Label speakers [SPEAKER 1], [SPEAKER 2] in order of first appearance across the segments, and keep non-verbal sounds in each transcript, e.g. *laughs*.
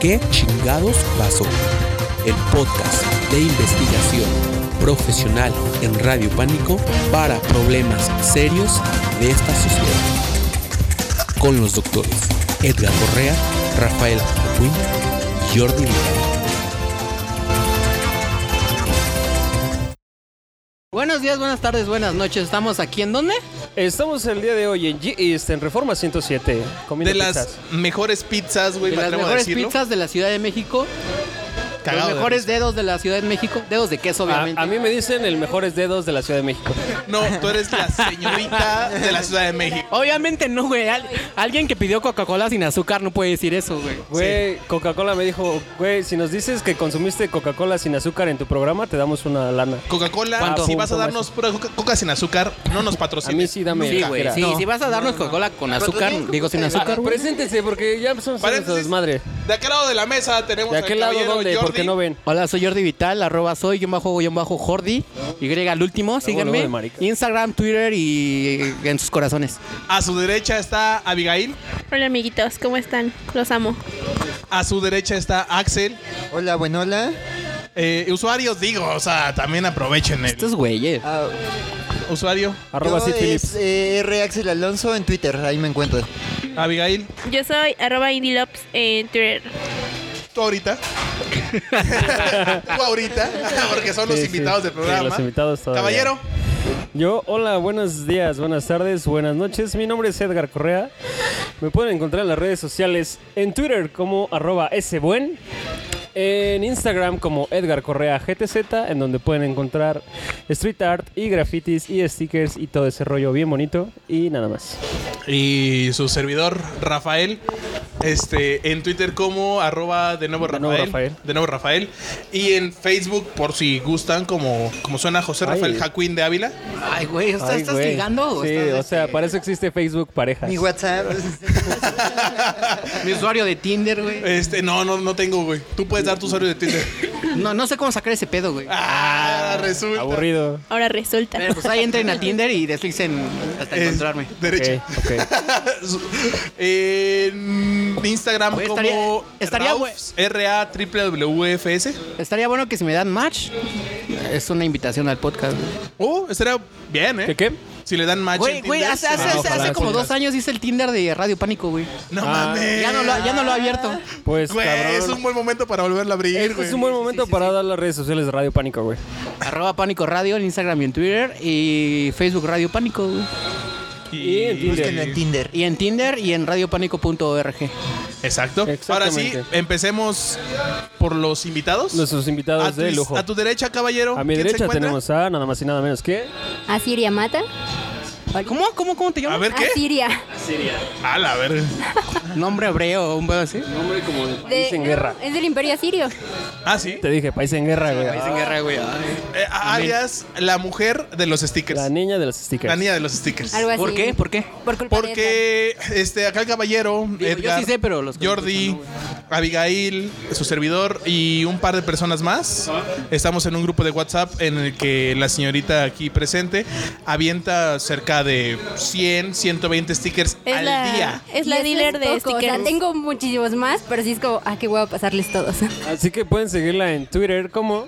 [SPEAKER 1] ¿Qué chingados pasó? El podcast de investigación profesional en Radio Pánico para problemas serios de esta sociedad. Con los doctores Edgar Correa, Rafael Acuín y Jordi Vidal.
[SPEAKER 2] Buenos días, buenas tardes, buenas noches. ¿Estamos aquí en dónde?
[SPEAKER 3] Estamos el día de hoy en, G East, en Reforma 107.
[SPEAKER 4] De las pizzas. mejores pizzas, güey,
[SPEAKER 2] de
[SPEAKER 4] me
[SPEAKER 2] las
[SPEAKER 4] atrevo a
[SPEAKER 2] mejores
[SPEAKER 4] decirlo.
[SPEAKER 2] pizzas de la Ciudad de México.
[SPEAKER 4] Cagado de
[SPEAKER 2] los mejores
[SPEAKER 4] risa.
[SPEAKER 2] dedos de Ah, la Ciudad de México. Dedos de queso,
[SPEAKER 3] A,
[SPEAKER 2] obviamente.
[SPEAKER 3] a mí me dicen el mejores dedos de la Ciudad de México.
[SPEAKER 4] No, tú eres la señorita de la Ciudad de México.
[SPEAKER 2] Obviamente no, güey. Al- alguien que pidió Coca-Cola sin azúcar no puede decir eso, güey.
[SPEAKER 3] Güey, Coca-Cola me dijo, güey, si nos dices que consumiste Coca-Cola sin azúcar en tu programa, te damos una lana.
[SPEAKER 4] Coca-Cola,
[SPEAKER 3] ¿Cuánto?
[SPEAKER 4] si vas a
[SPEAKER 3] ¿Cuánto
[SPEAKER 4] darnos pura coca, coca sin azúcar, no nos
[SPEAKER 3] A
[SPEAKER 4] patrocines.
[SPEAKER 3] mí sí dame
[SPEAKER 2] Sí,
[SPEAKER 3] la
[SPEAKER 2] güey.
[SPEAKER 3] cajera.
[SPEAKER 2] Sí, si vas a darnos Coca-Cola con azúcar, digo sin azúcar,
[SPEAKER 3] Ah,
[SPEAKER 2] güey.
[SPEAKER 3] Preséntense porque ya empezamos a hacer nuestra
[SPEAKER 4] Paréntesis,
[SPEAKER 3] desmadre.
[SPEAKER 4] De aquel lado de la mesa tenemos
[SPEAKER 3] ¿De
[SPEAKER 4] al
[SPEAKER 3] aquel lado
[SPEAKER 4] caballero
[SPEAKER 3] dónde?
[SPEAKER 4] Jordi.
[SPEAKER 3] Porque no ven.
[SPEAKER 2] Hola, soy Jordi Vital, arroba soy, yo bajo, yo bajo Jordi, Y al último,
[SPEAKER 3] luego
[SPEAKER 2] síganme.
[SPEAKER 3] de marica.
[SPEAKER 2] Instagram, Twitter y en sus corazones.
[SPEAKER 4] A su derecha está Abigail,
[SPEAKER 5] Hola amiguitos, ¿cómo están? Los amo.
[SPEAKER 4] a su derecha está Axel.
[SPEAKER 6] Hola, buenola.
[SPEAKER 4] Eh, usuarios, digo, o sea, también aprovechen el
[SPEAKER 2] Estos güeyes.
[SPEAKER 6] Ah,
[SPEAKER 4] usuario.
[SPEAKER 3] Arroba
[SPEAKER 6] yo
[SPEAKER 3] Sid
[SPEAKER 6] es
[SPEAKER 3] Phillips.
[SPEAKER 6] eh, R. Axel Alonso en Twitter, ahí me encuentro.
[SPEAKER 4] Abigail,
[SPEAKER 5] Yo soy arroba indielops en Twitter.
[SPEAKER 4] tú
[SPEAKER 3] *laughs*
[SPEAKER 4] ahorita. tú ahorita, *laughs* porque son los
[SPEAKER 3] Sí, sí,
[SPEAKER 4] invitados del
[SPEAKER 3] sí,
[SPEAKER 4] programa.
[SPEAKER 3] los invitados todavía.
[SPEAKER 4] Caballero,
[SPEAKER 3] Yo, hola, buenos días, buenas tardes, buenas noches. Mi nombre es Edgar Correa. Me pueden encontrar en las redes sociales, en Twitter como arroba sbuen, en Instagram como Edgar Correa GTZ, en donde pueden encontrar street art y grafitis y stickers y todo ese rollo bien bonito y nada más.
[SPEAKER 4] Y su servidor, Rafael, este, en Twitter como arroba de nuevo
[SPEAKER 3] De
[SPEAKER 4] Rafael.
[SPEAKER 3] nuevo Rafael.
[SPEAKER 4] de nuevo Rafael. Y en Facebook, por si gustan, como, como suena José
[SPEAKER 3] Ay.
[SPEAKER 4] Rafael Jacuín de Ávila.
[SPEAKER 2] Ay, güey, ¿estás,
[SPEAKER 3] Ay,
[SPEAKER 2] estás
[SPEAKER 3] güey.
[SPEAKER 2] ligando? o
[SPEAKER 3] Sí,
[SPEAKER 2] estás-
[SPEAKER 3] o sea, para eso existe Facebook Parejas.
[SPEAKER 6] Mi WhatsApp.
[SPEAKER 2] Mi usuario de Tinder, güey.
[SPEAKER 4] Este, no, no, no tengo, güey. Tú puedes dar tu usuario de
[SPEAKER 2] *laughs*
[SPEAKER 4] Twitter.
[SPEAKER 2] No, no sé cómo sacar ese pedo, güey.
[SPEAKER 4] ah, resulta.
[SPEAKER 3] Aburrido.
[SPEAKER 5] Ahora resulta.
[SPEAKER 2] Pero pues ahí entren a Tinder y deslicen hasta
[SPEAKER 4] Es
[SPEAKER 2] encontrarme.
[SPEAKER 4] derecha.
[SPEAKER 3] Ok, ok.
[SPEAKER 4] Su- *laughs* en Instagram
[SPEAKER 2] Güey, estaría-
[SPEAKER 4] como
[SPEAKER 2] estaría, güey.
[SPEAKER 4] R A W F S.
[SPEAKER 2] Estaría bueno que si me dan match, es una invitación al podcast. güey.
[SPEAKER 4] Oh, estaría bien, ¿eh?
[SPEAKER 3] ¿Qué qué?
[SPEAKER 4] Si le dan match.
[SPEAKER 2] Güey,
[SPEAKER 4] en
[SPEAKER 2] güey,
[SPEAKER 4] Tinder,
[SPEAKER 2] hace,
[SPEAKER 4] se
[SPEAKER 2] hace-
[SPEAKER 4] van a
[SPEAKER 2] hace-
[SPEAKER 4] jalar
[SPEAKER 2] hace como
[SPEAKER 4] cosas.
[SPEAKER 2] dos años hice el Tinder de Radio Pánico, güey.
[SPEAKER 4] No
[SPEAKER 3] Ah.
[SPEAKER 4] mames.
[SPEAKER 2] Ya no lo, ya no lo he abierto.
[SPEAKER 4] Eh.
[SPEAKER 3] Pues
[SPEAKER 4] Güey,
[SPEAKER 3] cabrón.
[SPEAKER 4] es un buen momento para volverla a abrir,
[SPEAKER 3] Este
[SPEAKER 4] güey.
[SPEAKER 3] es un buen momento para dar las redes sociales de Radio Pánico, güey.
[SPEAKER 2] Arroba Pánico Radio en Instagram y en Twitter y Facebook Radio Pánico. güey.
[SPEAKER 3] Y en Tinder.
[SPEAKER 6] Búsquenlo en Tinder.
[SPEAKER 2] Y en Tinder y en radiopánico.org.
[SPEAKER 4] Exacto. Ahora sí,
[SPEAKER 3] Exactamente.
[SPEAKER 4] empecemos por los invitados.
[SPEAKER 3] Nuestros invitados
[SPEAKER 4] a, tu,
[SPEAKER 3] de lujo.
[SPEAKER 4] a tu derecha, caballero.
[SPEAKER 3] A mi
[SPEAKER 4] ¿quién se
[SPEAKER 3] derecha
[SPEAKER 4] encuentra?
[SPEAKER 3] tenemos a nada más y nada menos que.
[SPEAKER 7] Asiria Mata.
[SPEAKER 2] ¿Cómo? ¿Cómo? ¿Cómo te
[SPEAKER 4] A
[SPEAKER 2] llamas?
[SPEAKER 4] ver qué.
[SPEAKER 7] Asiria.
[SPEAKER 4] A la ver.
[SPEAKER 2] Nombre hebreo, un pedo así.
[SPEAKER 3] Nombre como de
[SPEAKER 7] De-
[SPEAKER 3] País en
[SPEAKER 7] no,
[SPEAKER 3] Guerra.
[SPEAKER 7] es del Imperio Asirio.
[SPEAKER 4] Ah, sí.
[SPEAKER 3] Te dije, País en Guerra, güey.
[SPEAKER 2] País en guerra, güey. Ay.
[SPEAKER 4] Eh, a- alias, la mujer de los stickers.
[SPEAKER 3] La
[SPEAKER 4] La,
[SPEAKER 3] niña de los stickers.
[SPEAKER 4] niña de los stickers.
[SPEAKER 7] Algo así.
[SPEAKER 2] ¿Por qué? ¿Por qué?
[SPEAKER 7] Por culpa de
[SPEAKER 4] Porque este, acá el caballero,
[SPEAKER 2] Digo, yo
[SPEAKER 4] Edgar,
[SPEAKER 2] sí sé, pero los que
[SPEAKER 4] Jordi,
[SPEAKER 2] escuchan
[SPEAKER 4] Abigail, su servidor y un par de personas más. Estamos en un grupo de WhatsApp en el que la señorita aquí presente avienta cerca de 100, 120 stickers
[SPEAKER 5] *laughs* Es
[SPEAKER 4] al
[SPEAKER 5] la-
[SPEAKER 4] día.
[SPEAKER 5] Es
[SPEAKER 7] Y
[SPEAKER 5] la
[SPEAKER 7] eso
[SPEAKER 5] dealer
[SPEAKER 7] es
[SPEAKER 5] de
[SPEAKER 7] poco, o sea,
[SPEAKER 5] stickers.
[SPEAKER 7] tengo muchísimos más, pero sí es como, ah, qué voy a pasarles todos. *laughs*
[SPEAKER 3] Así que pueden seguirla en Twitter como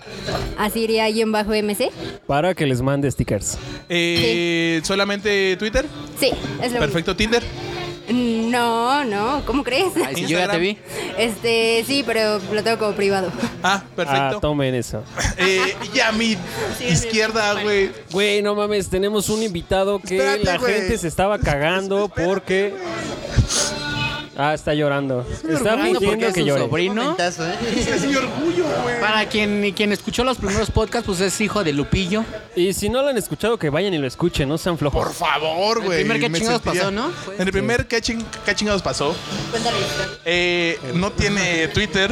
[SPEAKER 7] Asiria y en bajo MC.
[SPEAKER 3] para que les mande stickers.
[SPEAKER 4] Eh, ¿Solamente Twitter?
[SPEAKER 7] Sí, es lo
[SPEAKER 4] Perfecto, Tinder.
[SPEAKER 7] mismo. No, no, ¿cómo crees?
[SPEAKER 2] Ay, sí, yo ya te vi.
[SPEAKER 7] *laughs* Este, sí, pero lo tengo como privado.
[SPEAKER 4] Ah,
[SPEAKER 3] Ah,
[SPEAKER 4] perfecto.
[SPEAKER 3] tomen eso.
[SPEAKER 4] Eh, y a mi izquierda, güey.
[SPEAKER 3] Güey, no mames, tenemos un invitado que
[SPEAKER 4] Espérate,
[SPEAKER 3] la
[SPEAKER 4] güey.
[SPEAKER 3] gente se estaba cagando porque. Ah, está llorando. Está
[SPEAKER 2] Llorando porque
[SPEAKER 3] fingiendo
[SPEAKER 2] es
[SPEAKER 3] que
[SPEAKER 2] un
[SPEAKER 3] llore.
[SPEAKER 2] sobrino.
[SPEAKER 6] Momentazo, ¿eh?
[SPEAKER 4] Es mi orgullo, güey.
[SPEAKER 2] Para quien, y quien escuchó los primeros podcasts, pues es hijo de Lupillo.
[SPEAKER 3] Y si no lo han escuchado, que vayan y lo escuchen, no sean flojos.
[SPEAKER 4] Por favor, güey.
[SPEAKER 2] primer qué
[SPEAKER 4] me
[SPEAKER 2] chingados pasó, ¿no?
[SPEAKER 4] En el primer qué, ching- qué chingados pasó. Eh, no tiene Twitter.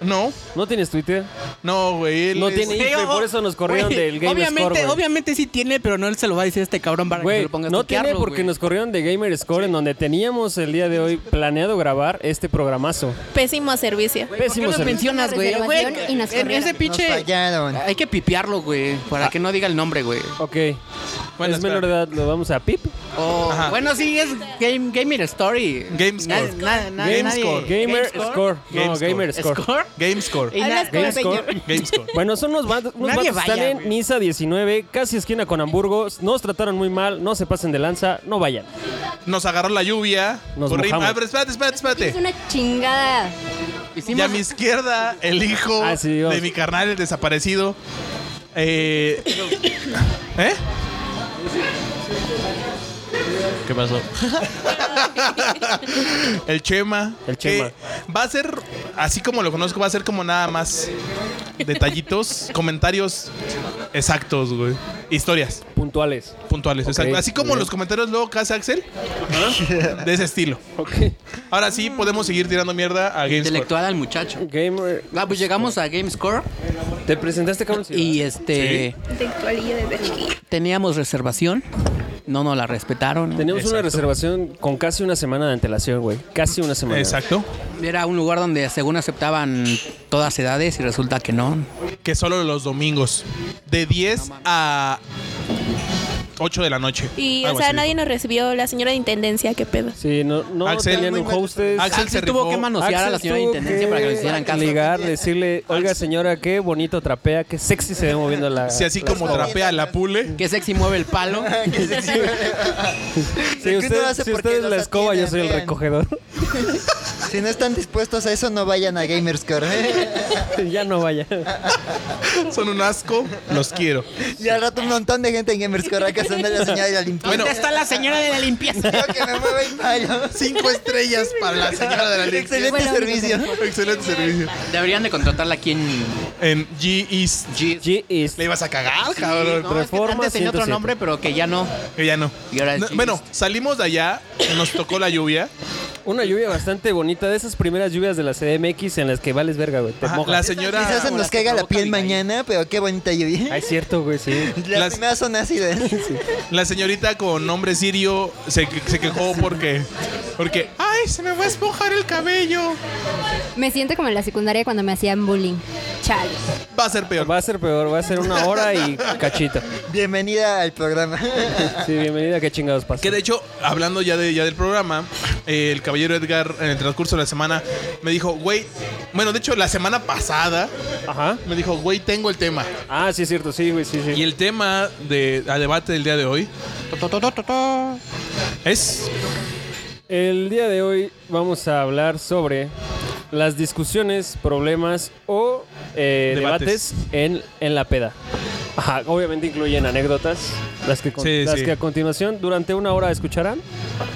[SPEAKER 4] No,
[SPEAKER 3] ¿No tienes Twitter?
[SPEAKER 4] no, güey. él
[SPEAKER 3] No
[SPEAKER 4] es-
[SPEAKER 3] tiene Sí, güey, por eso nos corrieron
[SPEAKER 2] Güey,
[SPEAKER 3] del Game
[SPEAKER 2] obviamente,
[SPEAKER 3] Score, güey.
[SPEAKER 2] obviamente sí tiene, pero no se lo va a decir este cabrón para que se
[SPEAKER 3] Güey,
[SPEAKER 2] lo ponga a
[SPEAKER 3] no tiene
[SPEAKER 2] stalkearlo,
[SPEAKER 3] porque
[SPEAKER 2] güey.
[SPEAKER 3] nos corrieron de Gamer Score en donde teníamos el día de hoy planeado grabar este programazo.
[SPEAKER 5] Pésimo servicio.
[SPEAKER 2] ¿Por qué
[SPEAKER 3] Pésimo
[SPEAKER 2] nos
[SPEAKER 3] servicio.
[SPEAKER 2] mencionas, güey? Güey,
[SPEAKER 7] Reservación y nos
[SPEAKER 2] en
[SPEAKER 7] corrieron.
[SPEAKER 2] ese
[SPEAKER 6] Nos *laughs*
[SPEAKER 2] pinche...
[SPEAKER 6] fallaron.
[SPEAKER 2] Hay que pipearlo, güey, para que no diga el nombre, güey.
[SPEAKER 3] Ok.
[SPEAKER 4] Bueno,
[SPEAKER 3] es
[SPEAKER 4] espera.
[SPEAKER 3] menor de edad, lo vamos a pip.
[SPEAKER 2] O-
[SPEAKER 4] Ajá.
[SPEAKER 2] bueno, sí, es game, Gamer Story.
[SPEAKER 4] Gamescore.
[SPEAKER 2] Na- na- na-
[SPEAKER 4] Gamescore.
[SPEAKER 2] nadie-
[SPEAKER 3] Gamer Score. No,
[SPEAKER 4] Gamescore.
[SPEAKER 3] Gamer Score.
[SPEAKER 2] ¿Score?
[SPEAKER 4] Gamescore.
[SPEAKER 2] Y na-
[SPEAKER 5] Hablas
[SPEAKER 3] Game
[SPEAKER 5] como
[SPEAKER 3] Score.
[SPEAKER 5] señor.
[SPEAKER 4] Gamescore.
[SPEAKER 3] Bueno, son unos vatos, unos
[SPEAKER 2] Nadie
[SPEAKER 3] vatos
[SPEAKER 2] vaya,
[SPEAKER 3] están en
[SPEAKER 2] güey.
[SPEAKER 3] Niza 19, casi esquina con Hamburgo. Nos trataron muy mal, no se pasen de lanza, no vayan.
[SPEAKER 4] Nos agarró la lluvia.
[SPEAKER 3] Nos
[SPEAKER 4] Corrí-
[SPEAKER 3] mojamos.
[SPEAKER 4] Ah, pero espérate, espérate,
[SPEAKER 7] Es
[SPEAKER 4] espérate.
[SPEAKER 7] una chingada.
[SPEAKER 4] Y a mi izquierda, el hijo
[SPEAKER 3] Ah, sí, Dios.
[SPEAKER 4] de mi carnal, el desaparecido. Eh, ¿Eh?
[SPEAKER 1] ¿Qué pasó?
[SPEAKER 4] *laughs* El Chema.
[SPEAKER 3] El
[SPEAKER 4] que
[SPEAKER 3] Chema.
[SPEAKER 4] Va a ser, así como lo conozco, va a ser como nada más detallitos, *laughs* comentarios exactos, güey. Historias
[SPEAKER 3] Puntuales.
[SPEAKER 4] puntuales,
[SPEAKER 3] Ok,
[SPEAKER 4] exacto. Así como
[SPEAKER 3] bien.
[SPEAKER 4] los comentarios luego que hace Axel, de ese estilo.
[SPEAKER 3] Ok.
[SPEAKER 4] Ahora sí podemos seguir tirando mierda a GameScore.
[SPEAKER 2] Intelectual al muchacho.
[SPEAKER 3] Gamer.
[SPEAKER 2] Ah, pues llegamos a Gamescore
[SPEAKER 3] ¿Te presentaste, cabrón?
[SPEAKER 2] y este
[SPEAKER 5] Intelectualillo desde chiquillo.
[SPEAKER 2] teníamos reservación. No nos la respetaron.
[SPEAKER 3] Teníamos una
[SPEAKER 4] Exacto.
[SPEAKER 3] reservación con casi una semana de antelación, güey. Casi una semana.
[SPEAKER 4] Exacto.
[SPEAKER 2] Era un lugar donde según aceptaban todas edades y resulta que no.
[SPEAKER 4] Que solo los domingos. De 10 a 8 de la noche.
[SPEAKER 5] Y, o
[SPEAKER 4] Algo
[SPEAKER 5] sea,
[SPEAKER 4] así.
[SPEAKER 5] nadie nos recibió. La señora de intendencia, qué pedo.
[SPEAKER 3] Sí, no, no
[SPEAKER 4] Axel.
[SPEAKER 3] tenían un
[SPEAKER 4] Muy mal-
[SPEAKER 3] hostess.
[SPEAKER 4] Axel
[SPEAKER 2] Axel
[SPEAKER 4] se
[SPEAKER 2] tuvo
[SPEAKER 4] rifó.
[SPEAKER 2] que manosear a la
[SPEAKER 3] Axel
[SPEAKER 2] señora de
[SPEAKER 3] tuvo
[SPEAKER 2] intendencia para que le hicieran caso.
[SPEAKER 3] Ligar, decirle, oiga señora, qué bonito trapea, qué sexy se ve moviendo la.
[SPEAKER 4] Si así como trapea la pule.
[SPEAKER 2] Que sexy mueve el palo.
[SPEAKER 6] Que se-
[SPEAKER 3] Si
[SPEAKER 6] Es que uno
[SPEAKER 3] usted,
[SPEAKER 6] hace
[SPEAKER 3] si
[SPEAKER 6] porque
[SPEAKER 3] usted es
[SPEAKER 6] los
[SPEAKER 3] la escoba, yo
[SPEAKER 6] atienden,
[SPEAKER 3] soy el
[SPEAKER 6] vean.
[SPEAKER 3] recogedor. *laughs*
[SPEAKER 6] Si no están dispuestos a eso, no vayan a Gamerscore. ¿eh?
[SPEAKER 3] *laughs* ya no vaya.
[SPEAKER 4] Son un asco. Los quiero.
[SPEAKER 6] Y al rato un montón de gente en Gamerscore acá son de la señal de la limpieza.
[SPEAKER 2] ¿Dónde está la señora de la limpieza?
[SPEAKER 6] *laughs* Yo que me mueva y palo.
[SPEAKER 4] Cinco estrellas para la señora de la limpieza.
[SPEAKER 6] Excelente servicio.
[SPEAKER 4] Excelente servicio.
[SPEAKER 2] Deberían de contratarla aquí en
[SPEAKER 4] En G East.
[SPEAKER 2] G.
[SPEAKER 3] G is.
[SPEAKER 4] Le ibas a cagar,
[SPEAKER 2] No,
[SPEAKER 4] cabrón.
[SPEAKER 2] es que
[SPEAKER 3] Reforma
[SPEAKER 2] antes tenía otro
[SPEAKER 3] 107.
[SPEAKER 2] nombre, pero que ya no.
[SPEAKER 4] Que ya no.
[SPEAKER 2] Y ahora el
[SPEAKER 4] No,
[SPEAKER 2] G
[SPEAKER 4] Bueno,
[SPEAKER 2] East.
[SPEAKER 4] salimos de allá. Nos tocó la lluvia.
[SPEAKER 3] Una lluvia bastante bonita, de esas primeras lluvias de la CDMX en las que vales verga, güey. Te
[SPEAKER 4] Ajá,
[SPEAKER 3] mojas.
[SPEAKER 4] la señora.
[SPEAKER 6] Quizás se nos caiga la piel mañana, pero qué bonita
[SPEAKER 3] Ah,
[SPEAKER 6] lluvia.
[SPEAKER 3] es cierto, güey, sí.
[SPEAKER 6] Las,
[SPEAKER 4] Las-
[SPEAKER 6] primeras son ácidas.
[SPEAKER 4] La señorita con nombre sirio se, se quejó porque. Porque. ¡Ay, se me va a espojar el cabello!
[SPEAKER 7] Me siento como en la secundaria cuando me hacían bullying. Chale.
[SPEAKER 4] Va a ser peor.
[SPEAKER 3] Va a ser peor, va a ser una hora y cachita.
[SPEAKER 6] Bienvenida al programa. *laughs*
[SPEAKER 3] Sí, bienvenida, qué chingados pasa.
[SPEAKER 4] Que de hecho, hablando ya, de, ya del programa, eh, el caballero Edgar, en el transcurso de la semana, me dijo, güey. Bueno, de hecho, la semana pasada
[SPEAKER 3] Ajá.
[SPEAKER 4] me dijo, güey, tengo el tema.
[SPEAKER 3] Ah, sí, es cierto, sí, güey, sí, sí.
[SPEAKER 4] Y el tema de, a debate del día de hoy es.
[SPEAKER 3] El día de hoy vamos a hablar sobre las discusiones, problemas o eh,
[SPEAKER 4] Debates.
[SPEAKER 3] debates, en, en la peda. Ajá, obviamente incluyen anécdotas, las que, con-
[SPEAKER 4] Sí,
[SPEAKER 3] las
[SPEAKER 4] sí.
[SPEAKER 3] que a continuación durante una hora escucharán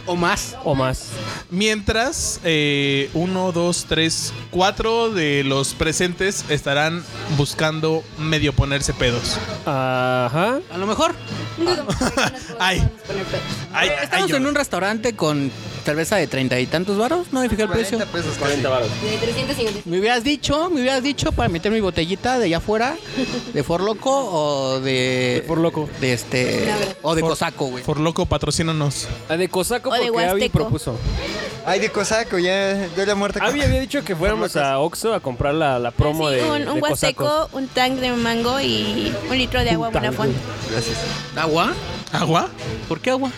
[SPEAKER 2] O más.
[SPEAKER 3] o más.
[SPEAKER 4] Mientras, eh, uno, dos, tres, cuatro de los presentes estarán buscando medio ponerse pedos.
[SPEAKER 3] Ajá.
[SPEAKER 2] A lo mejor.
[SPEAKER 4] *laughs* Ay. Ay, ay,
[SPEAKER 2] Estamos
[SPEAKER 4] yo-
[SPEAKER 2] en un restaurante con cerveza de treinta y tantos varos. No me fijé el precio.
[SPEAKER 6] 40
[SPEAKER 4] Pues
[SPEAKER 6] pesos.
[SPEAKER 3] 40 varos.
[SPEAKER 7] De 350.
[SPEAKER 2] Me hubieras dicho, me hubieras dicho para meter mi botellita de allá afuera, de Forloco o de.
[SPEAKER 3] De Four Loko.
[SPEAKER 2] De este. O de
[SPEAKER 4] Four-
[SPEAKER 2] Cosaco, güey.
[SPEAKER 4] Por loco, patrocínanos.
[SPEAKER 3] Ah, De Cosaco
[SPEAKER 5] O de
[SPEAKER 3] porque Avi
[SPEAKER 5] Huasteco.
[SPEAKER 3] propuso.
[SPEAKER 6] Ay, de cosaco, ya dio la muerte.
[SPEAKER 3] Avi había dicho que fuéramos a Oxxo a comprar la, la promo
[SPEAKER 5] Ah, Sí,
[SPEAKER 3] de,
[SPEAKER 5] un, un
[SPEAKER 3] de
[SPEAKER 5] huasteco,
[SPEAKER 3] Cosaco.
[SPEAKER 5] un tank de mango y un litro de agua
[SPEAKER 3] Un tank.
[SPEAKER 5] Bonafont.
[SPEAKER 2] ¿Agua?
[SPEAKER 4] ¿Agua?
[SPEAKER 2] ¿Por qué agua?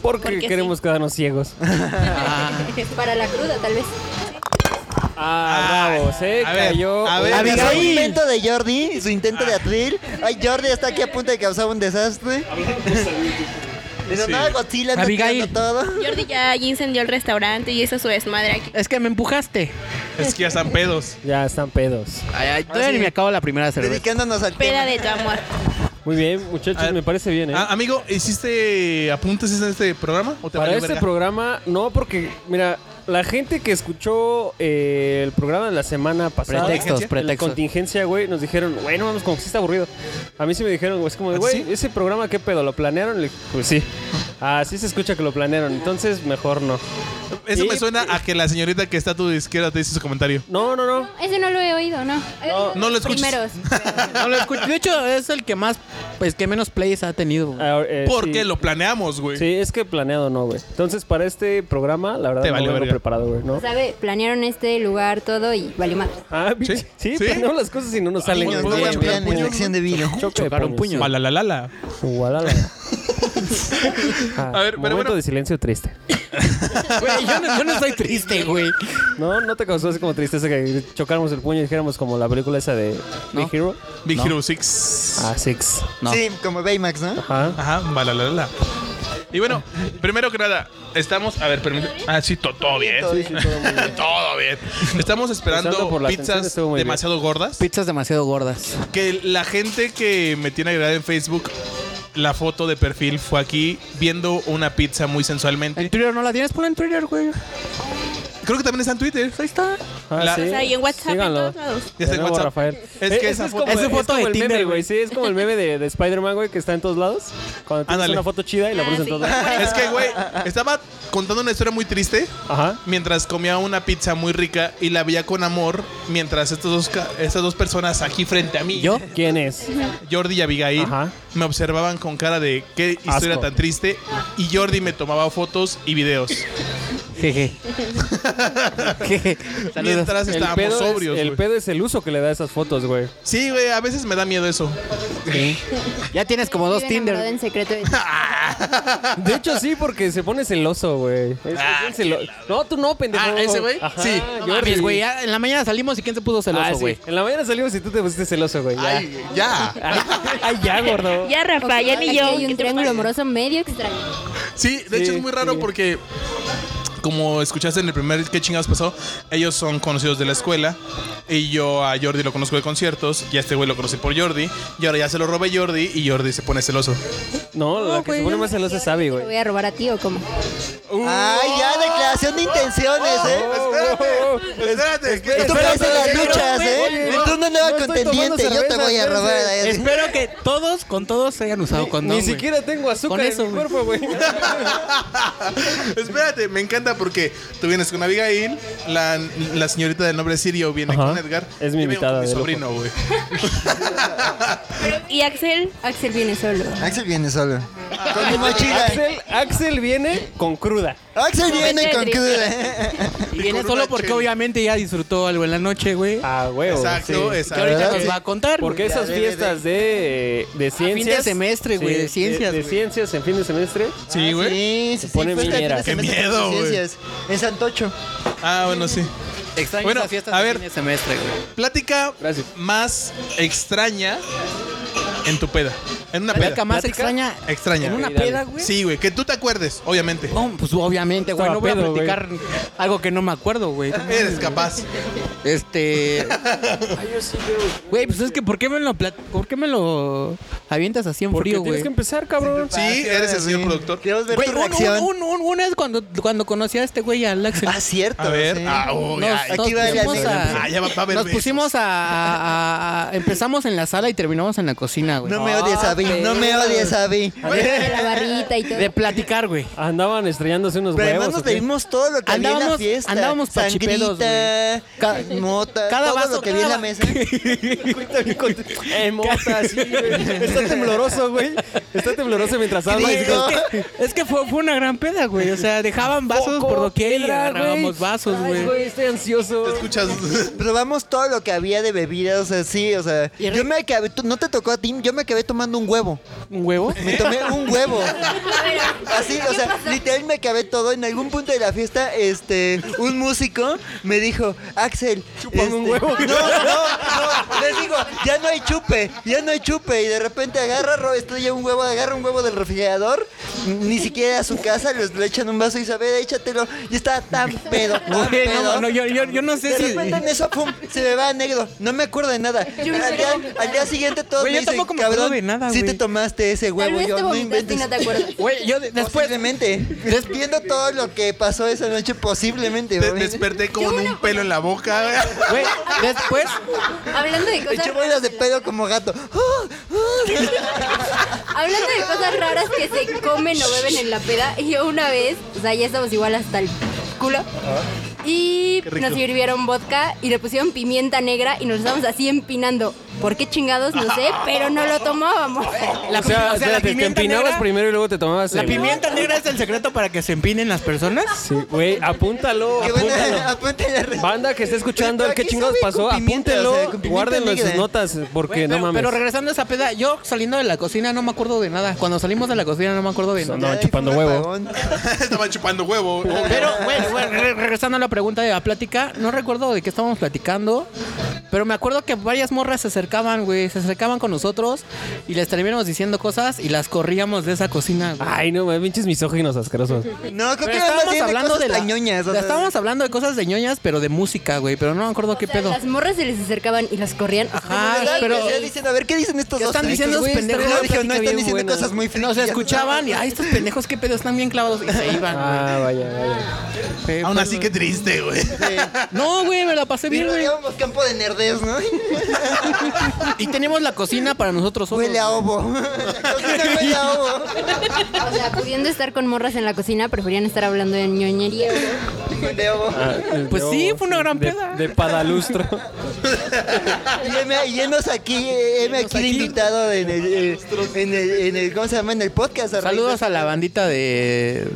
[SPEAKER 3] Porque,
[SPEAKER 5] Porque sí.
[SPEAKER 3] queremos quedarnos
[SPEAKER 4] *laughs*
[SPEAKER 3] ciegos.
[SPEAKER 4] Ah,
[SPEAKER 7] Para la cruda, tal vez.
[SPEAKER 3] Ah, bravo, se
[SPEAKER 4] a ver,
[SPEAKER 3] cayó.
[SPEAKER 4] a ver,
[SPEAKER 6] Su
[SPEAKER 4] Abigail.
[SPEAKER 6] intento de Jordi, su intento de atril. Ay, Jordi está aquí a punto de causar un *laughs* desastre. Dice, no, Godzilla está
[SPEAKER 2] Abigail.
[SPEAKER 6] tirando todo.
[SPEAKER 5] Jordi ya allí incendió el restaurante y hizo su desmadre aquí.
[SPEAKER 2] Es que me empujaste.
[SPEAKER 4] Es que ya están pedos.
[SPEAKER 3] Ya están pedos.
[SPEAKER 2] Ay, ay, todavía
[SPEAKER 6] Ah, sí.
[SPEAKER 2] ni me acabo la primera cerveza.
[SPEAKER 6] Dedicándonos al
[SPEAKER 5] Peda
[SPEAKER 6] tema.
[SPEAKER 5] de tu amor.
[SPEAKER 3] Muy bien, muchachos,
[SPEAKER 4] A ver.
[SPEAKER 3] me parece bien, ¿eh?
[SPEAKER 4] Ah, amigo, ¿hiciste apuntes en este programa? ¿O te
[SPEAKER 3] Para
[SPEAKER 4] valió
[SPEAKER 3] este
[SPEAKER 4] verga?
[SPEAKER 3] programa, no, porque, mira, la gente que escuchó eh, el programa de la semana pasada.
[SPEAKER 2] Pretextos,
[SPEAKER 3] la
[SPEAKER 2] pretextos.
[SPEAKER 3] contingencia, güey, nos dijeron, güey, no vamos, como que sí está aburrido. A mí sí me dijeron, güey, es como, de,
[SPEAKER 4] ¿Ah,
[SPEAKER 3] güey,
[SPEAKER 4] sí?
[SPEAKER 3] ese programa, ¿qué pedo? ¿Lo planearon? Le- Pues sí. Así se escucha que lo planearon, entonces mejor no.
[SPEAKER 4] Eso me
[SPEAKER 3] Y-
[SPEAKER 4] suena a que la señorita que está a tu izquierda te dice su comentario.
[SPEAKER 3] No, no, no.
[SPEAKER 7] Ese no lo he oído, ¿no? Eh,
[SPEAKER 3] No,
[SPEAKER 4] no lo escuches. *laughs*
[SPEAKER 7] Primeros.
[SPEAKER 2] No lo escucho. De hecho, es el que más, pues que menos plays ha tenido. güey.
[SPEAKER 3] Ah, eh, sí.
[SPEAKER 4] Porque lo planeamos, güey.
[SPEAKER 3] Sí, es que planeado no, güey. Entonces, para este programa, la verdad,
[SPEAKER 4] Te
[SPEAKER 3] no
[SPEAKER 4] valió
[SPEAKER 3] vengo
[SPEAKER 4] verga.
[SPEAKER 3] preparado, güey, ¿no?
[SPEAKER 7] ¿Sabe? Planearon este lugar, todo y valió madre.
[SPEAKER 3] Ah,
[SPEAKER 4] Sí,
[SPEAKER 3] sí,
[SPEAKER 4] sí.
[SPEAKER 3] sí, planeamos las cosas y no nos salen.
[SPEAKER 6] Niños,
[SPEAKER 4] Puedo
[SPEAKER 6] no
[SPEAKER 3] bien,
[SPEAKER 4] chocar
[SPEAKER 6] vayan
[SPEAKER 3] güey.
[SPEAKER 6] en
[SPEAKER 4] puños.
[SPEAKER 6] elección de vino.
[SPEAKER 3] Choque de
[SPEAKER 2] Chocaron
[SPEAKER 3] puños.
[SPEAKER 2] puños.
[SPEAKER 4] Malalalala.
[SPEAKER 3] Guadalajara. Ah,
[SPEAKER 4] *laughs* A ver, pero
[SPEAKER 3] momento
[SPEAKER 4] bueno.
[SPEAKER 3] de silencio triste.
[SPEAKER 2] Güey, yo no, yo no estoy triste, güey.
[SPEAKER 3] ¿No? ¿No te causó así como tristeza que chocáramos el puño y dijéramos como la película esa de
[SPEAKER 2] No.
[SPEAKER 3] Big Hero?
[SPEAKER 4] Big
[SPEAKER 2] No.
[SPEAKER 4] Hero 6.
[SPEAKER 3] Ah, Six.
[SPEAKER 2] No.
[SPEAKER 6] Sí, como Baymax, ¿no?
[SPEAKER 3] Ajá.
[SPEAKER 4] Ajá, balalalala. Y bueno, primero que nada, estamos. A ver, permítame. Ah, sí, to- todo bien.
[SPEAKER 6] Todo bien.
[SPEAKER 4] *laughs* Todo bien. Estamos esperando
[SPEAKER 3] Empezando por la atención,
[SPEAKER 4] pizzas
[SPEAKER 3] estuvo muy bien.
[SPEAKER 4] demasiado gordas.
[SPEAKER 2] Pizzas demasiado gordas.
[SPEAKER 4] Que la gente que me tiene agregada en Facebook, la foto de perfil fue aquí viendo una pizza muy
[SPEAKER 2] En
[SPEAKER 4] sensualmente.
[SPEAKER 2] Twitter no la tienes, ponla en Twitter, *laughs* güey.
[SPEAKER 4] Creo que también está en Twitter.
[SPEAKER 2] Ahí está.
[SPEAKER 3] Ah,
[SPEAKER 4] La-
[SPEAKER 3] sí.
[SPEAKER 5] O sea, y en WhatsApp,
[SPEAKER 3] Síganlo.
[SPEAKER 5] en todos lados.
[SPEAKER 4] Ya está
[SPEAKER 3] De
[SPEAKER 4] en
[SPEAKER 3] nuevo,
[SPEAKER 4] WhatsApp.
[SPEAKER 3] Rafael.
[SPEAKER 4] Es
[SPEAKER 3] Eh,
[SPEAKER 4] que esa
[SPEAKER 3] es
[SPEAKER 4] foto.
[SPEAKER 3] como,
[SPEAKER 2] esa
[SPEAKER 3] es
[SPEAKER 2] foto
[SPEAKER 3] como
[SPEAKER 2] de
[SPEAKER 3] el meme,
[SPEAKER 2] Tinder,
[SPEAKER 3] güey. Sí, es como el meme de, de Spider-Man, güey, que está en todos lados. Cuando tienes
[SPEAKER 4] Ándale.
[SPEAKER 3] una foto chida y la
[SPEAKER 5] Ah,
[SPEAKER 3] pones en
[SPEAKER 5] sí.
[SPEAKER 3] todos lados.
[SPEAKER 5] *laughs*
[SPEAKER 4] Es que, güey, estaba contando una historia muy triste
[SPEAKER 3] Ajá.
[SPEAKER 4] mientras comía una pizza muy rica y la veía con amor mientras estos dos, ca- estas dos personas aquí frente a mí,
[SPEAKER 2] ¿Yo?
[SPEAKER 3] ¿Quién es?
[SPEAKER 4] Jordi y Abigail,
[SPEAKER 3] Ajá.
[SPEAKER 4] me observaban con cara de qué historia
[SPEAKER 3] Asco.
[SPEAKER 4] tan triste y Jordi me tomaba fotos y videos
[SPEAKER 2] Jeje. Jeje. Saludos.
[SPEAKER 4] mientras
[SPEAKER 3] El
[SPEAKER 4] estábamos
[SPEAKER 3] pedo,
[SPEAKER 4] sobrios.
[SPEAKER 3] es, el
[SPEAKER 4] güey.
[SPEAKER 3] pedo es el uso que le da a esas fotos, güey.
[SPEAKER 4] Sí, güey, a veces me da miedo eso.
[SPEAKER 2] Sí. Ya tienes como dos
[SPEAKER 7] Vive enamorado
[SPEAKER 2] Tinder.
[SPEAKER 7] en secreto de ti.
[SPEAKER 3] De hecho, sí, porque se pone celoso, güey. Es- es bien celo- No, tú no, pendejo.
[SPEAKER 4] Ah, ¿ese güey?
[SPEAKER 3] Ajá,
[SPEAKER 4] Sí.
[SPEAKER 2] No
[SPEAKER 3] Jordi.
[SPEAKER 2] mames, güey. ya En la mañana salimos y ¿quién se puso
[SPEAKER 3] Ah,
[SPEAKER 2] celoso,
[SPEAKER 3] sí.
[SPEAKER 2] güey?
[SPEAKER 3] ah, En la mañana salimos y tú te pusiste celoso, güey. *laughs* Ya. Ay.
[SPEAKER 4] Ay, ya.
[SPEAKER 2] *laughs*
[SPEAKER 3] ya, gordo.
[SPEAKER 5] Ya, Rafa, ya ni
[SPEAKER 7] Aquí
[SPEAKER 5] yo.
[SPEAKER 7] hay
[SPEAKER 5] ¿Qué
[SPEAKER 7] un
[SPEAKER 5] te
[SPEAKER 7] triángulo
[SPEAKER 5] pasa?
[SPEAKER 7] amoroso medio extraño.
[SPEAKER 4] Sí, de hecho
[SPEAKER 3] Sí,
[SPEAKER 4] es muy raro
[SPEAKER 3] sí.
[SPEAKER 4] porque, como escuchaste en el primer ¿Qué chingados pasó? Ellos son conocidos de la escuela y yo a Jordi lo conozco de conciertos y a este güey lo conocí por Jordi y ahora ya se lo robé Jordi y Jordi se pone celoso.
[SPEAKER 3] No, la
[SPEAKER 2] No,
[SPEAKER 3] que
[SPEAKER 2] güey,
[SPEAKER 3] se pone
[SPEAKER 2] yo-
[SPEAKER 3] más celosa es Abby,
[SPEAKER 7] ¿Te lo voy
[SPEAKER 3] güey.
[SPEAKER 7] a robar a ti o cómo?
[SPEAKER 6] Uh, Ay, ya, declaración de intenciones, ¿eh?
[SPEAKER 3] Oh,
[SPEAKER 4] oh, Espérate, ¿qué?
[SPEAKER 6] Esto parece las luchas, ¿eh? Tú una nueva
[SPEAKER 3] no estoy tomando
[SPEAKER 6] contendiente, yo te
[SPEAKER 3] cerveza,
[SPEAKER 6] voy a
[SPEAKER 3] entonces.
[SPEAKER 6] robar. ahí así.
[SPEAKER 2] Espero que todos con todos se hayan usado condón.
[SPEAKER 3] Ni
[SPEAKER 2] güey.
[SPEAKER 3] siquiera tengo azúcar
[SPEAKER 2] Con eso,
[SPEAKER 3] en mi
[SPEAKER 2] güey.
[SPEAKER 3] cuerpo,
[SPEAKER 6] *laughs*
[SPEAKER 3] güey.
[SPEAKER 4] Espérate, me encanta porque tú vienes con Abigail, la, la señorita del nombre Sirio viene
[SPEAKER 3] Ajá.
[SPEAKER 4] con Edgar.
[SPEAKER 3] Es mi
[SPEAKER 4] yo vengo con
[SPEAKER 3] invitada
[SPEAKER 4] Mi
[SPEAKER 3] de lujo.
[SPEAKER 4] sobrino, güey.
[SPEAKER 5] Y Axel,
[SPEAKER 7] Axel viene solo.
[SPEAKER 6] Axel viene solo. Con mi mochila.
[SPEAKER 3] Axel, Axel viene con cruda.
[SPEAKER 6] Axel viene con
[SPEAKER 7] Tetris.
[SPEAKER 6] cruda.
[SPEAKER 2] Y viene
[SPEAKER 4] Con
[SPEAKER 2] solo
[SPEAKER 4] una
[SPEAKER 2] porque
[SPEAKER 4] chela.
[SPEAKER 2] obviamente ya disfrutó algo en la noche, güey.
[SPEAKER 3] Ah, güey.
[SPEAKER 4] Exacto,
[SPEAKER 2] que
[SPEAKER 4] exacto.
[SPEAKER 2] ahorita
[SPEAKER 6] ¿verdad?
[SPEAKER 2] nos
[SPEAKER 6] Sí.
[SPEAKER 2] va a contar.
[SPEAKER 3] *laughs* Porque
[SPEAKER 2] güey.
[SPEAKER 3] esas
[SPEAKER 6] de, de, de.
[SPEAKER 3] fiestas de, de
[SPEAKER 2] Ah, fin de
[SPEAKER 3] ciencias.
[SPEAKER 2] semestre, güey, de ciencias,
[SPEAKER 3] De,
[SPEAKER 2] güey.
[SPEAKER 3] ciencias en fin de semestre.
[SPEAKER 4] Sí, güey.
[SPEAKER 6] Ah, Sí, sí,
[SPEAKER 3] pone
[SPEAKER 6] fue este
[SPEAKER 3] minera.
[SPEAKER 6] fin de
[SPEAKER 4] Qué
[SPEAKER 6] semestre
[SPEAKER 4] miedo,
[SPEAKER 6] con
[SPEAKER 4] güey.
[SPEAKER 6] ciencias, En Santocho.
[SPEAKER 4] Ah, bueno, sí.
[SPEAKER 2] Extraño
[SPEAKER 4] Bueno,
[SPEAKER 2] esas fiestas
[SPEAKER 4] a
[SPEAKER 2] de
[SPEAKER 4] ver.
[SPEAKER 2] fin de semestre, güey.
[SPEAKER 4] Plática
[SPEAKER 3] Gracias.
[SPEAKER 4] más extraña en tu peda. En una
[SPEAKER 2] Plática
[SPEAKER 4] peda.
[SPEAKER 2] más
[SPEAKER 3] ¿Plática?
[SPEAKER 2] extraña.
[SPEAKER 4] Extraña.
[SPEAKER 2] En una
[SPEAKER 3] Ok, dale.
[SPEAKER 2] peda, güey.
[SPEAKER 4] Sí, güey. Que tú te acuerdes, obviamente.
[SPEAKER 2] No, pues obviamente, güey.
[SPEAKER 3] Estaba
[SPEAKER 2] No voy a
[SPEAKER 3] pedo, güey.
[SPEAKER 2] platicar algo que no me acuerdo, güey.
[SPEAKER 4] Eres capaz.
[SPEAKER 2] *laughs* Este. Güey, pues es que ¿por qué me lo, plat- ¿por qué me lo avientas así en
[SPEAKER 3] Porque
[SPEAKER 2] frío,
[SPEAKER 3] tienes
[SPEAKER 2] güey?
[SPEAKER 3] que empezar, cabrón.
[SPEAKER 4] Sí, eres el señor productor.
[SPEAKER 6] Ah, Queremos ver
[SPEAKER 2] Güey,
[SPEAKER 6] tu
[SPEAKER 2] un- un-
[SPEAKER 6] reacción.
[SPEAKER 2] un- un- una es cuando, cuando conocí a este güey, al Axel.
[SPEAKER 6] Ah, cierto.
[SPEAKER 4] A ver.
[SPEAKER 6] sí.
[SPEAKER 4] Ah, uy,
[SPEAKER 2] Nos,
[SPEAKER 4] ay.
[SPEAKER 2] nos
[SPEAKER 6] Aquí va la
[SPEAKER 2] pusimos
[SPEAKER 6] anécdota.
[SPEAKER 2] a,
[SPEAKER 4] Ah, ya va- va a haber
[SPEAKER 2] nos
[SPEAKER 4] besos.
[SPEAKER 2] pusimos a, a- a- a- Empezamos en la sala y terminamos en la cocina, güey.
[SPEAKER 6] No me odies, Abby.
[SPEAKER 4] Ah,
[SPEAKER 6] No me odies, Abby.
[SPEAKER 7] De la barrita y todo.
[SPEAKER 2] De platicar,
[SPEAKER 6] *laughs*
[SPEAKER 2] güey.
[SPEAKER 3] Andaban estrellándose unos
[SPEAKER 6] Pero además
[SPEAKER 3] huevos.
[SPEAKER 6] nos
[SPEAKER 3] ¿o qué?
[SPEAKER 6] bebimos todo lo que había en la
[SPEAKER 2] Andábamos-
[SPEAKER 6] fiesta.
[SPEAKER 2] andábamos pachipedos,
[SPEAKER 6] Sangrita,
[SPEAKER 2] Ca-
[SPEAKER 6] mota,
[SPEAKER 2] Cada
[SPEAKER 6] todo
[SPEAKER 2] vaso
[SPEAKER 6] lo que había en
[SPEAKER 2] cada-
[SPEAKER 6] la mesa.
[SPEAKER 2] *laughs*
[SPEAKER 3] *laughs* Eh, mota, sí, güey. Está tembloroso, güey. Está tembloroso mientras habla. "Oh,
[SPEAKER 6] Digo,
[SPEAKER 2] Es que fue, fue una gran peda, güey. O sea, dejaban vasos por doquier y agarrábamos vasos,
[SPEAKER 3] Ay,
[SPEAKER 2] güey.
[SPEAKER 3] güey, estoy ansioso.
[SPEAKER 2] *laughs*
[SPEAKER 4] Te escuchas.
[SPEAKER 6] Probamos todo lo que había de bebidas así, o sea,
[SPEAKER 2] Y re-
[SPEAKER 6] yo me acabé, tú- no te tocó a ti, yo me acabé tomando un huevo.
[SPEAKER 2] ¿Un huevo?
[SPEAKER 6] Me tomé un huevo. Así, o sea, literal me acabé todo. En algún punto de la fiesta, este, un músico me dijo, Axel,
[SPEAKER 3] Chúpame un
[SPEAKER 6] este,
[SPEAKER 3] huevo.
[SPEAKER 6] No, no, no. Les digo, ya no hay chupe, ya no hay chupe. Y de repente agarra, Ro- estrella un huevo, agarra un huevo del refrigerador, ni siquiera a su casa, les- le echan un vaso y dice, a ver, échatelo. Y estaba tan pedo, tan
[SPEAKER 2] Güey,
[SPEAKER 6] pedo.
[SPEAKER 2] no, no, yo, yo, yo no sé
[SPEAKER 6] De
[SPEAKER 2] si.
[SPEAKER 6] repente en eso, pum, se me va a negro. No me acuerdo de nada. Al día, al día siguiente todos
[SPEAKER 2] Güey,
[SPEAKER 6] me
[SPEAKER 2] yo
[SPEAKER 6] dicen,
[SPEAKER 2] tampoco me acuerdo
[SPEAKER 6] cabrón,
[SPEAKER 2] de nada,
[SPEAKER 6] si te
[SPEAKER 2] güey.
[SPEAKER 6] tomaste ese
[SPEAKER 7] Tal
[SPEAKER 6] huevo,
[SPEAKER 7] vez
[SPEAKER 6] yo
[SPEAKER 7] te
[SPEAKER 6] no
[SPEAKER 7] vomitaste y
[SPEAKER 6] inventes.
[SPEAKER 7] no te
[SPEAKER 2] *laughs*
[SPEAKER 7] acuerdas.
[SPEAKER 2] Güey, yo de- después.
[SPEAKER 6] Posiblemente. Despiendo todo lo que pasó esa noche, posiblemente.
[SPEAKER 4] Te
[SPEAKER 6] güey.
[SPEAKER 4] desperté con un pelo en la boca. *laughs*
[SPEAKER 6] Pues,
[SPEAKER 2] Güey, después.
[SPEAKER 7] Hablando de cosas
[SPEAKER 6] Eché bolas de
[SPEAKER 7] raras,
[SPEAKER 6] pedo como gato. *laughs* ¡Ah!
[SPEAKER 7] Hablando de cosas raras que se comen o beben en la peda, yo una vez, o sea, ya estamos igual hasta el culo. Y
[SPEAKER 4] Qué rico.
[SPEAKER 7] nos sirvieron vodka y le pusieron pimienta negra y nos estábamos así empinando. ¿Por qué chingados? No sé, pero no lo tomábamos.
[SPEAKER 2] La,
[SPEAKER 3] o sea,
[SPEAKER 2] pi- o sea, la
[SPEAKER 3] espérate, te
[SPEAKER 2] pimienta
[SPEAKER 3] empinabas
[SPEAKER 2] negra,
[SPEAKER 3] primero y luego te tomabas
[SPEAKER 2] la
[SPEAKER 3] el-
[SPEAKER 2] pimienta negra es el secreto para que se empinen las personas.
[SPEAKER 3] Sí, güey, apúntalo,
[SPEAKER 6] Qué buena, *laughs*
[SPEAKER 3] apúntalo.
[SPEAKER 6] apunta la re-
[SPEAKER 3] Banda que está escuchando,
[SPEAKER 6] Pero
[SPEAKER 3] ¿qué
[SPEAKER 6] aquí
[SPEAKER 3] chingados
[SPEAKER 6] sabe con
[SPEAKER 3] pasó?
[SPEAKER 6] pimienta, o sea,
[SPEAKER 3] Apúntenlo,
[SPEAKER 6] con pimienta
[SPEAKER 3] guárdenlo en sus
[SPEAKER 6] negra.
[SPEAKER 3] notas, porque
[SPEAKER 2] Güey, pero,
[SPEAKER 3] no mames.
[SPEAKER 2] Pero regresando a esa peda, yo saliendo de la cocina no me acuerdo de nada. Cuando salimos de la cocina no me acuerdo de nada.
[SPEAKER 3] no,
[SPEAKER 6] Ay,
[SPEAKER 3] chupando
[SPEAKER 6] fue un
[SPEAKER 3] huevo.
[SPEAKER 6] apagón.
[SPEAKER 4] Estaba chupando huevo. obvio.
[SPEAKER 2] Pero, güey,
[SPEAKER 6] *laughs*
[SPEAKER 2] güey, re- regresando a la pregunta de la plática, no recuerdo de qué estábamos platicando, pero me acuerdo que varias morras se acercaban, güey, se acercaban con nosotros y les terminamos diciendo cosas y las corríamos de esa cocina, güey.
[SPEAKER 3] Ay, no mames, pinches
[SPEAKER 2] *laughs*
[SPEAKER 3] misóginos asquerosos.
[SPEAKER 6] No, creo
[SPEAKER 2] Pero
[SPEAKER 6] que era más bien de cosas
[SPEAKER 2] la-
[SPEAKER 6] tan ñoñas. o sea,
[SPEAKER 2] estábamos hablando de cosas de ñoñas, pero de música, güey, pero no me acuerdo *laughs* qué
[SPEAKER 7] O sea,
[SPEAKER 2] pedo.
[SPEAKER 7] Las morras se les acercaban y las corrían.
[SPEAKER 3] Ah,
[SPEAKER 2] Ajá,
[SPEAKER 6] ¿verdad?
[SPEAKER 2] pero-
[SPEAKER 6] O sea, dicen, a ver, ¿qué dicen estos
[SPEAKER 2] ¿Qué
[SPEAKER 6] dos?
[SPEAKER 2] están
[SPEAKER 6] Estos
[SPEAKER 2] diciendo
[SPEAKER 6] güeyes
[SPEAKER 2] pendejos?
[SPEAKER 6] están-
[SPEAKER 2] Plática
[SPEAKER 6] Dijo, no,
[SPEAKER 2] bien
[SPEAKER 6] están diciendo
[SPEAKER 2] buena.
[SPEAKER 6] cosas muy
[SPEAKER 2] Nos
[SPEAKER 6] frikis.
[SPEAKER 2] escuchaban y, ay, estos pendejos, qué pedo, están bien clavados y se iban.
[SPEAKER 3] Ah, vaya, vaya.
[SPEAKER 2] güey.
[SPEAKER 4] Aún así, qué triste, güey.
[SPEAKER 2] No, güey, me la pasé bien,
[SPEAKER 6] Pero
[SPEAKER 2] güey.
[SPEAKER 6] llevamos campo de
[SPEAKER 3] *laughs*
[SPEAKER 6] nerdeos, ¿no?
[SPEAKER 2] Y tenemos la cocina para nosotros solos.
[SPEAKER 6] Huele
[SPEAKER 3] *laughs*
[SPEAKER 6] a ovo. Cocina huele a ovo.
[SPEAKER 7] O sea, pudiendo estar con morras en la cocina, preferían estar hablando de ñoñería.
[SPEAKER 6] Huele a ovo.
[SPEAKER 3] Ah,
[SPEAKER 2] Pues
[SPEAKER 3] yo-
[SPEAKER 2] sí, fue una gran
[SPEAKER 3] de-
[SPEAKER 2] peda.
[SPEAKER 3] De padalustro. *laughs*
[SPEAKER 6] Y heme- Y hemos aquí, eh, heme aquí de invitado en el, eh, en el, en el, ¿cómo se llama? En el podcast. a raíz
[SPEAKER 2] Saludos
[SPEAKER 6] de-
[SPEAKER 2] a la bandita de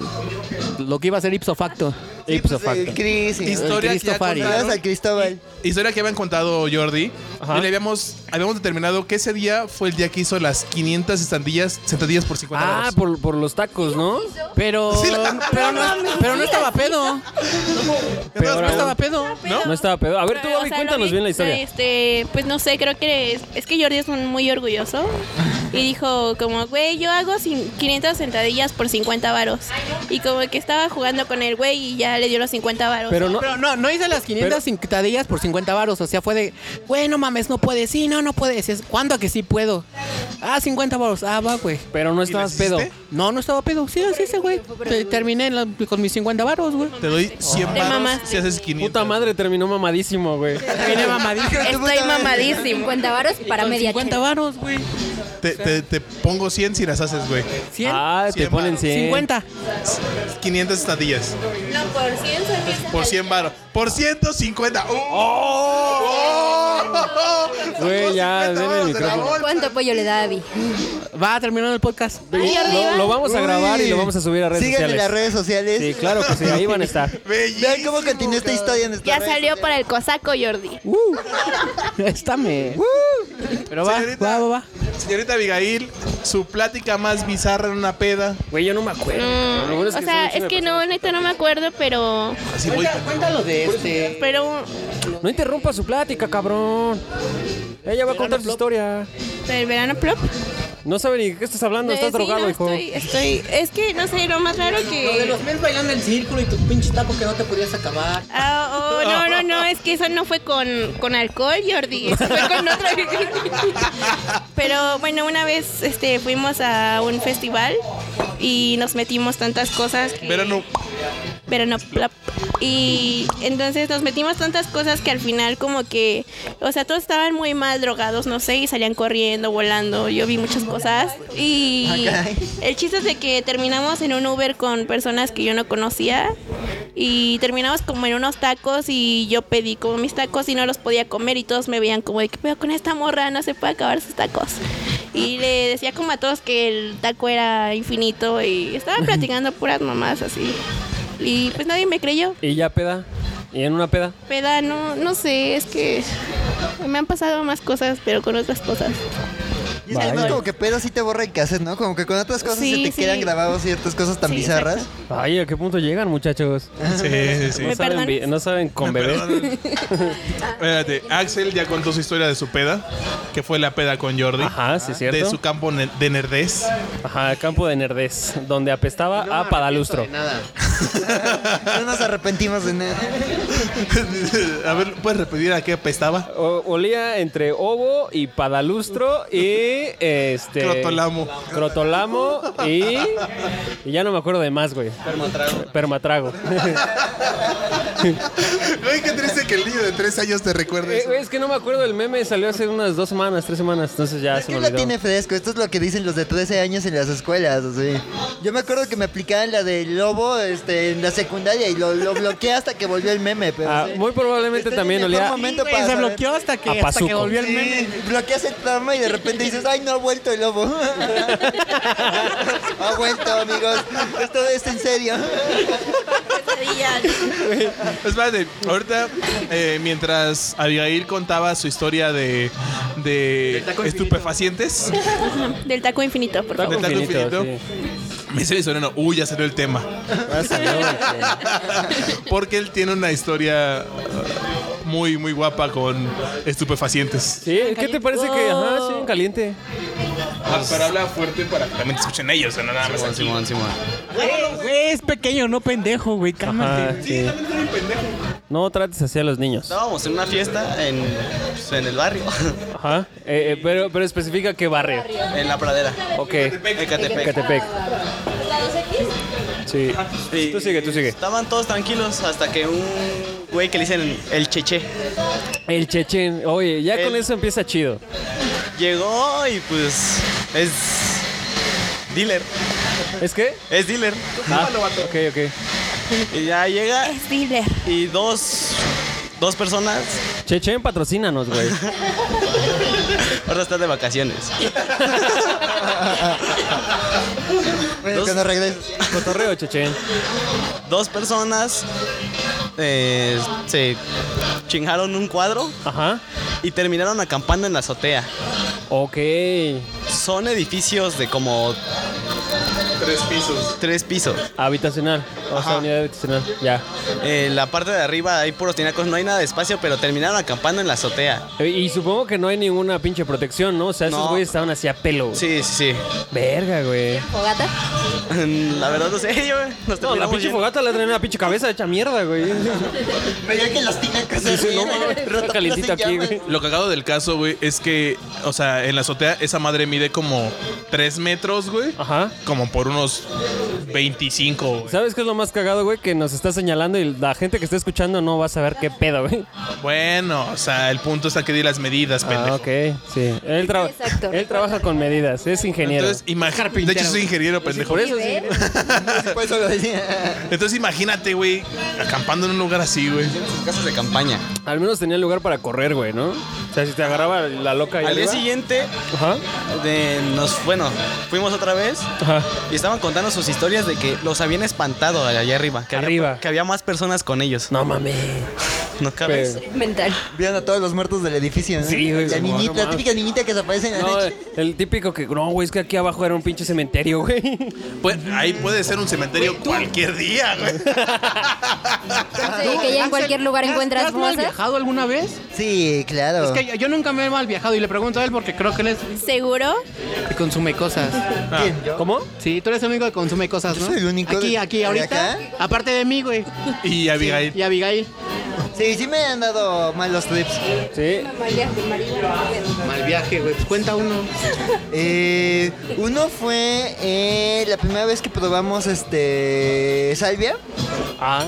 [SPEAKER 2] lo que iba a ser ipso facto.
[SPEAKER 6] Sí,
[SPEAKER 3] Ipso
[SPEAKER 6] pues, eh,
[SPEAKER 3] facto.
[SPEAKER 6] Cris. y-
[SPEAKER 2] Listo.
[SPEAKER 4] Historia que ya
[SPEAKER 2] Cristofari.
[SPEAKER 6] Saludos
[SPEAKER 4] contaron.
[SPEAKER 6] a Cristóbal.
[SPEAKER 4] Historia que habían contado Jordi.
[SPEAKER 3] Ajá.
[SPEAKER 4] Y le habíamos, habíamos determinado que ese día fue el día que hizo las 500 sentadillas, sentadillas por 50
[SPEAKER 3] Ah,
[SPEAKER 4] varos.
[SPEAKER 3] por, por los tacos, ¿no?
[SPEAKER 2] *laughs* Pero,
[SPEAKER 5] *laughs*
[SPEAKER 2] pero, no, pero no estaba pedo.
[SPEAKER 4] Entonces,
[SPEAKER 3] peor
[SPEAKER 2] No
[SPEAKER 4] pues,
[SPEAKER 2] estaba pedo.
[SPEAKER 4] ¿No?
[SPEAKER 3] No estaba pedo. A ver, tú,
[SPEAKER 5] Pero, o
[SPEAKER 3] Gaby,
[SPEAKER 5] sea, lo
[SPEAKER 3] cuéntanos
[SPEAKER 5] vi,
[SPEAKER 3] bien la historia.
[SPEAKER 5] Este, pues no sé, creo que es, es que Jordi es un muy orgulloso y dijo como, güey, yo hago cin- 500 sentadillas por 50 varos. Y como que estaba jugando con el güey y ya le dio los 50 varos.
[SPEAKER 3] Pero no,
[SPEAKER 2] Pero no, no hice las 500 sentadillas por 50 varos. O sea, fue de, güey, no mames, no puedes. Sí, no, no puedes. Es, ¿Cuándo a que sí puedo? Ah, 50 varos. Ah, va, güey.
[SPEAKER 3] pero no estabas pedo.
[SPEAKER 4] hiciste?
[SPEAKER 2] No, no estaba pedo. Sí, así ese güey. Te- Terminé en la- con mis 50 varos, güey.
[SPEAKER 4] Te doy 100
[SPEAKER 5] Te
[SPEAKER 4] varos
[SPEAKER 5] mamaste.
[SPEAKER 4] si haces 500.
[SPEAKER 3] Puta madre, terminó
[SPEAKER 2] *laughs*
[SPEAKER 3] mamadísimo, güey.
[SPEAKER 2] Terminé mamadito.
[SPEAKER 5] Estoy mamadísimo.
[SPEAKER 7] 50 varos para
[SPEAKER 2] Con
[SPEAKER 7] media
[SPEAKER 2] 50
[SPEAKER 7] chela.
[SPEAKER 2] varos, güey.
[SPEAKER 4] Te, te- te pongo 100 si las haces, güey.
[SPEAKER 2] 100.
[SPEAKER 3] *laughs* Ah, te
[SPEAKER 4] Cien
[SPEAKER 3] ponen
[SPEAKER 4] varos.
[SPEAKER 3] 100.
[SPEAKER 2] 50.
[SPEAKER 4] 500 sentadillas
[SPEAKER 5] No, Pues, por 100
[SPEAKER 4] por 100 varos. Por 150. ¡Oh! ¡Oh!
[SPEAKER 3] Güey, ya, denle
[SPEAKER 4] Sacó 50
[SPEAKER 3] el
[SPEAKER 4] varos de la
[SPEAKER 3] micrófono.
[SPEAKER 4] bolsa.
[SPEAKER 7] ¿Cuánto apoyo le da a Abby?
[SPEAKER 2] Va terminando el podcast. *laughs*
[SPEAKER 3] Lo, lo vamos a grabar y lo vamos a subir a redes
[SPEAKER 6] Síganme en las
[SPEAKER 3] sociales.
[SPEAKER 6] redes sociales.
[SPEAKER 3] Sí, claro que sí, ahí van
[SPEAKER 2] *laughs*
[SPEAKER 3] a estar.
[SPEAKER 4] Bellísimo,
[SPEAKER 6] Vean cómo continúa esta historia en nuestras
[SPEAKER 5] Ya
[SPEAKER 6] redes
[SPEAKER 5] salió para el cosaco, Jordi.
[SPEAKER 2] Está me. Pero va,
[SPEAKER 4] Señorita.
[SPEAKER 2] va, va, va.
[SPEAKER 4] Señorita Abigail, su plática más bizarra en una peda.
[SPEAKER 3] Güey, yo no me acuerdo.
[SPEAKER 5] Mm,
[SPEAKER 3] Lo bueno
[SPEAKER 5] o
[SPEAKER 3] que
[SPEAKER 5] sea,
[SPEAKER 3] son un chingo
[SPEAKER 5] es que
[SPEAKER 3] de
[SPEAKER 5] no, neta no me acuerdo, pero...
[SPEAKER 4] Así voy.
[SPEAKER 2] Cuéntalo de este.
[SPEAKER 5] Pero,
[SPEAKER 3] personas. No interrumpa su plática, cabrón. Ella va a contar su historia.
[SPEAKER 5] pero el verano plop.
[SPEAKER 3] No sabe ni de qué estás hablando,
[SPEAKER 5] Eh,
[SPEAKER 3] estás
[SPEAKER 5] sí,
[SPEAKER 3] drogado,
[SPEAKER 5] no,
[SPEAKER 3] hijo.
[SPEAKER 5] Estoy, estoy, es que no sé, lo más raro que...
[SPEAKER 2] men bailando en círculo y tu pinche taco que no te podías acabar.
[SPEAKER 5] Ah, oh, no, no, no, es que eso no fue con, con alcohol, Jordi, eso fue con otra. *laughs* Pero bueno, una vez este, fuimos a un festival y nos metimos tantas cosas. Que,
[SPEAKER 4] Pero no.
[SPEAKER 5] Pero no. plop. Y entonces nos metimos tantas cosas que al final como que, o sea, todos estaban muy mal drogados, no sé, y salían corriendo, volando. Yo vi muchas cosas. Y el chiste es de que terminamos en un Uber con personas que yo no conocía. Y terminamos como en unos tacos y yo pedí como mis tacos y no los podía comer y todos me veían como de, ¿qué pedo con esta morra? No se puede acabar sus tacos. Y le decía como a todos que el taco era infinito y estaba platicando puras mamás así. Y pues nadie me creyó.
[SPEAKER 3] Y ya peda. Y en una peda.
[SPEAKER 5] Peda, no, no sé, es que me han pasado más cosas, pero con otras cosas.
[SPEAKER 6] Y es que además como que pedo sí te borra el cassette, ¿no? Como que con otras cosas
[SPEAKER 5] Sí,
[SPEAKER 6] se te
[SPEAKER 5] sí.
[SPEAKER 6] quedan grabados ciertas cosas tan
[SPEAKER 5] Sí,
[SPEAKER 6] bizarras.
[SPEAKER 3] Ay, ¿a qué punto llegan, muchachos?
[SPEAKER 4] Sí, sí, sí.
[SPEAKER 5] ¿Me
[SPEAKER 3] No saben,
[SPEAKER 5] perdonas?
[SPEAKER 3] vi- no saben con bebé.
[SPEAKER 5] *laughs*
[SPEAKER 4] Espérate, Axel ya contó su historia de su peda, que fue la peda con Jordi.
[SPEAKER 3] Ajá, sí, es
[SPEAKER 4] De
[SPEAKER 3] cierto.
[SPEAKER 4] su campo ne- de nerdez. *laughs*
[SPEAKER 3] Ajá, campo de nerdés, donde apestaba a padalustro.
[SPEAKER 2] nada.
[SPEAKER 6] *laughs* No nos arrepentimos de nada.
[SPEAKER 4] A ver, ¿Puedes repetir a qué apestaba?
[SPEAKER 3] O- olía entre ovo y padalustro y este
[SPEAKER 4] Crotolamo.
[SPEAKER 3] crotolamo y, y ya no me acuerdo de más güey permatrago
[SPEAKER 4] Güey, qué triste que el niño de tres años te recuerde
[SPEAKER 3] Eh,
[SPEAKER 4] eso.
[SPEAKER 3] güey, es que no me acuerdo el meme salió hace unas dos semanas tres semanas entonces ya Ah,
[SPEAKER 6] Es
[SPEAKER 3] se
[SPEAKER 6] que
[SPEAKER 3] me
[SPEAKER 6] la
[SPEAKER 3] olvidó
[SPEAKER 6] tiene fresco, esto es lo que dicen los de 13 años en las escuelas, o sea. Yo me acuerdo que me aplicaban la del lobo este, en la secundaria y lo, lo bloqueé hasta que volvió el meme, pero
[SPEAKER 3] Ah,
[SPEAKER 6] sí.
[SPEAKER 3] muy probablemente
[SPEAKER 6] Está en
[SPEAKER 3] también
[SPEAKER 6] el
[SPEAKER 3] olía
[SPEAKER 6] mejor momento
[SPEAKER 2] Güey,
[SPEAKER 6] para
[SPEAKER 2] se
[SPEAKER 6] saber.
[SPEAKER 2] bloqueó hasta que,
[SPEAKER 3] A
[SPEAKER 2] hasta que
[SPEAKER 3] Pazuco.
[SPEAKER 2] volvió el
[SPEAKER 6] Sí,
[SPEAKER 2] meme.
[SPEAKER 6] bloqueas el programa y de repente dices, ay, no ha vuelto el lobo. *laughs* ha vuelto, amigos. Esto es en serio.
[SPEAKER 4] Eh, Es más, de- ahorita, eh, mientras Abigail contaba su historia de, de estupefacientes,
[SPEAKER 5] Del taco infinito, por
[SPEAKER 3] Taco
[SPEAKER 5] favor.
[SPEAKER 4] Del taco
[SPEAKER 3] infinito,
[SPEAKER 4] infinito.
[SPEAKER 3] sí. Ah,
[SPEAKER 4] me dice mi sobrino, uy, ya salió el tema.
[SPEAKER 3] Ya salió,
[SPEAKER 6] *laughs*
[SPEAKER 3] güey.
[SPEAKER 4] Porque él tiene una historia uh, muy, muy guapa con estupefacientes.
[SPEAKER 3] Sí, ¿qué te parece que ajá, sí, en caliente?
[SPEAKER 4] Ah, Pero habla fuerte para que también te escuchen ellos, no nada más. aquí.
[SPEAKER 8] Simón, Simón.
[SPEAKER 2] Güey, es pequeño, no pendejo, güey, cálmate.
[SPEAKER 3] Ajá, sí. No trates así a los niños.
[SPEAKER 8] Estábamos en una fiesta en, pues, en el barrio,
[SPEAKER 3] Ajá. Eh, eh, pero, pero especifica qué barrio.
[SPEAKER 8] *laughs* en la pradera.
[SPEAKER 3] Ok.
[SPEAKER 8] Ecatepec.
[SPEAKER 3] Catepec. Sí. Tú sigue, tú sigue.
[SPEAKER 8] Estaban todos tranquilos hasta que un güey que le dicen el cheche
[SPEAKER 3] El chechen. Oye, ya con
[SPEAKER 8] El-
[SPEAKER 3] eso empieza chido.
[SPEAKER 8] llegó y pues es dealer,
[SPEAKER 3] ¿Es qué?
[SPEAKER 8] es dealer.
[SPEAKER 3] Ah, ok, ok.
[SPEAKER 8] Y ya llega
[SPEAKER 5] Es dealer.
[SPEAKER 8] y dos, dos personas,
[SPEAKER 3] Chechen, patrocínanos, *laughs* güey.
[SPEAKER 8] ahora están de vacaciones.
[SPEAKER 6] Bueno,
[SPEAKER 8] Dos-
[SPEAKER 6] cuando regreses.
[SPEAKER 3] Cotorreo, chechen.
[SPEAKER 8] Dos personas eh, se chingaron un cuadro
[SPEAKER 3] Ajá.
[SPEAKER 8] y terminaron acampando en la azotea.
[SPEAKER 3] Ok.
[SPEAKER 8] Son edificios de como
[SPEAKER 4] Tres pisos.
[SPEAKER 8] tres pisos.
[SPEAKER 3] Habitacional. O sea,
[SPEAKER 8] Ajá.
[SPEAKER 3] unidad habitacional. Ya.
[SPEAKER 8] En la parte de arriba hay puros tinacos, no hay nada de espacio, pero terminaron acampando en la azotea.
[SPEAKER 3] Eh, Y supongo que no hay ninguna pinche protección, ¿no? O sea, esos
[SPEAKER 8] No.
[SPEAKER 3] güeyes estaban así a pelo. güey.
[SPEAKER 8] Sí, sí, *laughs* sí.
[SPEAKER 3] Verga, güey.
[SPEAKER 7] ¿Fogata?
[SPEAKER 8] La verdad no sé, *laughs* yo nos
[SPEAKER 3] No, la
[SPEAKER 8] terminamos
[SPEAKER 3] pinche
[SPEAKER 8] yendo.
[SPEAKER 3] fogata la traen una pinche cabeza hecha mierda,
[SPEAKER 8] *laughs*
[SPEAKER 3] güey.
[SPEAKER 6] Veía que las tinacas
[SPEAKER 3] Sí, sí,
[SPEAKER 6] así,
[SPEAKER 3] no, mames, está
[SPEAKER 6] rotas
[SPEAKER 3] calientito
[SPEAKER 6] en
[SPEAKER 3] aquí,
[SPEAKER 6] llamas.
[SPEAKER 3] güey.
[SPEAKER 4] Lo cagado del caso, güey, es que, o sea, en la azotea esa madre mide como 3 metros, güey.
[SPEAKER 3] Ajá.
[SPEAKER 4] Como por unos 25, güey.
[SPEAKER 3] ¿Sabes qué es lo más cagado, güey? Que nos está señalando y la gente que está escuchando no va a saber qué pedo, güey.
[SPEAKER 4] Bueno, o sea, el punto está que di las medidas,
[SPEAKER 3] Ah,
[SPEAKER 4] pendejo.
[SPEAKER 3] ok, sí. Él, traba-
[SPEAKER 7] Exacto.
[SPEAKER 3] él trabaja con medidas, es ingeniero.
[SPEAKER 4] Entonces, imagínate. De hecho, soy ingeniero, pendejo.
[SPEAKER 3] Por eso sí.
[SPEAKER 7] ¿Ves?
[SPEAKER 6] Por eso lo decía.
[SPEAKER 4] Entonces, imagínate, güey, acampando en un lugar así, güey.
[SPEAKER 8] Sus casas de campaña.
[SPEAKER 3] Al menos tenía lugar para correr, güey, ¿no? O sea, si te agarraba la loca y
[SPEAKER 8] Al día siguiente,
[SPEAKER 3] Ajá.
[SPEAKER 8] de- nos, bueno, fuimos otra vez
[SPEAKER 3] Ajá.
[SPEAKER 8] y estaban contando sus historias de que los habían espantado allá arriba. Que
[SPEAKER 3] Arriba.
[SPEAKER 8] Había, que había más personas con ellos.
[SPEAKER 3] No mames. Pues,
[SPEAKER 8] No cabes.
[SPEAKER 3] Pero-
[SPEAKER 7] Mental.
[SPEAKER 6] Vieron a todos los muertos del edificio, ¿no?
[SPEAKER 3] Sí, güey,
[SPEAKER 6] La,
[SPEAKER 3] como,
[SPEAKER 6] niñita,
[SPEAKER 3] no
[SPEAKER 6] la
[SPEAKER 3] mames.
[SPEAKER 6] típica niñita que se aparece en la
[SPEAKER 3] No, eh.
[SPEAKER 6] noche.
[SPEAKER 3] el típico que, no, güey, es que aquí abajo era un pinche cementerio, güey.
[SPEAKER 4] Pues, ahí puede ser un cementerio cualquier día,
[SPEAKER 3] *laughs*
[SPEAKER 4] güey.
[SPEAKER 6] Ah,
[SPEAKER 7] O sea, que ya en cualquier lugar
[SPEAKER 2] ¿Te has- te
[SPEAKER 7] encuentras
[SPEAKER 2] ¿Has mal
[SPEAKER 7] mozas.
[SPEAKER 2] viajado alguna vez?
[SPEAKER 6] Sí, claro.
[SPEAKER 2] Es que yo- yo nunca me he mal viajado y le pregunto a él porque creo que él es
[SPEAKER 5] ¿Seguro?
[SPEAKER 2] que consume cosas.
[SPEAKER 6] ¿Quién? ¿Yo?
[SPEAKER 3] ¿Cómo?
[SPEAKER 2] Sí, tú eres el único que consume cosas, ¿no?
[SPEAKER 6] Yo soy el único
[SPEAKER 2] Aquí,
[SPEAKER 6] de-
[SPEAKER 2] aquí,
[SPEAKER 6] de
[SPEAKER 2] ahorita.
[SPEAKER 6] acá.
[SPEAKER 2] Aparte de mí, güey.
[SPEAKER 4] Y Abigail.
[SPEAKER 2] Y Abigail.
[SPEAKER 6] Sí, sí me han dado malos trips.
[SPEAKER 3] Sí.
[SPEAKER 2] Mal viaje, güey. Pues cuenta uno.
[SPEAKER 6] Eh, uno fue eh, la primera vez que probamos este salvia.
[SPEAKER 3] Ah.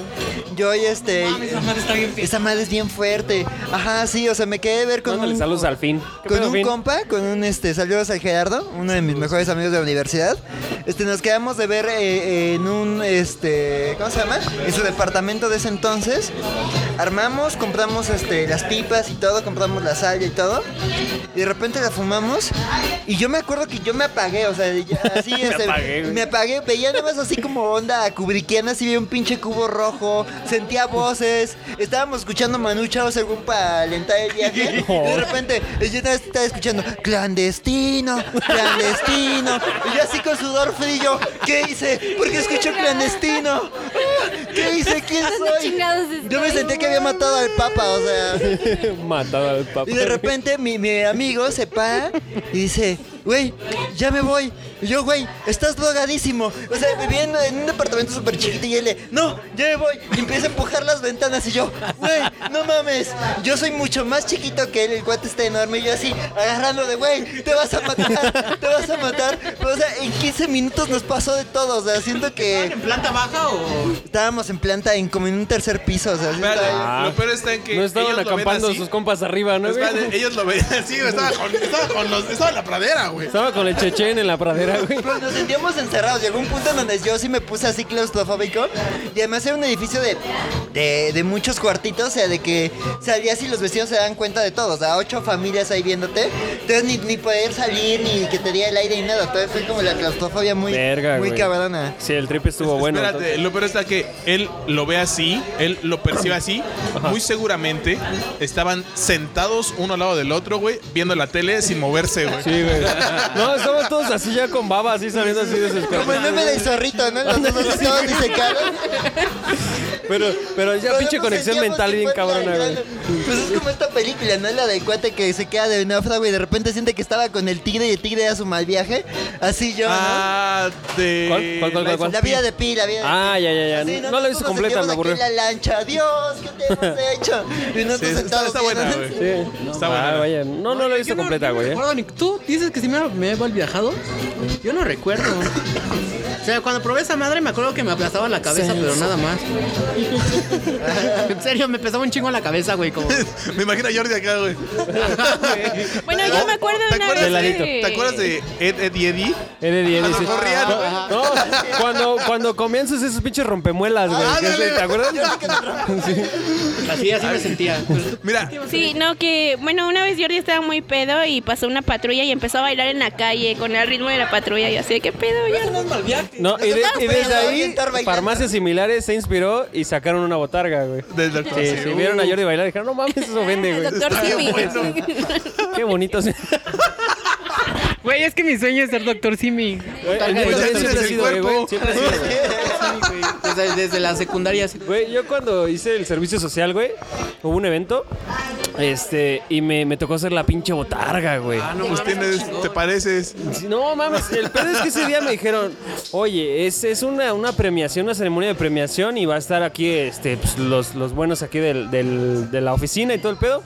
[SPEAKER 6] Yo y este. Esa madre es bien fuerte. Ajá, sí, o sea, me quedé de ver con
[SPEAKER 3] Mándale
[SPEAKER 6] un,
[SPEAKER 3] saludos al fin. ¿Qué
[SPEAKER 6] con
[SPEAKER 3] pedo,
[SPEAKER 6] un
[SPEAKER 3] fin? *laughs*
[SPEAKER 6] compa, con un este, saludos a Gerardo, uno de mis mejores amigos de la universidad. Este, nos quedamos de ver eh, eh, en un este, ¿cómo se llama? En su departamento de ese entonces. Armamos, compramos este, las pipas y todo, compramos la sal y todo. Y de repente la fumamos. Y yo me acuerdo que yo me apagué, o sea, ya-
[SPEAKER 3] *laughs*
[SPEAKER 6] así,
[SPEAKER 3] Me
[SPEAKER 6] este,
[SPEAKER 3] apagué, güey.
[SPEAKER 6] me apagué, veía nada más así como onda cubriquiana, así veía un pinche cubo rojo, sentía voces, estábamos escuchando Manu Chao según para alentar el viaje. Y de repente, yo nada más estaba escuchando clandestino, clandestino. Y yo así con sudor frío, ¿qué hice? ¿Por qué escucho clandestino? ¿Qué hice? ¿Quién
[SPEAKER 7] ¿Dónde
[SPEAKER 6] soy?
[SPEAKER 7] chingados
[SPEAKER 6] Yo me
[SPEAKER 7] estoy?
[SPEAKER 6] sentía que había matado al papa, o sea.
[SPEAKER 3] Matado al papá.
[SPEAKER 6] Y de repente mi, mi amigo se para y dice, güey, ya me voy. Y yo, güey, estás drogadísimo. O sea, viviendo en un departamento súper chiquito y él, le, no, ya me voy. Y empieza a empujar las ventanas y yo, güey, no mames. Yo soy mucho más chiquito que él, el cuate está enorme. Y yo así, agarrando de, güey, te vas a matar, te vas a matar. Pero, o sea, en 15 minutos nos pasó de todo. O sea, siento que
[SPEAKER 2] ¿En planta baja o...?
[SPEAKER 6] estábamos en planta, en como en un tercer piso. O sea, sí
[SPEAKER 4] Espérate,
[SPEAKER 6] estaba-
[SPEAKER 3] Ah.
[SPEAKER 4] Lo peor está en que.
[SPEAKER 3] No estaban
[SPEAKER 4] ellos lo ven
[SPEAKER 3] acampando
[SPEAKER 4] así.
[SPEAKER 3] sus compas arriba, ¿no? güey?
[SPEAKER 4] Espérate, ellos lo ven *laughs* así, güey. Estaba con, estaba con los. Estaba en la pradera, güey.
[SPEAKER 3] Estaba con el chechen en la pradera, güey.
[SPEAKER 6] Pues nos sentíamos encerrados. Llegó un punto en donde yo sí me puse así claustrofóbico. Y además era un edificio de, de, de muchos cuartitos. O sea, de que salías y los vecinos se dan cuenta de todo. O sea, ocho familias ahí viéndote. Entonces ni, ni poder salir, ni que te diera el aire, ni nada. Entonces fue como la claustrofobia muy,
[SPEAKER 3] Verga,
[SPEAKER 6] muy
[SPEAKER 3] güey.
[SPEAKER 6] cabrona.
[SPEAKER 3] Sí, el trip estuvo bueno.
[SPEAKER 4] Espérate,
[SPEAKER 3] entonces.
[SPEAKER 4] lo peor está que él lo ve así, él lo percibe así. Muy seguramente estaban sentados uno al lado del otro, güey, viendo la tele sin moverse, güey.
[SPEAKER 3] Sí, güey. No, estaban todos así ya con baba, así saliendo así
[SPEAKER 6] Como el
[SPEAKER 3] desesperados.
[SPEAKER 6] meme del zorrito, ¿no? Los dos así todos disecados.
[SPEAKER 3] Pero, pero ya
[SPEAKER 6] Pero
[SPEAKER 3] pinche
[SPEAKER 6] nos
[SPEAKER 3] conexión
[SPEAKER 6] sentíamos
[SPEAKER 3] mental
[SPEAKER 6] que
[SPEAKER 3] bien
[SPEAKER 6] fue
[SPEAKER 3] cabrona,
[SPEAKER 6] plan,
[SPEAKER 3] güey.
[SPEAKER 6] Pues es como esta película, ¿no? La del cuate que se queda de náufrago y de repente siente que estaba con el tigre y el tigre era su mal viaje. Así yo, ¿no?
[SPEAKER 4] Ah, de.
[SPEAKER 3] ¿Cuál, cuál, cuál, cuál, cuál?
[SPEAKER 6] La vida de Pi, la vida de
[SPEAKER 3] Ah, ya, ya, ya.
[SPEAKER 6] Sí,
[SPEAKER 3] No la he visto
[SPEAKER 6] Nosotros
[SPEAKER 3] completa,
[SPEAKER 6] nos
[SPEAKER 3] me aburrió.
[SPEAKER 6] sentimos aquí en la lancha, Dios, ¿qué te hemos
[SPEAKER 3] *laughs*
[SPEAKER 6] hecho? Y nosotros
[SPEAKER 4] Sí, está-
[SPEAKER 6] sentados
[SPEAKER 4] está
[SPEAKER 6] viendo-
[SPEAKER 4] buena, güey.
[SPEAKER 3] Sí.
[SPEAKER 4] Está
[SPEAKER 3] Ah,
[SPEAKER 4] buena.
[SPEAKER 3] vaya. No, no la he visto completa, güey. eh.
[SPEAKER 2] recuerdo ni- ¿Tú dices que si me, me he mal viajado? Yo no recuerdo. O sea, cuando probé esa madre me acuerdo que me aplastaba la cabeza, pero nada más. *laughs* en serio, me pesaba un chingo la cabeza, güey. Como...
[SPEAKER 4] *laughs* Me imagino a Jordi acá, güey.
[SPEAKER 5] Bueno, yo me acuerdo
[SPEAKER 4] ¿Te
[SPEAKER 5] de una
[SPEAKER 4] acuerdas
[SPEAKER 5] vez.
[SPEAKER 3] Del
[SPEAKER 4] de,
[SPEAKER 3] ladito.
[SPEAKER 5] que-
[SPEAKER 4] ¿Te acuerdas de Ed, Ed y Eddie?
[SPEAKER 3] Es de 10,
[SPEAKER 4] Cuando
[SPEAKER 3] dices-
[SPEAKER 4] corrían,
[SPEAKER 3] No,
[SPEAKER 4] güey.
[SPEAKER 3] no, cuando, cuando comienzas esos pinches rompemuelas, güey.
[SPEAKER 4] Ah,
[SPEAKER 3] que
[SPEAKER 4] ándale.
[SPEAKER 3] se- ¿Te acuerdas?
[SPEAKER 2] Así, así me sentía. Pero-
[SPEAKER 4] Mira,
[SPEAKER 5] Sí, no, que bueno, una vez Jordi estaba muy pedo y pasó una patrulla y empezó a bailar en la calle con el ritmo de la patrulla y así, ¿qué pedo, Jordi?
[SPEAKER 3] No, y, de-
[SPEAKER 6] estamos
[SPEAKER 3] y desde
[SPEAKER 6] peleando, bien
[SPEAKER 3] ahí,
[SPEAKER 6] estar bailando.
[SPEAKER 3] farmacias similares se inspiró y sacaron una botarga, güey.
[SPEAKER 4] del doctor.
[SPEAKER 3] Sí,
[SPEAKER 4] Ah, Sí, uh.
[SPEAKER 3] sí, vieron a Jordi bailar y dijeron, no mames, eso vende, güey.
[SPEAKER 7] Doctor Simi.
[SPEAKER 3] *laughs* Qué bonito. sí.
[SPEAKER 2] Güey, es que mi sueño es ser doctor Simi.
[SPEAKER 3] Güey, el mío
[SPEAKER 4] ya
[SPEAKER 3] también
[SPEAKER 4] tienes
[SPEAKER 3] siempre ha
[SPEAKER 4] el
[SPEAKER 3] sido, güey,
[SPEAKER 4] cuerpo.
[SPEAKER 3] güey, siempre ha sido, güey.
[SPEAKER 2] Desde, desde la secundaria. así.
[SPEAKER 3] Güey, yo cuando hice el servicio social, güey, hubo un evento, este, y me, me tocó hacer la pinche botarga, güey.
[SPEAKER 4] Pues tienes, te pareces.
[SPEAKER 3] Sí, *laughs* No mames, el pedo es que ese día me dijeron, oye, es, es una, una premiación, una ceremonia de premiación y va a estar aquí este, pues, los, los buenos aquí del- del- de la oficina y todo el pedo.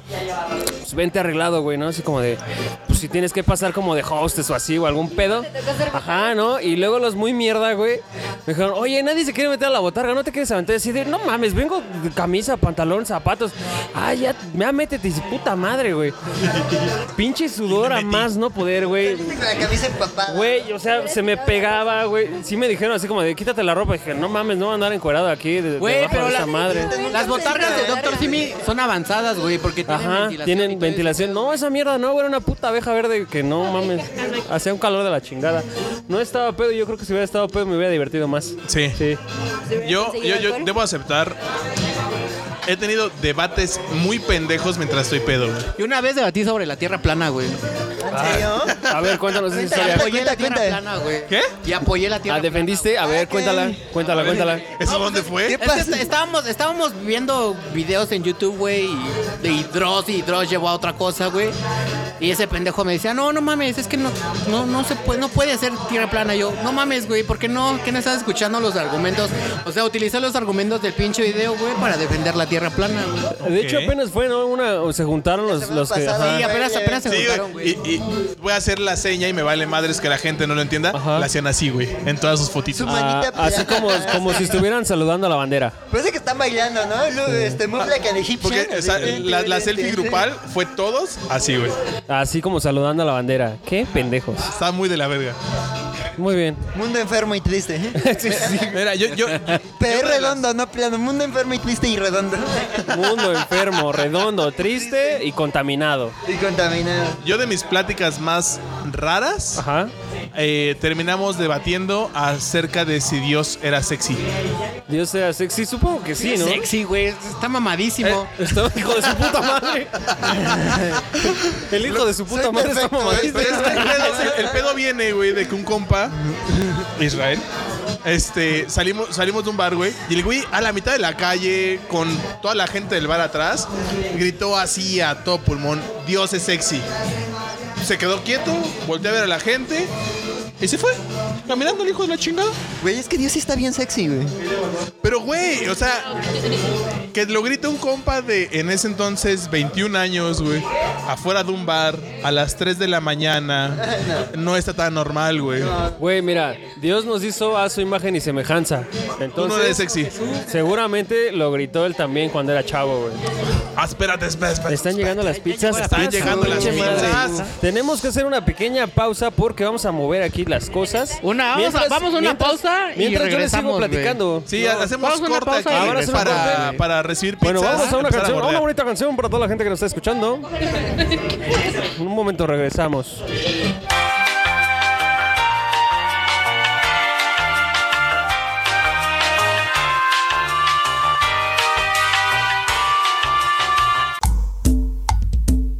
[SPEAKER 3] Pues vente arreglado, güey, ¿no? Así como de, pues si tienes que pasar como de hostes o así o algún pedo. Ajá, ¿no? Y luego los muy mierda, güey, me dijeron, oye, nadie se quiere meter a la botarga, no te quieres aventar. Y Así de, no mames, vengo de camisa, pantalón, zapatos. Ah, ya, ya métete, y dice, puta madre, güey. Pinche sudor a más no poder, güey.
[SPEAKER 6] Con la camisa empapada.
[SPEAKER 3] Güey, o sea, se me pegaba, güey. Sí me dijeron así como de quítate la ropa. Dije, no mames, no voy a andar encuerado aquí. de- de-
[SPEAKER 2] Güey,
[SPEAKER 3] debajo
[SPEAKER 2] pero
[SPEAKER 3] de
[SPEAKER 2] la-
[SPEAKER 3] esa madre.
[SPEAKER 2] las botargas de doctor Simi son avanzadas, güey, porque tienen
[SPEAKER 3] Ajá,
[SPEAKER 2] ventilación. y
[SPEAKER 3] tienen
[SPEAKER 2] todo eso.
[SPEAKER 3] ventilación. No, esa mierda no, güey, era una puta abeja verde que no mames. Hacía un calor de la chingada. No estaba pedo, yo creo que si hubiera estado pedo me hubiera divertido más.
[SPEAKER 4] Sí.
[SPEAKER 3] Sí.
[SPEAKER 4] Yo, yo, yo debo aceptar. He tenido debates muy pendejos mientras estoy pedo. güey.
[SPEAKER 2] Y una vez debatí sobre la tierra plana, güey.
[SPEAKER 6] ¿En serio?
[SPEAKER 3] A ver, cuéntanos esa
[SPEAKER 2] Y
[SPEAKER 6] Cuéntala,
[SPEAKER 3] historia.
[SPEAKER 2] apoyé la
[SPEAKER 6] cuenta,
[SPEAKER 2] tierra
[SPEAKER 6] cuenta.
[SPEAKER 2] plana, güey.
[SPEAKER 4] ¿Qué?
[SPEAKER 2] Y apoyé la tierra
[SPEAKER 3] Ah,
[SPEAKER 2] plana,
[SPEAKER 3] ¿defendiste? A ver, cuéntala, cuéntala, cuéntala.
[SPEAKER 4] ¿Eso dónde fue?
[SPEAKER 6] ¿Qué
[SPEAKER 2] Es que
[SPEAKER 6] pasa?
[SPEAKER 2] est- estábamos, estábamos viendo videos en YouTube, güey, y, y Dross, y Dross llevó a otra cosa, güey. Y ese pendejo me decía, no, no mames, es que no, no, no se puede, no puede ser tierra plana. Yo, no mames, güey, ¿por qué no? ¿Qué no estás escuchando los argumentos? O sea, utilicé los argumentos del pinche video, güey, para defender la tierra plana, güey.
[SPEAKER 3] De hecho,
[SPEAKER 4] Ok.
[SPEAKER 3] apenas fue, ¿no? Una, o se juntaron los, los que.
[SPEAKER 6] pasada.
[SPEAKER 3] ajá.
[SPEAKER 2] Y apenas, apenas se
[SPEAKER 4] Sí,
[SPEAKER 2] juntaron,
[SPEAKER 4] güey.
[SPEAKER 2] güey.
[SPEAKER 4] Y, y voy a hacer la seña y me vale madres que la gente no lo entienda.
[SPEAKER 3] Ajá.
[SPEAKER 4] La hacían así, güey, en todas sus fotitos.
[SPEAKER 6] Su-
[SPEAKER 3] Ah,
[SPEAKER 6] manita
[SPEAKER 3] así
[SPEAKER 6] pelada.
[SPEAKER 3] como, como si estuvieran saludando a la bandera.
[SPEAKER 6] Parece que están bailando, ¿no? Lu- Este, move like an Egyptian.
[SPEAKER 4] Porque o sea,
[SPEAKER 6] Así.
[SPEAKER 4] la, la selfie grupal fue todos así, güey.
[SPEAKER 3] Así como saludando a la bandera. Qué pendejos.
[SPEAKER 4] Está muy de la verga.
[SPEAKER 3] Muy bien. *laughs*
[SPEAKER 6] Mundo enfermo y triste. ¿eh?
[SPEAKER 3] Sí, sí.
[SPEAKER 4] Mira, yo, yo,
[SPEAKER 6] Pero redondo, no plano. Mundo enfermo y triste y redondo. *laughs*
[SPEAKER 3] Mundo enfermo, redondo, triste y contaminado.
[SPEAKER 6] Y contaminado.
[SPEAKER 4] yo de mis pláticas más raras,
[SPEAKER 3] Ajá.
[SPEAKER 4] eh, terminamos debatiendo acerca de si Dios era sexy.
[SPEAKER 3] Dios sea sexy, supongo que sí, ¿no?
[SPEAKER 2] Sexy, güey, está mamadísimo.
[SPEAKER 3] Está- hijo de su puta madre. El hijo de su puta
[SPEAKER 6] Soy
[SPEAKER 3] madre está
[SPEAKER 6] perfecto,
[SPEAKER 3] mamadísimo.
[SPEAKER 4] Pero Este es que el pedo, ¿eh? el pedo viene, güey, de que un compa, Israel, este, salimos, salimos de un bar, güey, y el güey a la mitad de la calle, con toda la gente del bar atrás, gritó así a todo pulmón, Dios es sexy. se quedó quieto, volteó a ver a la gente y se fue. Caminando el hijo de la chingada.
[SPEAKER 6] Güey, es que Dios sí está bien sexy, güey.
[SPEAKER 4] Pero, güey, o sea, que lo grita un compa de en ese entonces 21 años, güey, afuera de un bar a las 3 de la mañana, no está tan normal, güey.
[SPEAKER 3] Güey, mira, Dios nos hizo a su imagen y semejanza.
[SPEAKER 4] Tú no
[SPEAKER 3] Entonces,
[SPEAKER 4] eres sexy.
[SPEAKER 3] seguramente lo gritó él también cuando era chavo, güey.
[SPEAKER 4] Ah, espérate, espérate, espérate.
[SPEAKER 3] Están llegando las pizzas.
[SPEAKER 4] Están llegando las
[SPEAKER 3] Pinche madre.
[SPEAKER 4] pizzas.
[SPEAKER 3] Tenemos que hacer una pequeña pausa porque vamos a mover aquí las cosas.
[SPEAKER 2] Una, vamos a- vamos a una pausa y
[SPEAKER 3] Mientras yo les sigo
[SPEAKER 2] regresamos, güey.
[SPEAKER 3] platicando.
[SPEAKER 4] Sí,
[SPEAKER 3] No.
[SPEAKER 4] hacemos
[SPEAKER 2] Vamos a una
[SPEAKER 4] corte aquí
[SPEAKER 2] pausa y
[SPEAKER 4] para,
[SPEAKER 2] regresamos.
[SPEAKER 4] para, recibir pizzas.
[SPEAKER 3] Bueno, vamos a una
[SPEAKER 4] empezar
[SPEAKER 3] canción, a una
[SPEAKER 4] bordear.
[SPEAKER 3] bonita canción para toda la gente que nos está escuchando. En un momento regresamos.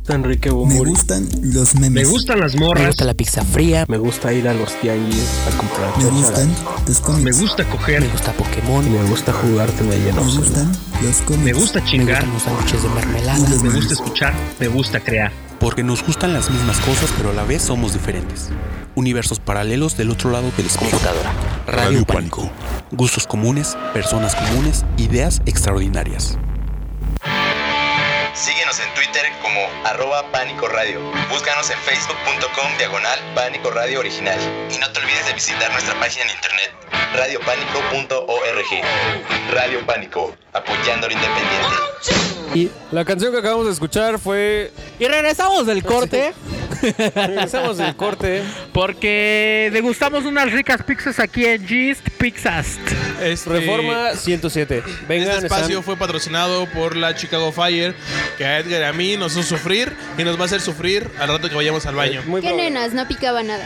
[SPEAKER 9] Tan rica
[SPEAKER 10] Me gustan los memes. Me,
[SPEAKER 9] gustan las morras.
[SPEAKER 2] Me gusta la pizza fría,
[SPEAKER 9] Me gusta ir a los tianguis a comprar.
[SPEAKER 10] gustan los cómics. Me,
[SPEAKER 9] gusta coger.
[SPEAKER 2] me gusta Pokémon,
[SPEAKER 9] Me gusta jugarte de lleno.
[SPEAKER 10] gustan los cómics.
[SPEAKER 2] me gustan los sándwiches de mermelada.
[SPEAKER 10] los memes.
[SPEAKER 9] escuchar. Me gusta crear.
[SPEAKER 1] Porque nos gustan las mismas cosas, pero a la vez somos diferentes. Universos paralelos del otro lado de la computadora. Radio Pánico. Gustos comunes, personas comunes, ideas extraordinarias.
[SPEAKER 11] Síguenos en Twitter como arroba Pánico Radio. Búscanos en facebook.com diagonal Pánico Radio Original. Y no te olvides de visitar nuestra página en internet, radiopánico.org. Radio Pánico, apoyando lo independiente.
[SPEAKER 3] La canción que acabamos de escuchar fue.
[SPEAKER 2] Y regresamos del corte
[SPEAKER 3] Regresamos del
[SPEAKER 2] *laughs*
[SPEAKER 3] corte.
[SPEAKER 2] porque degustamos unas ricas pizzas aquí en Gist Pizzas.
[SPEAKER 4] Este-
[SPEAKER 3] Reforma 107. Vengan,
[SPEAKER 4] este espacio
[SPEAKER 3] están-
[SPEAKER 4] fue patrocinado por la Chicago Fire, que a Edgar y a mí nos hizo sufrir y nos va a hacer sufrir al rato que vayamos al baño.
[SPEAKER 3] Muy
[SPEAKER 7] ¿Qué nenas? No picaba nada.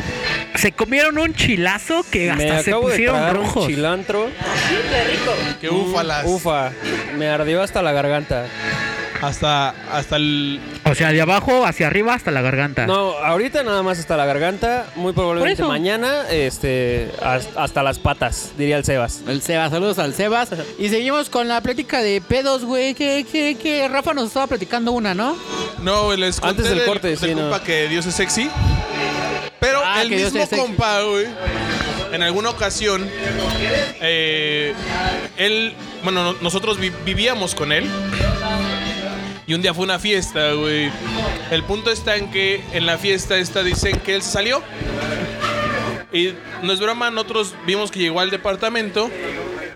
[SPEAKER 2] Se comieron un chilazo que
[SPEAKER 3] Me
[SPEAKER 2] hasta se
[SPEAKER 3] acabo de
[SPEAKER 2] pusieron
[SPEAKER 3] tragar un
[SPEAKER 2] rojos.
[SPEAKER 3] Cilantro. Eh,
[SPEAKER 4] Que ufalas.
[SPEAKER 3] Ufa. Me ardió hasta la garganta.
[SPEAKER 4] Hasta, hasta el.
[SPEAKER 2] O sea, de abajo hacia arriba hasta la garganta.
[SPEAKER 3] No, ahorita nada más hasta la garganta. Muy probablemente
[SPEAKER 2] Ah. Por eso.
[SPEAKER 3] mañana, este, has- hasta las patas, diría el Sebas.
[SPEAKER 2] El Sebas, saludos al Sebas. Y seguimos con la plática de pedos, güey. Que, que, que Rafa nos estaba platicando una, ¿no?
[SPEAKER 4] No, les conté
[SPEAKER 3] Antes del corte, sí, no.
[SPEAKER 4] compa que Dios es sexy. Pero
[SPEAKER 2] Ah,
[SPEAKER 4] el
[SPEAKER 2] que Dios
[SPEAKER 4] mismo
[SPEAKER 2] es sexy.
[SPEAKER 4] compa, güey, en alguna ocasión, eh, él, bueno, no- nosotros vi- vivíamos con él. Y un día fue una fiesta, güey. El punto está en que en la fiesta esta dicen que él se salió. Y no es broma, nosotros vimos que llegó al departamento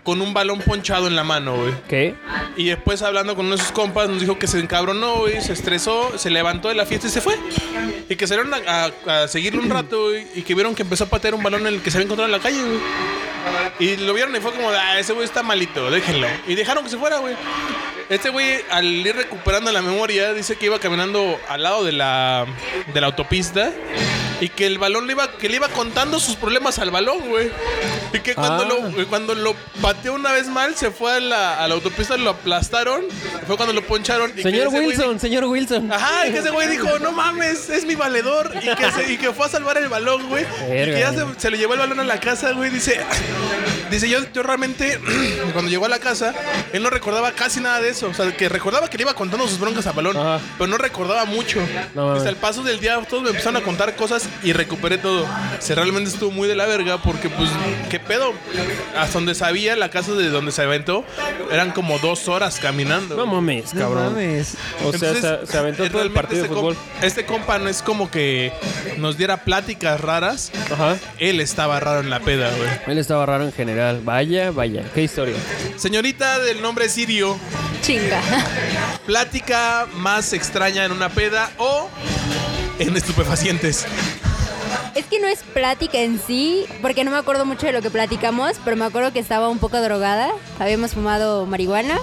[SPEAKER 4] con un balón ponchado en la mano, güey.
[SPEAKER 3] ¿Qué?
[SPEAKER 4] Y después hablando con uno de sus compas nos dijo que se encabronó, güey, se estresó, se levantó de la fiesta y se fue. Y que salieron a, a- a seguirle un rato güey, y que vieron que empezó a patear un balón en el que se había encontrado en la calle, güey. Y lo vieron y fue como, ah, ese güey está malito, déjenlo. Y dejaron que se fuera, güey. Este güey, al ir recuperando la memoria, dice que iba caminando al lado de la, de la autopista y que el balón le iba, que le iba contando sus problemas al balón, güey. Y que cuando,
[SPEAKER 3] Ah.
[SPEAKER 4] lo, güey, cuando lo pateó una vez mal, se fue a la, a la autopista, lo aplastaron. Fue cuando lo poncharon. y que
[SPEAKER 3] Señor
[SPEAKER 4] ese güey Ah.
[SPEAKER 3] Wilson, señor Wilson.
[SPEAKER 4] di- Ajá, y que ese güey dijo, no mames, es mi valedor. Y que, se- y que fue a salvar el balón, güey. Y que ya se,
[SPEAKER 3] Verga.
[SPEAKER 4] se le llevó el balón a la casa, güey. Dice, dice yo, yo realmente, *clears throat* cuando llegó a la casa, él no recordaba casi nada de eso. O sea, que recordaba que le iba contando sus broncas al balón,
[SPEAKER 3] Ajá.
[SPEAKER 4] pero no recordaba mucho.
[SPEAKER 3] No mames.
[SPEAKER 4] Hasta el paso del día, todos me empezaron a contar cosas y recuperé todo. Se realmente estuvo muy de la verga porque, pues, ¿qué pedo? Hasta donde sabía, la casa de donde se aventó, eran como dos horas caminando.
[SPEAKER 3] No mames, cabrón.
[SPEAKER 6] mames.
[SPEAKER 3] O sea,
[SPEAKER 4] Entonces,
[SPEAKER 3] se, se aventó todo el
[SPEAKER 4] realmente
[SPEAKER 3] partido de
[SPEAKER 4] este
[SPEAKER 3] fútbol.
[SPEAKER 4] comp- este compa no es como que nos diera pláticas raras.
[SPEAKER 3] Ajá.
[SPEAKER 4] Él estaba raro en la peda, güey.
[SPEAKER 3] Él estaba raro en general. Vaya, vaya. Qué historia.
[SPEAKER 4] Señorita del nombre Sirio,
[SPEAKER 7] Chinga. *laughs*
[SPEAKER 4] plática más extraña en una peda o en estupefacientes.
[SPEAKER 7] Es que no es plática en sí, porque no me acuerdo mucho de lo que platicamos, pero me acuerdo que estaba un poco drogada, habíamos fumado marihuana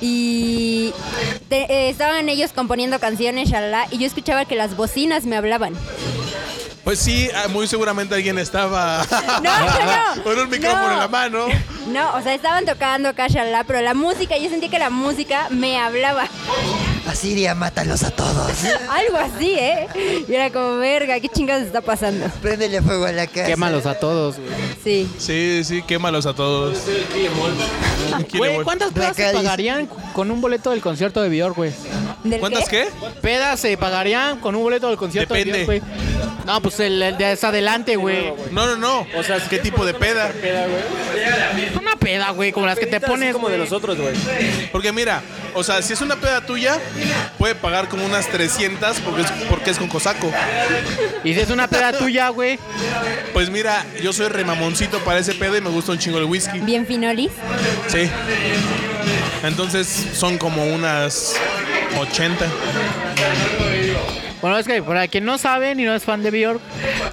[SPEAKER 7] y te- eh, estaban ellos componiendo canciones, shalala, y yo escuchaba que las bocinas me hablaban. *laughs*
[SPEAKER 4] Pues sí, ah, muy seguramente alguien estaba
[SPEAKER 7] *laughs* no, no.
[SPEAKER 4] *laughs* con un micrófono
[SPEAKER 7] No.
[SPEAKER 4] en la mano.
[SPEAKER 7] No, o sea, estaban tocando acá, shalala, pero la música, yo sentí que la música me hablaba.
[SPEAKER 6] Asiria, mátalos
[SPEAKER 3] *laughs*
[SPEAKER 6] a todos.
[SPEAKER 7] Algo así, ¿eh? Y era como, verga, ¿qué chingados está pasando?
[SPEAKER 6] Préndele fuego a la casa.
[SPEAKER 2] Quémalos a todos, güey.
[SPEAKER 7] Sí.
[SPEAKER 4] Sí, sí, quémalos a todos.
[SPEAKER 2] Güey, ¿cuántas
[SPEAKER 6] Black
[SPEAKER 2] pedas se
[SPEAKER 6] Eyed.
[SPEAKER 2] pagarían con un boleto del concierto de Björk, güey?
[SPEAKER 7] ¿Del
[SPEAKER 4] ¿Cuántas qué?
[SPEAKER 2] Pedas se pagarían con un boleto del concierto. de
[SPEAKER 4] Depende.
[SPEAKER 2] Dios, güey. no, pues el, el de hasta adelante, güey.
[SPEAKER 4] No, no, no. O sea, ¿qué tipo de peda?
[SPEAKER 2] Una peda, güey, como las que te
[SPEAKER 3] Pedita así
[SPEAKER 2] pones.
[SPEAKER 3] como de
[SPEAKER 2] güey.
[SPEAKER 3] nosotros, güey.
[SPEAKER 4] Porque mira, o sea, si es una peda tuya, puede pagar como unas 300 porque es, porque es con cosaco.
[SPEAKER 2] Y si es una peda tuya, güey.
[SPEAKER 4] Pues mira, yo soy remamoncito para ese pedo y me gusta un chingo el whisky.
[SPEAKER 7] Bien finolis.
[SPEAKER 4] Sí. Entonces son como unas 80.
[SPEAKER 2] Bueno, es que para quien no sabe ni no es fan de Bjork,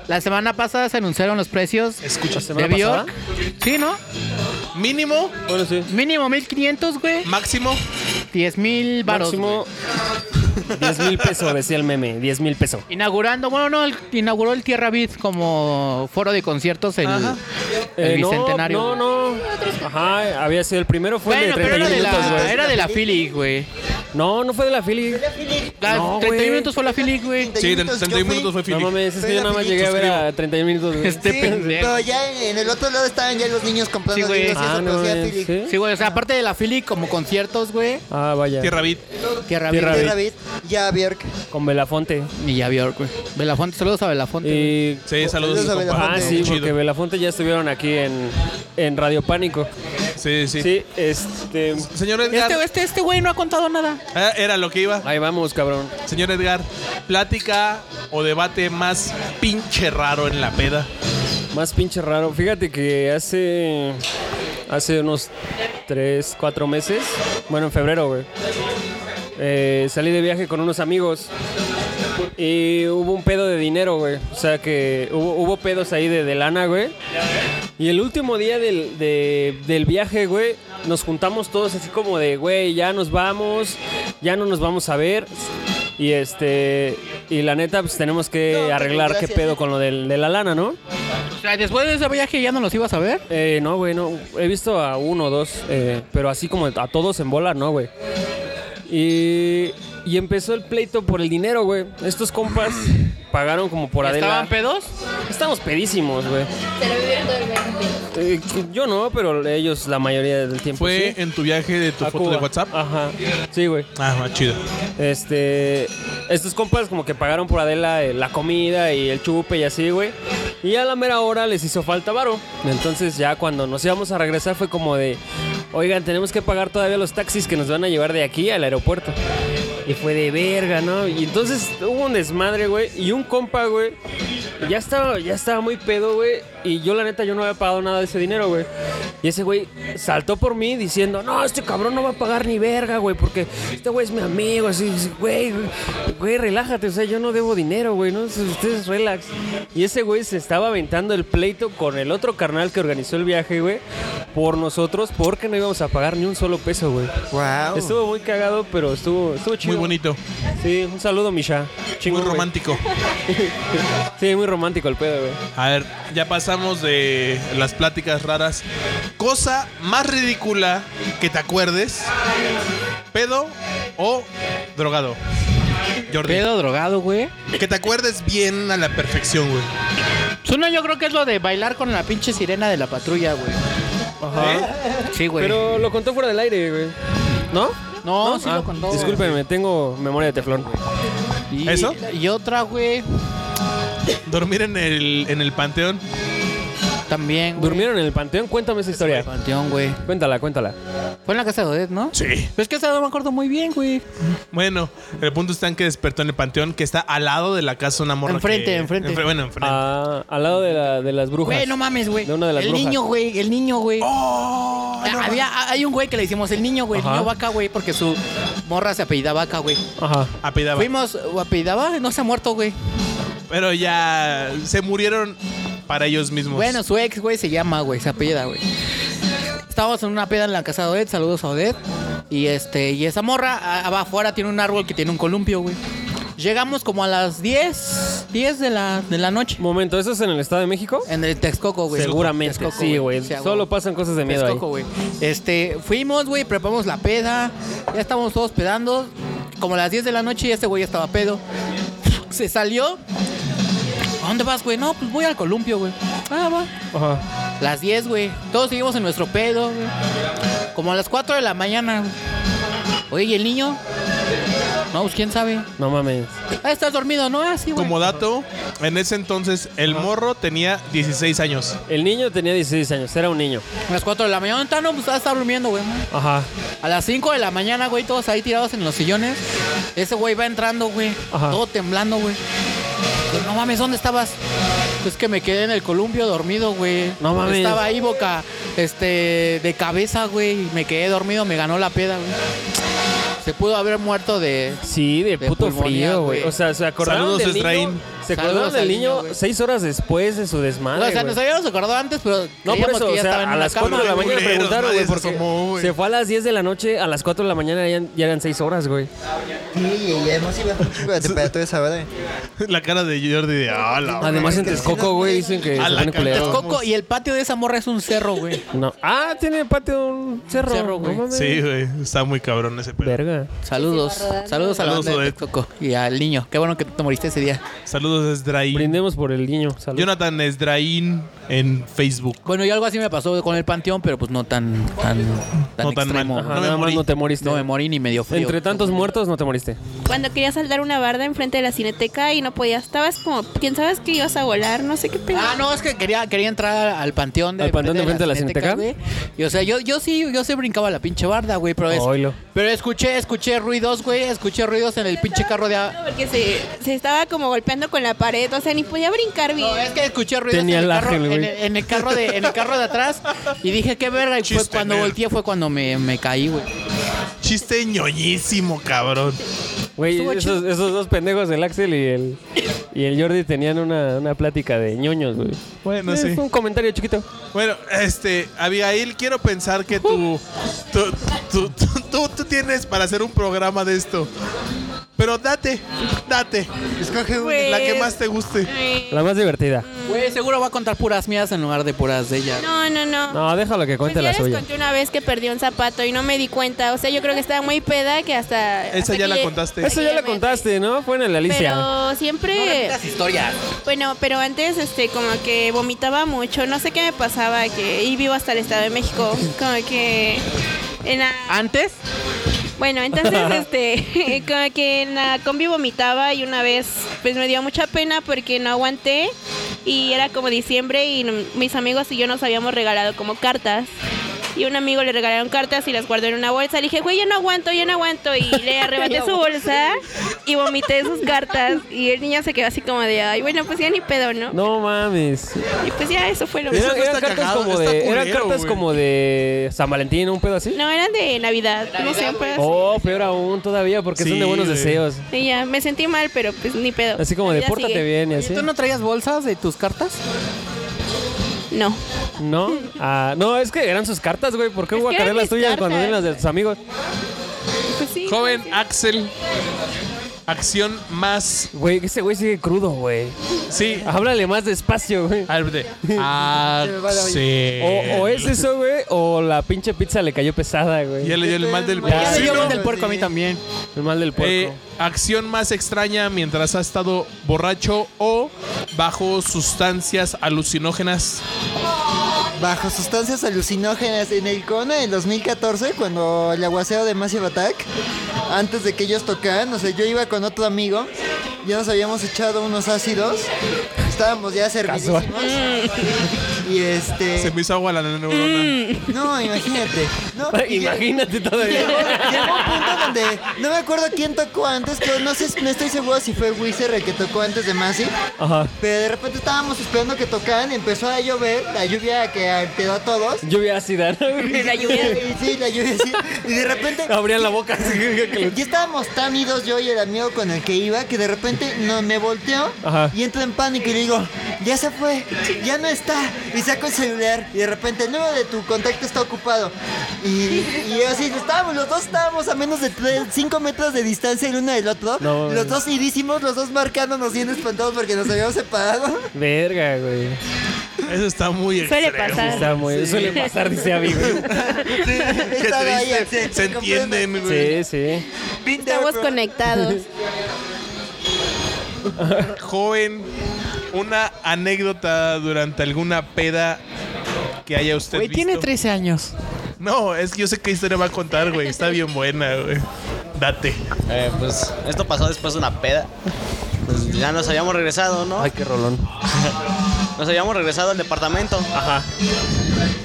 [SPEAKER 2] la semana pasada se anunciaron los precios
[SPEAKER 4] Escucha,
[SPEAKER 2] de
[SPEAKER 3] ¿Semana pasada?
[SPEAKER 2] Bjork. Sí, ¿no?
[SPEAKER 4] Mínimo,
[SPEAKER 3] Bueno, sí.
[SPEAKER 2] Mínimo 1500, güey.
[SPEAKER 4] máximo.
[SPEAKER 2] 10.000 baros.
[SPEAKER 3] Máximo 10 mil pesos, decía el meme. 10 mil pesos.
[SPEAKER 2] Inaugurando, bueno, no, el- inauguró el Tierra Beat como foro de conciertos el, el
[SPEAKER 3] Eh, no,
[SPEAKER 2] bicentenario.
[SPEAKER 3] No, no. Ajá, había sido el primero, fue
[SPEAKER 2] Bueno,
[SPEAKER 3] el de
[SPEAKER 2] pero era
[SPEAKER 3] 31
[SPEAKER 2] de
[SPEAKER 3] minutos,
[SPEAKER 2] la,
[SPEAKER 3] güey.
[SPEAKER 2] era de la Philly, güey.
[SPEAKER 3] No, no fue de la Philly.
[SPEAKER 2] La-
[SPEAKER 3] No,
[SPEAKER 2] 31
[SPEAKER 3] güey.
[SPEAKER 2] minutos fue la Philly, güey.
[SPEAKER 4] Sí,
[SPEAKER 6] Yo
[SPEAKER 4] 31
[SPEAKER 6] fui-
[SPEAKER 4] minutos fue
[SPEAKER 3] No
[SPEAKER 4] Philip.
[SPEAKER 3] mames, es
[SPEAKER 6] Fue
[SPEAKER 3] que yo
[SPEAKER 6] la
[SPEAKER 3] nada más
[SPEAKER 6] Philly,
[SPEAKER 3] llegué a ver a 31 minutos, güey.
[SPEAKER 2] Este
[SPEAKER 6] Sí,
[SPEAKER 2] pendejo.
[SPEAKER 6] pero ya en el otro lado estaban ya los niños comprando
[SPEAKER 2] Sí, güey.
[SPEAKER 6] dildos y eso,
[SPEAKER 3] Ah,
[SPEAKER 6] pero
[SPEAKER 3] no,
[SPEAKER 6] sí a
[SPEAKER 3] es,
[SPEAKER 6] Philip.
[SPEAKER 3] ¿sí?
[SPEAKER 2] Sí, güey, o sea, aparte de la Philly como conciertos, güey.
[SPEAKER 3] Ah, vaya.
[SPEAKER 4] Tierra Beat.
[SPEAKER 2] Tierra
[SPEAKER 3] Tierra
[SPEAKER 2] Beat.
[SPEAKER 6] Tierra Beat, ya Bjork.
[SPEAKER 3] Con Belafonte.
[SPEAKER 2] Y ya Bjork, güey. Belafonte, saludos a Belafonte. güey.
[SPEAKER 3] Y...
[SPEAKER 4] Sí, saludos.
[SPEAKER 6] Saludos a
[SPEAKER 4] compa.
[SPEAKER 3] Ah,
[SPEAKER 6] Belafonte.
[SPEAKER 3] sí,
[SPEAKER 4] Chido.
[SPEAKER 3] porque Belafonte ya estuvieron aquí en, en Radio Pánico.
[SPEAKER 4] Sí, sí.
[SPEAKER 3] Sí. este...
[SPEAKER 4] Señor Edgar,
[SPEAKER 2] Este, este, este güey no ha contado nada.
[SPEAKER 4] ah, era lo que iba.
[SPEAKER 3] Ahí vamos, cabrón.
[SPEAKER 4] Señor Edgar, plática o debate más pinche raro en la peda.
[SPEAKER 3] Pues Más pinche raro. Fíjate que hace. Hace unos 3, 4 meses. Bueno, en febrero, güey. eh, salí de viaje con unos amigos. Y hubo un pedo de dinero, güey. O sea que hubo, hubo pedos ahí de, de lana, güey. Y el último día del, de- del viaje, güey, nos juntamos todos así como de, güey, ya nos vamos, ya no nos vamos a ver. Y este. Y la neta, pues tenemos que
[SPEAKER 6] No,
[SPEAKER 3] arreglar qué
[SPEAKER 6] gracias.
[SPEAKER 3] pedo con lo del- de la lana, ¿no?
[SPEAKER 2] O sea, después de ese viaje ya no los ibas a ver.
[SPEAKER 3] Eh, no, güey, no. He visto a uno o dos, eh, pero así como a todos en bola, no, güey. Y, y empezó el pleito por el dinero, güey. Estos compas pagaron como por Adela.
[SPEAKER 2] ¿Estaban pedos?
[SPEAKER 3] Estamos pedísimos, güey.
[SPEAKER 7] Se lo vivieron todo el
[SPEAKER 3] Eh, yo no, pero ellos la mayoría del tiempo
[SPEAKER 4] Fue
[SPEAKER 3] sí.
[SPEAKER 4] en tu viaje de tu
[SPEAKER 3] A
[SPEAKER 4] foto
[SPEAKER 3] Cuba.
[SPEAKER 4] de WhatsApp.
[SPEAKER 3] Ajá. Sí, güey.
[SPEAKER 4] Ah, más chido.
[SPEAKER 3] Este, estos compas como que pagaron por Adela eh, la comida y el chupe y así, güey. Y a la mera hora les hizo falta varo. Entonces ya cuando nos íbamos a regresar fue como de, oigan, tenemos que pagar todavía los taxis que nos van a llevar de aquí al aeropuerto. Y fue de verga, ¿no? Y entonces hubo un desmadre, güey. Y un compa, güey, ya estaba, ya estaba muy pedo, güey. Y yo la neta, yo no había pagado nada de ese dinero, güey. Y ese güey saltó por mí diciendo, no, este cabrón no va a pagar ni verga, güey, porque este güey es mi amigo, así, así, güey, güey, relájate, o sea, yo no debo dinero, güey, no, ustedes relax. Y ese güey se estaba aventando el pleito con el otro carnal que organizó el viaje, güey, por nosotros, porque no íbamos a pagar ni un solo peso, güey.
[SPEAKER 6] Wow.
[SPEAKER 3] Estuvo muy cagado, pero estuvo, estuvo chido.
[SPEAKER 4] Muy bonito.
[SPEAKER 3] Sí, un saludo, Misha. Chingón,
[SPEAKER 4] Muy
[SPEAKER 3] güey.
[SPEAKER 4] romántico.
[SPEAKER 3] Sí, muy romántico el pedo, güey.
[SPEAKER 4] A ver, ya pasamos de las pláticas raras. Cosa más ridícula que te acuerdes. Pedo o drogado. Jordi.
[SPEAKER 2] Pedo drogado, güey.
[SPEAKER 4] Que te acuerdes bien a la perfección, güey.
[SPEAKER 2] Pues uno yo creo que es lo de bailar con la pinche sirena de la patrulla, güey.
[SPEAKER 4] Ajá.
[SPEAKER 2] Sí, güey.
[SPEAKER 3] Pero lo contó fuera del aire, güey. ¿No?
[SPEAKER 2] No, sí
[SPEAKER 3] Ah,
[SPEAKER 2] lo contó. güey.
[SPEAKER 3] Discúlpenme, tengo memoria de teflón.
[SPEAKER 2] Y-
[SPEAKER 4] ¿Eso?
[SPEAKER 2] Y otra, güey.
[SPEAKER 4] Dormir en el, en el panteón.
[SPEAKER 2] También, güey.
[SPEAKER 3] ¿Durmieron en el panteón? Cuéntame esa historia.
[SPEAKER 2] Panteón, güey.
[SPEAKER 3] Cuéntala, cuéntala.
[SPEAKER 2] Fue en la casa de Odette, ¿no?
[SPEAKER 4] Sí.
[SPEAKER 2] Pues que esa no me acuerdo muy bien, güey.
[SPEAKER 4] Bueno, el punto está en que despertó en el panteón, que está al lado de la casa de una morra.
[SPEAKER 2] Enfrente,
[SPEAKER 4] que-
[SPEAKER 2] enfrente.
[SPEAKER 4] enfre- bueno, enfrente.
[SPEAKER 3] Ah, al lado de, la- de las brujas.
[SPEAKER 2] Güey, no mames, güey.
[SPEAKER 3] De una de las
[SPEAKER 2] el
[SPEAKER 3] brujas.
[SPEAKER 2] niño, güey. El niño, güey.
[SPEAKER 4] ¡Oh!
[SPEAKER 2] Ah,
[SPEAKER 4] no
[SPEAKER 2] había, ah, hay un güey que le decimos el niño, güey. El
[SPEAKER 3] Ajá.
[SPEAKER 2] niño vaca, güey. Porque su morra se apellidaba vaca, güey.
[SPEAKER 3] Ajá.
[SPEAKER 4] mames. Apellidaba.
[SPEAKER 2] Fuimos, ¿o apellidaba? No se ha muerto, güey.
[SPEAKER 4] Pero ya se murieron para ellos mismos.
[SPEAKER 2] Bueno, su ex, güey, se llama, güey, se apellida, güey. Estábamos en una peda en la casa de Odette, saludos a Odette. Y este, y esa morra a- a- afuera tiene un árbol que tiene un columpio, güey. Llegamos como a las 10, 10 de la, de la noche.
[SPEAKER 3] Momento, ¿eso es en el Estado de México?
[SPEAKER 2] En el Texcoco, Eh, güey.
[SPEAKER 3] Seguramente,
[SPEAKER 2] Texcoco,
[SPEAKER 3] sí, güey.
[SPEAKER 2] a
[SPEAKER 3] Solo
[SPEAKER 2] huevo.
[SPEAKER 3] pasan cosas de miedo
[SPEAKER 2] Texcoco, güey. Este, fuimos, güey, preparamos la peda. Ya estábamos todos pedando. Como a las 10 de la noche y este güey ya estaba pedo. *laughs* Se salió. ¿A dónde vas, güey? No, pues voy al columpio, güey. Ah, va.
[SPEAKER 3] ahí. Ajá.
[SPEAKER 2] Las 10, güey. Todos seguimos en nuestro pedo, güey. Como a las 4 de la mañana, güey. Oye, ¿y el niño? No, pues quién sabe.
[SPEAKER 3] No mames.
[SPEAKER 2] Ah, estás dormido, ¿no? Así, güey.
[SPEAKER 4] Como dato, en ese entonces el morro tenía 16 años. *laughs*
[SPEAKER 3] El niño tenía 16 años, era un niño.
[SPEAKER 2] A las 4 de la mañana, "Ah, no, pues está durmiendo, güey.
[SPEAKER 3] Ajá,
[SPEAKER 2] A las 5 de la mañana, güey, todos ahí tirados en los sillones. Ese güey va entrando, güey.
[SPEAKER 3] Ajá.
[SPEAKER 2] Todo temblando, güey. Digo, No mames, ¿dónde estabas? Pues que me quedé en el columpio dormido, güey.
[SPEAKER 3] No mames.
[SPEAKER 2] Estaba ahí boca, este, de cabeza, güey. y Me quedé dormido, me ganó la peda, güey. Se pudo haber muerto de...
[SPEAKER 3] Sí, de,
[SPEAKER 2] De
[SPEAKER 3] puto
[SPEAKER 2] pulmonía,
[SPEAKER 3] frío, güey.
[SPEAKER 2] güey.
[SPEAKER 3] O sea, se acordaron
[SPEAKER 4] Saludos,
[SPEAKER 3] del niño.
[SPEAKER 4] Efraín.
[SPEAKER 3] Se acordaron
[SPEAKER 2] Saludos
[SPEAKER 3] del
[SPEAKER 2] al
[SPEAKER 3] niño,
[SPEAKER 2] niño, güey.
[SPEAKER 3] seis horas después de su desmadre.
[SPEAKER 2] o sea,
[SPEAKER 3] güey.
[SPEAKER 2] nos habíamos acordado antes, pero
[SPEAKER 3] no, por
[SPEAKER 2] creíamos
[SPEAKER 3] eso,
[SPEAKER 2] que
[SPEAKER 3] o
[SPEAKER 2] ya estaba en
[SPEAKER 3] sea, a
[SPEAKER 2] una
[SPEAKER 3] las 4 de
[SPEAKER 2] cama,
[SPEAKER 3] la
[SPEAKER 2] güey.
[SPEAKER 3] mañana le
[SPEAKER 4] culeros,
[SPEAKER 3] preguntaron, güey,
[SPEAKER 4] nadie se
[SPEAKER 3] porque
[SPEAKER 4] asomó, güey.
[SPEAKER 3] se fue a las 10 de la noche, a las 4 de la mañana ya, ya eran 6 horas, güey.
[SPEAKER 6] Sí, y además iba con la temperatura esa hora.
[SPEAKER 4] La cara de Jordi de "Ah, la
[SPEAKER 3] Además en
[SPEAKER 6] que sí,
[SPEAKER 3] Texcoco,
[SPEAKER 6] no,
[SPEAKER 3] güey,
[SPEAKER 6] no,
[SPEAKER 3] dicen que
[SPEAKER 4] a
[SPEAKER 3] se
[SPEAKER 4] la
[SPEAKER 3] pone
[SPEAKER 4] cara.
[SPEAKER 3] culero.
[SPEAKER 2] Coco y el patio de esa morra es un cerro, güey.
[SPEAKER 3] No. Ah, tiene patio un cerro.
[SPEAKER 2] Cerro, güey.
[SPEAKER 3] No mames.
[SPEAKER 4] Sí, güey, está muy cabrón ese pedo.
[SPEAKER 3] Verga.
[SPEAKER 2] Saludos. Saludos a la
[SPEAKER 4] Saludos,
[SPEAKER 2] banda de
[SPEAKER 4] Odette.
[SPEAKER 2] Coco y al niño. Qué bueno que tú te moriste ese día.
[SPEAKER 4] Saludos Esdraín.
[SPEAKER 3] Brindemos por el niño. Salud.
[SPEAKER 4] Jonathan Esdraín en Facebook.
[SPEAKER 2] Bueno, y algo así me pasó con el panteón, pero pues no tan tan tan
[SPEAKER 4] No tan
[SPEAKER 2] extremo.
[SPEAKER 4] mal.
[SPEAKER 3] Ajá,
[SPEAKER 4] No me
[SPEAKER 3] nada más
[SPEAKER 4] morí.
[SPEAKER 3] no te moriste.
[SPEAKER 2] No me morí ni medio frío.
[SPEAKER 3] Entre tantos muertos no te moriste.
[SPEAKER 5] *laughs* Cuando quería saltar una barda enfrente de la cineteca y no podías, estabas como, pensabas que ibas a volar, no sé qué pedo.
[SPEAKER 2] Ah, no, es que quería, quería entrar al panteón de
[SPEAKER 3] ¿Al panteón de frente de la
[SPEAKER 2] Cineteca,
[SPEAKER 3] Cineteca?
[SPEAKER 2] güey. Y o sea, yo, yo sí, yo sí brincaba la pinche barda, güey, pero es-
[SPEAKER 3] Oilo.
[SPEAKER 2] Pero escuché, escuché ruidos, güey, escuché ruidos en el pinche carro de a-
[SPEAKER 5] Porque se, se estaba como golpeando con la pared, o sea, ni podía brincar bien.
[SPEAKER 2] No,
[SPEAKER 3] eh.
[SPEAKER 2] es que escuché ruidos
[SPEAKER 3] Tenía
[SPEAKER 2] en, el
[SPEAKER 3] el
[SPEAKER 2] carro,
[SPEAKER 3] ángel, güey.
[SPEAKER 2] en, el, en el carro de, en el carro de atrás y dije, qué verga, y fue
[SPEAKER 4] Chiste
[SPEAKER 2] cuando
[SPEAKER 4] nerd.
[SPEAKER 2] volteé fue cuando me, me caí, güey.
[SPEAKER 4] Chiste ñoñísimo, cabrón.
[SPEAKER 3] Güey,
[SPEAKER 2] Estuvo
[SPEAKER 3] esos, esos dos pendejos, el Axel y el, y el Jordi, tenían una, una plática de ñoños, güey.
[SPEAKER 4] Bueno,
[SPEAKER 3] Es
[SPEAKER 4] sí.
[SPEAKER 3] un comentario chiquito.
[SPEAKER 4] Bueno, este, Abigail, quiero pensar que tú tú, tú, tú- tú- tú tienes para hacer un programa de esto. Pero date, date.
[SPEAKER 6] Escoge un.
[SPEAKER 5] Pues,
[SPEAKER 4] La que más te guste.
[SPEAKER 5] eh,
[SPEAKER 3] La más divertida.
[SPEAKER 2] Güey, seguro va a contar puras mías en lugar de puras de ella.
[SPEAKER 5] No, no, no.
[SPEAKER 3] No, déjalo que
[SPEAKER 5] Pues
[SPEAKER 3] cuente
[SPEAKER 5] ya
[SPEAKER 3] la
[SPEAKER 5] les
[SPEAKER 3] suya.
[SPEAKER 5] conté una vez que perdí un zapato y no me di cuenta. O sea, yo creo que estaba muy peda que hasta.
[SPEAKER 4] Esa
[SPEAKER 5] hasta
[SPEAKER 4] ya
[SPEAKER 5] que
[SPEAKER 4] la
[SPEAKER 5] llegué-
[SPEAKER 4] contaste.
[SPEAKER 3] Eso ya la contaste, ¿no? Fue en la Alicia.
[SPEAKER 5] Pero siempre.
[SPEAKER 2] Las historias.
[SPEAKER 5] Bueno, pero antes, este, como que vomitaba mucho. No sé qué me pasaba, que. Y vivo hasta el Estado de México. Como que. En la-
[SPEAKER 2] ¿Antes?
[SPEAKER 5] bueno,
[SPEAKER 3] *laughs*
[SPEAKER 5] entonces, este, *laughs* como que en la combi vomitaba y una vez, pues me dio mucha pena porque no aguanté y era como diciembre y n- mis amigos y yo nos habíamos regalado como cartas. Y a un amigo le regalaron cartas y las guardó en una bolsa. Le dije, güey, yo no aguanto, yo no aguanto. Y
[SPEAKER 3] *laughs*
[SPEAKER 5] le arrebaté su bolsa y vomité sus cartas. Y el niño se quedó así como de, ay, bueno, pues ya ni pedo, ¿no?
[SPEAKER 3] No mames.
[SPEAKER 5] Y pues ya eso fue lo
[SPEAKER 3] Eran,
[SPEAKER 5] mismo.
[SPEAKER 4] está
[SPEAKER 3] eran cartas,
[SPEAKER 4] cagado,
[SPEAKER 3] como,
[SPEAKER 4] está
[SPEAKER 3] de, eran
[SPEAKER 4] culero,
[SPEAKER 3] cartas
[SPEAKER 4] güey.
[SPEAKER 3] como de San Valentín, un pedo así.
[SPEAKER 5] No, eran de Navidad, como siempre.
[SPEAKER 3] Oh, peor aún todavía, porque son
[SPEAKER 4] Sí,
[SPEAKER 3] de buenos
[SPEAKER 4] güey.
[SPEAKER 3] deseos.
[SPEAKER 5] Y ya, me sentí mal, pero pues ni pedo.
[SPEAKER 3] Así como de
[SPEAKER 5] Navidad
[SPEAKER 3] pórtate
[SPEAKER 5] sigue".
[SPEAKER 3] bien y
[SPEAKER 2] ¿Y
[SPEAKER 3] así.
[SPEAKER 2] tú no traías bolsas de tus cartas?
[SPEAKER 5] No.
[SPEAKER 3] No, ah, no, es que eran sus cartas, güey. ¿Por qué
[SPEAKER 5] Es que
[SPEAKER 3] guacarear
[SPEAKER 5] eran
[SPEAKER 3] las
[SPEAKER 5] mis
[SPEAKER 3] tuyas cuando
[SPEAKER 5] cartas.
[SPEAKER 3] vienen las de tus amigos?
[SPEAKER 5] Pues sí.
[SPEAKER 4] Joven Axel. Acción más.
[SPEAKER 3] Güey, ese güey sigue crudo, güey.
[SPEAKER 4] Sí.
[SPEAKER 3] Háblale más despacio, güey.
[SPEAKER 4] Albert.
[SPEAKER 2] *laughs*
[SPEAKER 3] O, o es
[SPEAKER 4] Axel.
[SPEAKER 3] eso, güey, o la pinche pizza le cayó pesada,
[SPEAKER 4] Ya
[SPEAKER 3] güey.
[SPEAKER 4] le dio el mal del
[SPEAKER 3] Ah,
[SPEAKER 2] Ya me
[SPEAKER 4] Sí,
[SPEAKER 2] dio
[SPEAKER 4] ¿no?
[SPEAKER 2] mal del puerco a mí también.
[SPEAKER 3] El mal del puerco.
[SPEAKER 4] Eh, acción más extraña mientras ha estado borracho o bajo sustancias alucinógenas.
[SPEAKER 6] Bajo sustancias alucinógenas en el CONA en 2014, cuando el aguacero de Massive Attack, antes de que ellos tocaran, o sea, yo iba con otro amigo, ya nos habíamos echado unos ácidos, estábamos
[SPEAKER 2] *laughs*
[SPEAKER 6] ya servidísimos. Y
[SPEAKER 4] Se
[SPEAKER 6] este.
[SPEAKER 4] me hizo agua la
[SPEAKER 2] Mm.
[SPEAKER 4] neurona.
[SPEAKER 6] No, imagínate.
[SPEAKER 2] *laughs*
[SPEAKER 6] No, eh, y
[SPEAKER 3] *laughs*
[SPEAKER 6] ya-
[SPEAKER 3] Imagínate todavía. *laughs*
[SPEAKER 6] Llegó, llegó un punto donde no me acuerdo quién tocó antes, pero no sé, no estoy seguro si fue Wizard el que tocó antes de Masi.
[SPEAKER 3] Ajá.
[SPEAKER 6] Pero de repente estábamos esperando que tocaran, empezó a llover, la lluvia que alteró a todos.
[SPEAKER 3] Lluvia ácida, ¿no?
[SPEAKER 5] *laughs*
[SPEAKER 8] *laughs*
[SPEAKER 5] La lluvia.
[SPEAKER 6] Y sí, la lluvia sí. Y de repente
[SPEAKER 3] Abrían la boca. así que le-
[SPEAKER 6] Eh, ya estábamos tan idos yo y el amigo con el que iba que de repente no me volteo
[SPEAKER 3] Ajá.
[SPEAKER 6] y entro en pánico y le digo, ya se fue, ya no está. Y saco el celular y de repente el número de tu contacto está ocupado. Y, y así estábamos, los dos estábamos a menos de 5 metros de distancia el uno del otro.
[SPEAKER 3] No,
[SPEAKER 6] los
[SPEAKER 3] mames.
[SPEAKER 6] dos idísimos, los dos marcándonos bien espantados porque nos habíamos separado.
[SPEAKER 3] Verga, güey.
[SPEAKER 4] Eso está muy
[SPEAKER 5] Suele
[SPEAKER 4] extremo. *laughs*
[SPEAKER 8] Ah,
[SPEAKER 5] pasar.
[SPEAKER 3] Está muy. Suele pasar, dice Abby,
[SPEAKER 8] *laughs*
[SPEAKER 3] güey.
[SPEAKER 4] *laughs* Qué
[SPEAKER 6] Estaba ahí,
[SPEAKER 4] triste.
[SPEAKER 6] Axel,
[SPEAKER 4] Se
[SPEAKER 6] te comprendo.
[SPEAKER 4] entienden, güey.
[SPEAKER 3] Sí, sí.
[SPEAKER 6] Been there,
[SPEAKER 5] Estamos
[SPEAKER 6] bro.
[SPEAKER 5] conectados.
[SPEAKER 4] Joven, una anécdota durante alguna peda que haya usted
[SPEAKER 2] Güey,
[SPEAKER 4] visto.
[SPEAKER 2] tiene 13 años.
[SPEAKER 4] No, es que yo sé qué historia va a contar, güey. Está bien buena, güey. Date.
[SPEAKER 8] Eh, pues esto pasó después de una peda. Pues ya nos habíamos regresado, ¿no?
[SPEAKER 9] Ay, qué rolón.
[SPEAKER 8] *laughs* Nos habíamos regresado al departamento. Ajá.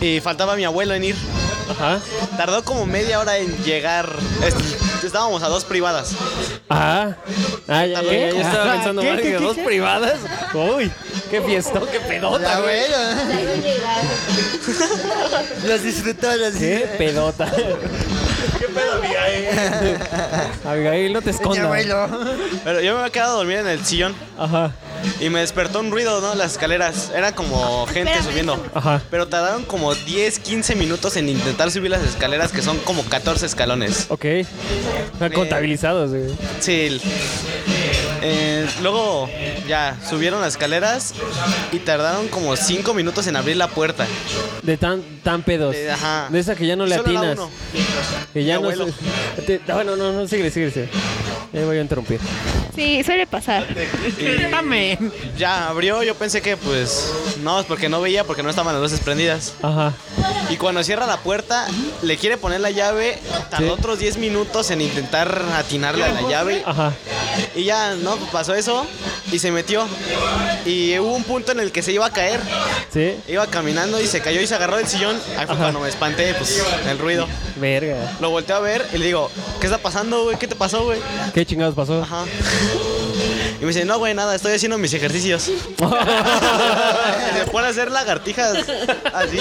[SPEAKER 8] Y faltaba mi abuelo en ir. Ajá. Tardó como media hora en llegar. Est- Estábamos a dos privadas.
[SPEAKER 3] Ah, ah ya, ya, ya, yo estaba
[SPEAKER 8] Ah,
[SPEAKER 3] pensando,
[SPEAKER 8] ¿qué,
[SPEAKER 3] madre,
[SPEAKER 8] qué, qué,
[SPEAKER 3] dos
[SPEAKER 8] qué?
[SPEAKER 3] privadas. Uy, qué fiesta, qué pedota, güey.
[SPEAKER 6] Las disfrutó, las
[SPEAKER 3] Qué pedota.
[SPEAKER 4] ¿Qué pedo,
[SPEAKER 3] Abigail, no Ah, te escondas.
[SPEAKER 8] Pero yo me había quedado a dormir en el sillón.
[SPEAKER 3] Ajá.
[SPEAKER 8] Y me despertó un ruido, ¿no? Las escaleras. Era como gente subiendo.
[SPEAKER 3] Ajá.
[SPEAKER 8] Pero tardaron como 10, 15 minutos en intentar subir las escaleras, que son como 14 escalones.
[SPEAKER 3] Ok. Ah, Contabilizados, güey.
[SPEAKER 8] Sí. el- eh, luego ya subieron las escaleras y tardaron como 5 minutos en abrir la puerta.
[SPEAKER 3] De tan, tan pedos.
[SPEAKER 8] Eh, ajá.
[SPEAKER 3] De esa que ya no le
[SPEAKER 8] Solo era
[SPEAKER 3] atinas.
[SPEAKER 8] uno.
[SPEAKER 3] Que ya
[SPEAKER 8] Mi
[SPEAKER 3] no.
[SPEAKER 8] abuelo.
[SPEAKER 3] se- te- ah, bueno, no, no, sigue, sigue, sigue. Ya voy a interrumpir.
[SPEAKER 5] *laughs* Sí, suele pasar.
[SPEAKER 8] Y ya abrió, yo pensé que pues no, es porque no veía, porque no estaban las luces prendidas.
[SPEAKER 3] Ajá.
[SPEAKER 8] Y cuando cierra la puerta, le quiere poner la llave, tardó otros 10 minutos en intentar atinarle a la llave.
[SPEAKER 3] Ajá.
[SPEAKER 8] Y ya, no, pasó eso y se metió. Y hubo un punto en el que se iba a caer.
[SPEAKER 3] Sí.
[SPEAKER 8] Iba caminando y se cayó y se agarró del sillón. Ahí fue
[SPEAKER 3] Ajá.
[SPEAKER 8] cuando me espanté, pues, el ruido.
[SPEAKER 3] Verga.
[SPEAKER 8] Lo volteé a ver y le digo, ¿qué está pasando, güey? ¿Qué te pasó, güey?
[SPEAKER 3] ¿Qué chingados pasó?
[SPEAKER 8] *laughs* Ajá. Y me dice, no, güey, nada, estoy haciendo mis ejercicios. *laughs* se pone a hacer lagartijas así.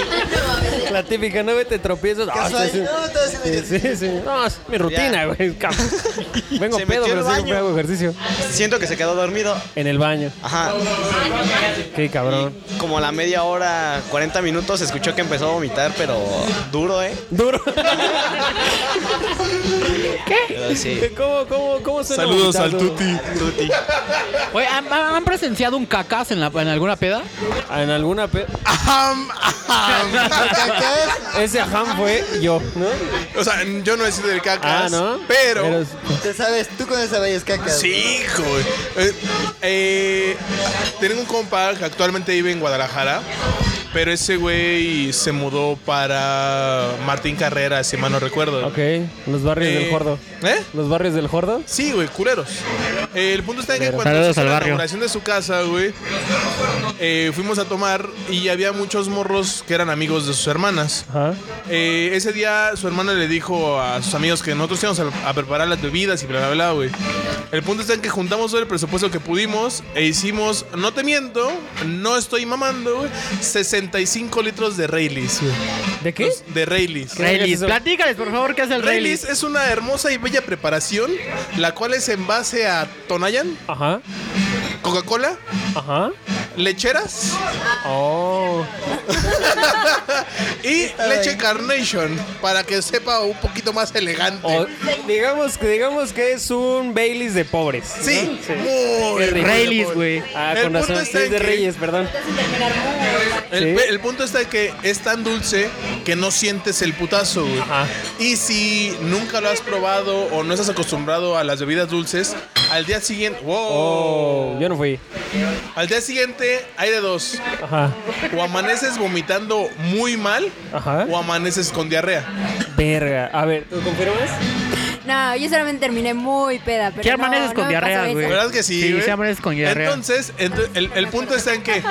[SPEAKER 3] La típica, no vete tropiezos. Ah,
[SPEAKER 6] Casual,
[SPEAKER 3] sí, sí.
[SPEAKER 6] no, todo así,
[SPEAKER 3] Sí, sí, sí. No, es mi rutina,
[SPEAKER 8] Ya.
[SPEAKER 3] güey. cabrón. Vengo
[SPEAKER 8] Se
[SPEAKER 3] pedo,
[SPEAKER 8] metió al
[SPEAKER 3] pero siempre
[SPEAKER 8] baño.
[SPEAKER 3] hago ejercicio.
[SPEAKER 8] Siento que se quedó dormido.
[SPEAKER 3] En el baño.
[SPEAKER 8] Ajá.
[SPEAKER 3] Qué cabrón.
[SPEAKER 8] Como a la media hora, 40 minutos, escuchó que empezó a vomitar, pero duro, ¿eh?
[SPEAKER 3] Duro.
[SPEAKER 8] Pero Pues sí.
[SPEAKER 3] *laughs* ¿Cómo, cómo, cómo suena
[SPEAKER 4] Saludos al
[SPEAKER 3] vomitar duro?
[SPEAKER 4] Tuti.
[SPEAKER 8] Tuti.
[SPEAKER 2] Oye, ¿han, han- han presenciado un cacas en, la, en alguna peda?
[SPEAKER 3] En alguna pe-
[SPEAKER 4] Ajam, ajam.
[SPEAKER 6] ¿Cacas?
[SPEAKER 3] Ese aján fue yo, ¿no?
[SPEAKER 4] *laughs* O sea, yo no he sido del
[SPEAKER 3] Ah,
[SPEAKER 4] cacas.
[SPEAKER 3] ¿no?
[SPEAKER 4] Pero.
[SPEAKER 6] Te sabes, tú con esa bella cacas.
[SPEAKER 4] Sí, güey. Eh, eh, tengo un compa que actualmente vive en Guadalajara. Pero ese güey se mudó para Martín Carrera, si mal no recuerdo.
[SPEAKER 3] Ok, los barrios
[SPEAKER 4] Eh,
[SPEAKER 3] del Jordo.
[SPEAKER 4] ¿Eh?
[SPEAKER 3] ¿Los barrios del Jordo?
[SPEAKER 4] Sí, güey, culeros. Eh, el punto está en que
[SPEAKER 3] Culeros.
[SPEAKER 4] cuando
[SPEAKER 3] Saludos
[SPEAKER 4] hizo
[SPEAKER 3] al
[SPEAKER 4] la
[SPEAKER 3] barrio.
[SPEAKER 4] inauguración de su casa, güey, eh, fuimos a tomar y había muchos morros que eran amigos de sus hermanas.
[SPEAKER 3] Ajá.
[SPEAKER 4] Eh, ese día su hermana le dijo a sus amigos que nosotros íbamos a, a preparar las bebidas y bla, bla, bla, güey. El punto está en que juntamos todo el presupuesto que pudimos e hicimos, no te miento, no estoy mamando, güey, 65 litros de Rayleigh, güey.
[SPEAKER 3] ¿De qué?
[SPEAKER 4] De Rayleigh.
[SPEAKER 3] Rayleigh,
[SPEAKER 2] Raylis, platícales, por favor, ¿qué es el
[SPEAKER 4] Rayleigh
[SPEAKER 2] Raylis?
[SPEAKER 4] es una hermosa y bella preparación, la cual es en base a Tonayan,
[SPEAKER 3] Ajá,
[SPEAKER 4] Coca-Cola,
[SPEAKER 3] ajá.
[SPEAKER 4] lecheras
[SPEAKER 3] Oh,
[SPEAKER 4] y leche Carnation, para que sepa un poquito más elegante.
[SPEAKER 3] O- digamos que digamos que es un Baileys de pobres.
[SPEAKER 4] Sí,
[SPEAKER 3] Qué
[SPEAKER 4] muy
[SPEAKER 3] rico.
[SPEAKER 2] Raylis, güey.
[SPEAKER 3] Ah,
[SPEAKER 4] El
[SPEAKER 3] con razón,
[SPEAKER 4] punto
[SPEAKER 3] sí
[SPEAKER 4] está
[SPEAKER 3] es
[SPEAKER 4] en
[SPEAKER 3] de
[SPEAKER 4] que-
[SPEAKER 3] Reyes, perdón.
[SPEAKER 4] El,
[SPEAKER 3] Sí.
[SPEAKER 4] el punto está que es tan dulce que no sientes el putazo, güey.
[SPEAKER 3] Ajá.
[SPEAKER 4] Y si nunca lo has probado o no estás acostumbrado a las bebidas dulces, al día siguiente, wow,
[SPEAKER 3] Oh, yo no fui.
[SPEAKER 4] al día siguiente hay de dos.
[SPEAKER 3] Ajá,
[SPEAKER 4] O amaneces vomitando muy mal
[SPEAKER 3] ajá.
[SPEAKER 4] o amaneces con diarrea.
[SPEAKER 3] Verga. A ver, ¿tú confirmas?
[SPEAKER 7] No, yo solamente terminé muy peda. Pero
[SPEAKER 2] ¿Qué
[SPEAKER 7] no,
[SPEAKER 2] amaneces
[SPEAKER 7] no
[SPEAKER 2] con
[SPEAKER 7] me
[SPEAKER 2] diarrea,
[SPEAKER 7] pasó eso.
[SPEAKER 2] güey?
[SPEAKER 4] ¿Verdad que sí?
[SPEAKER 2] Sí,
[SPEAKER 4] güey?
[SPEAKER 2] sí amaneces con diarrea.
[SPEAKER 4] Entonces, ento- el, el punto está en que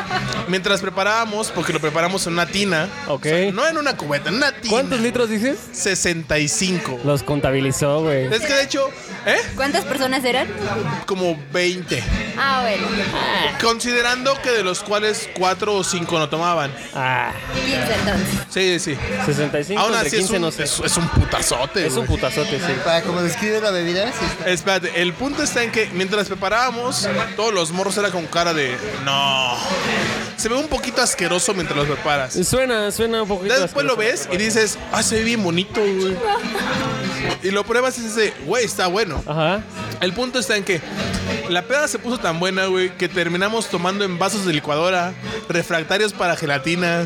[SPEAKER 4] mientras preparábamos, porque lo preparamos en una tina,
[SPEAKER 3] Ok.
[SPEAKER 4] o sea, no en una cubeta, en una tina.
[SPEAKER 3] ¿Cuántos litros dices?
[SPEAKER 4] 65.
[SPEAKER 3] Los contabilizó, güey.
[SPEAKER 4] Es que de hecho, ¿eh?
[SPEAKER 7] ¿Cuántas personas eran?
[SPEAKER 4] Como 20.
[SPEAKER 7] Ah, bueno.
[SPEAKER 4] Considerando que de los cuales 4 o 5 no tomaban.
[SPEAKER 3] Ah,
[SPEAKER 7] 15 entonces.
[SPEAKER 4] Sí, sí.
[SPEAKER 3] 65
[SPEAKER 4] Aún
[SPEAKER 3] entre
[SPEAKER 4] así es
[SPEAKER 3] 15
[SPEAKER 4] un,
[SPEAKER 3] no sé.
[SPEAKER 4] es, es un putazote.
[SPEAKER 3] Es un
[SPEAKER 4] güey.
[SPEAKER 3] putazote, sí.
[SPEAKER 6] Para como describe la bebida, sí.
[SPEAKER 4] Espérate, el punto está en que mientras preparábamos, todos los morros eran con cara de no. Se ve un poquito asqueroso mientras los preparas.
[SPEAKER 3] Suena, suena un poquito.
[SPEAKER 4] Después lo ves
[SPEAKER 3] asqueroso.
[SPEAKER 4] y dices, ah, se ve bien bonito, güey. Y lo pruebas y dices, güey, está bueno.
[SPEAKER 3] Ajá.
[SPEAKER 4] El punto está en que la peda se puso tan buena, güey, que terminamos tomando en vasos de licuadora, refractarios para gelatina.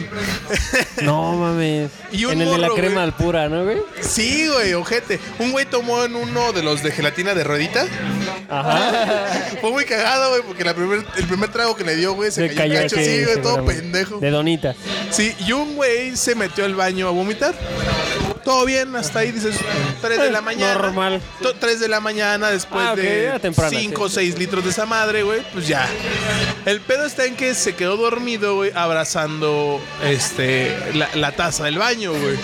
[SPEAKER 3] No mames.
[SPEAKER 4] Y un
[SPEAKER 3] en el de la
[SPEAKER 4] morro,
[SPEAKER 3] crema
[SPEAKER 4] güey.
[SPEAKER 3] al pura, ¿no, güey?
[SPEAKER 4] Sí, güey, ojete. Un güey tomó en uno de los de gelatina de ruedita. *laughs*
[SPEAKER 3] Ajá.
[SPEAKER 4] Fue muy cagado, güey, porque la primer- el primer trago que le dio, güey, se,
[SPEAKER 3] Se
[SPEAKER 4] cayó
[SPEAKER 3] cayó
[SPEAKER 4] el cacho.
[SPEAKER 3] aquí,
[SPEAKER 4] Sí, güey, todo
[SPEAKER 3] seguramente.
[SPEAKER 4] pendejo.
[SPEAKER 3] De Donita.
[SPEAKER 4] Sí, y un güey se metió al baño a vomitar. Todo bien, hasta ahí dices 3 de la mañana. Normal. 3 de la mañana después
[SPEAKER 3] Eh, Ah, ok, era
[SPEAKER 4] de
[SPEAKER 3] temprano,
[SPEAKER 4] 5 o 6 litros de esa madre, güey, pues ya. El pedo está en que se quedó dormido, güey, abrazando este, la, la taza del baño, güey.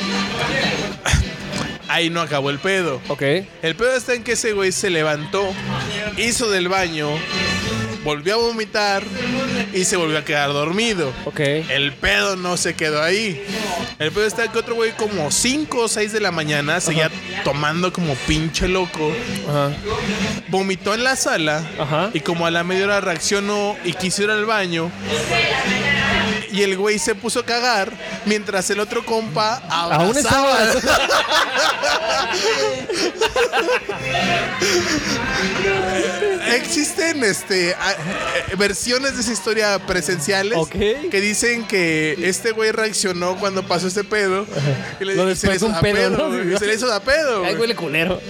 [SPEAKER 4] Ahí no acabó el pedo.
[SPEAKER 3] Ok.
[SPEAKER 4] El pedo está en que ese güey se levantó, hizo del baño, volvió a vomitar y se volvió a quedar dormido.
[SPEAKER 3] Ok.
[SPEAKER 4] El pedo no se quedó ahí. El pedo está en que otro güey como 5 o 6 de la mañana seguía tomando como pinche loco. Vomitó en la sala y como a la media hora reaccionó y quiso ir al baño. Y el güey se puso a cagar mientras el otro compa abrazaba.
[SPEAKER 3] Aún estaba.
[SPEAKER 4] Existen este a- eh, versiones de esa historia presenciales que dicen que este güey reaccionó cuando pasó este pedo y le,
[SPEAKER 3] Lo
[SPEAKER 4] y se le
[SPEAKER 3] despertó
[SPEAKER 4] hizo
[SPEAKER 3] un
[SPEAKER 4] da
[SPEAKER 3] pedo,
[SPEAKER 4] pedo,
[SPEAKER 3] ¿no?
[SPEAKER 4] güey, se le hizo da pedo.
[SPEAKER 3] Ay, huele culero.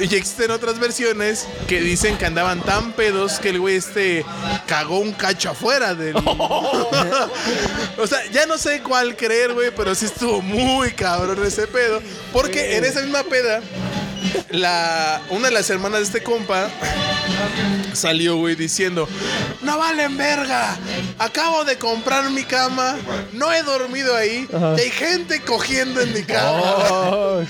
[SPEAKER 4] Y existen otras versiones que dicen que andaban tan pedos que el güey este cagó un cacho afuera del. o sea, ya no sé cuál creer, güey, pero sí estuvo muy cabrón ese pedo. Porque en esa misma peda, la, una de las hermanas de este compa salió, güey, diciendo: No valen verga, acabo de comprar mi cama, no he dormido ahí, y hay gente cogiendo en mi cama.
[SPEAKER 3] Oh.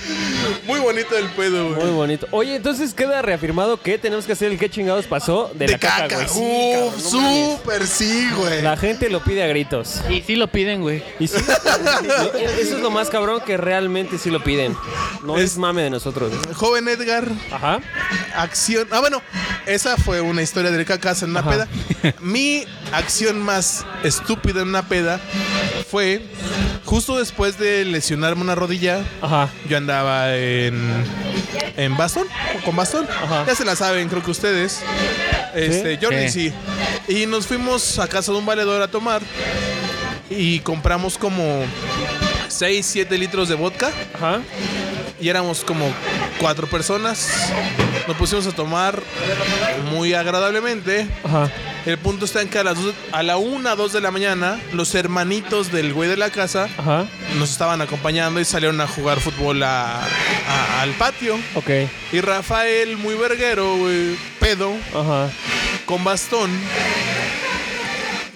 [SPEAKER 4] Muy bonito el pedo, güey.
[SPEAKER 3] Muy bonito. Oye, entonces queda reafirmado que tenemos que hacer el que chingados pasó de,
[SPEAKER 4] De
[SPEAKER 3] la caca,
[SPEAKER 4] caca.
[SPEAKER 3] güey. Sí,
[SPEAKER 4] Uf,
[SPEAKER 3] cabrón, no mames.
[SPEAKER 4] súper sí, güey.
[SPEAKER 3] La gente lo pide a gritos.
[SPEAKER 2] Y sí lo piden, güey.
[SPEAKER 3] Y sí, eso es lo más cabrón que realmente sí lo piden. No es, mame de nosotros.
[SPEAKER 4] Joven Edgar.
[SPEAKER 3] Ajá.
[SPEAKER 4] Acción. Ah, bueno, esa fue una historia del cacas en una
[SPEAKER 3] Ajá.
[SPEAKER 4] peda. Mi acción más estúpida en una peda fue justo después de lesionarme una rodilla. Yo andaba en. en bastón. Con bastón. Ya se la saben, creo que ustedes. Este, Jordi
[SPEAKER 2] Sí.
[SPEAKER 4] sí. Y nos fuimos a casa de un valedor a tomar. Y compramos como 6, 7 litros de vodka. Y éramos como cuatro personas. Nos pusimos a tomar muy agradablemente. El punto está en que a, las dos- a la 1, 2 de la mañana, los hermanitos del güey de la casa nos estaban acompañando y salieron a jugar fútbol a- a- al patio.
[SPEAKER 3] Ok.
[SPEAKER 4] Y Rafael, muy verguero, güey, pedo, con bastón.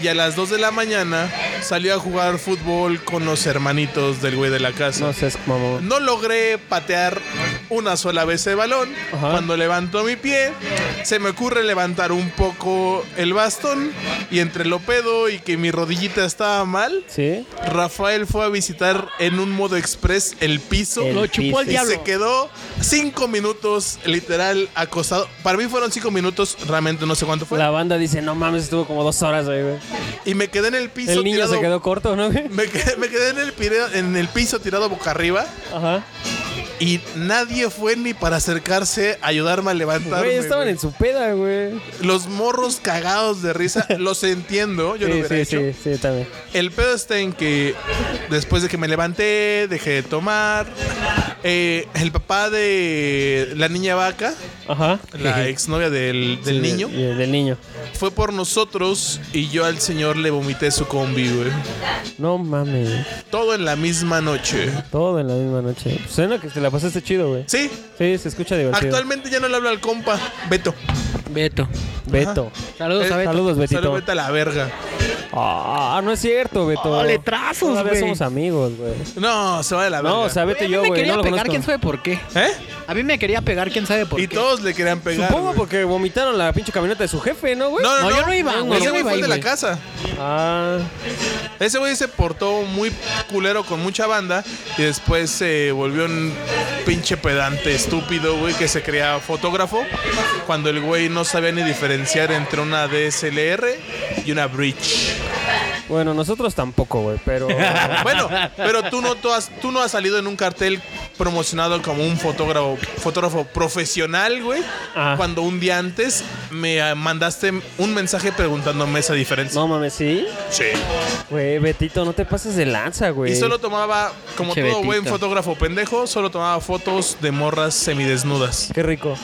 [SPEAKER 4] Y a las 2 de la mañana salió a jugar fútbol con los hermanitos del güey de la casa.
[SPEAKER 3] No seas mamón.
[SPEAKER 4] No logré patear una sola vez el balón. Cuando levantó mi pie, se me ocurre levantar un poco el bastón. Y entre lo pedo y que mi rodillita estaba mal,
[SPEAKER 3] ¿Sí?
[SPEAKER 4] Rafael fue a visitar en un modo express el piso.
[SPEAKER 3] El Lo chupó el
[SPEAKER 4] y
[SPEAKER 3] diablo.
[SPEAKER 4] se quedó cinco minutos literal acostado. Para mí fueron cinco minutos, realmente no sé cuánto fue.
[SPEAKER 3] La banda dice, no mames, estuvo como dos horas ahí, güey.
[SPEAKER 4] Y me quedé en el piso.
[SPEAKER 3] El niño
[SPEAKER 4] tirado-
[SPEAKER 3] se quedó corto, ¿no? güey?
[SPEAKER 4] Me quedé, me quedé en, el pire- en el piso tirado boca arriba.
[SPEAKER 3] Ajá.
[SPEAKER 4] Y nadie fue ni para acercarse a ayudarme a levantarme.
[SPEAKER 3] Güey, estaban
[SPEAKER 4] güey.
[SPEAKER 3] en su peda, güey.
[SPEAKER 4] Los morros cagados de
[SPEAKER 3] *laughs*
[SPEAKER 4] risa, los entiendo, yo lo
[SPEAKER 3] sí,
[SPEAKER 4] hubiera
[SPEAKER 3] sí,
[SPEAKER 4] hecho.
[SPEAKER 3] sí, sí, también.
[SPEAKER 4] El pedo está en que después de que me levanté, dejé de tomar. eh, el papá de la niña vaca,
[SPEAKER 3] Ajá.
[SPEAKER 4] la exnovia del, del
[SPEAKER 3] Sí,
[SPEAKER 4] niño,
[SPEAKER 3] y el del niño.
[SPEAKER 4] fue por nosotros y yo al señor le vomité su combi, güey.
[SPEAKER 3] No mames.
[SPEAKER 4] Todo en la misma noche.
[SPEAKER 3] Todo en la misma noche. Suena que te la pasaste chido, güey.
[SPEAKER 4] Sí,
[SPEAKER 3] Sí, se escucha divertido.
[SPEAKER 4] actualmente ya no le hablo al compa, Beto. Eh,
[SPEAKER 2] Beto.
[SPEAKER 3] Beto.
[SPEAKER 2] Saludos a Beto.
[SPEAKER 3] Saludos, Betito.
[SPEAKER 4] Saludos, Beto a la verga.
[SPEAKER 3] Ah, no es cierto, Beto.
[SPEAKER 2] Oh, letrazos,
[SPEAKER 3] Todavía
[SPEAKER 2] güey.
[SPEAKER 3] somos amigos, güey.
[SPEAKER 4] No, se va de la verga.
[SPEAKER 3] No, o sea, Beto y
[SPEAKER 2] Güey, a mí
[SPEAKER 3] yo,
[SPEAKER 2] me
[SPEAKER 3] güey.
[SPEAKER 2] quería
[SPEAKER 3] No lo
[SPEAKER 2] pegar,
[SPEAKER 3] conozco.
[SPEAKER 2] quién sabe por qué.
[SPEAKER 4] ¿Eh?
[SPEAKER 2] A mí me quería pegar, quién sabe por
[SPEAKER 4] Y
[SPEAKER 2] qué.
[SPEAKER 4] todos le querían pegar.
[SPEAKER 3] Supongo
[SPEAKER 4] güey.
[SPEAKER 3] porque vomitaron la pinche camioneta de su jefe, ¿no, güey?
[SPEAKER 4] No, no,
[SPEAKER 2] No, yo no iba, güey,
[SPEAKER 4] Ese
[SPEAKER 2] yo no
[SPEAKER 4] güey
[SPEAKER 2] iba
[SPEAKER 4] fue
[SPEAKER 2] ahí,
[SPEAKER 4] el de la
[SPEAKER 2] güey.
[SPEAKER 4] casa.
[SPEAKER 3] Ah,
[SPEAKER 4] Ese güey se portó muy culero con mucha banda y después se volvió un pinche pedante estúpido, güey, que se creía fotógrafo cuando el güey no sabía ni diferenciar entre una DSLR y una Bridge.
[SPEAKER 3] bueno, nosotros tampoco, güey, pero...
[SPEAKER 4] *laughs* Bueno, pero tú no, tú has, tú no has salido en un cartel promocionado como un fotógrafo, fotógrafo profesional, güey,
[SPEAKER 3] Ah.
[SPEAKER 4] cuando un día antes me ah, mandaste un mensaje preguntándome esa diferencia.
[SPEAKER 3] No mames, ¿sí?
[SPEAKER 4] Sí.
[SPEAKER 3] Güey, Betito, no te pases de lanza, güey.
[SPEAKER 4] Y solo tomaba, como
[SPEAKER 3] Pinche
[SPEAKER 4] todo buen
[SPEAKER 3] Betito.
[SPEAKER 4] fotógrafo pendejo, solo tomaba fotos de morras semidesnudas.
[SPEAKER 3] Qué rico.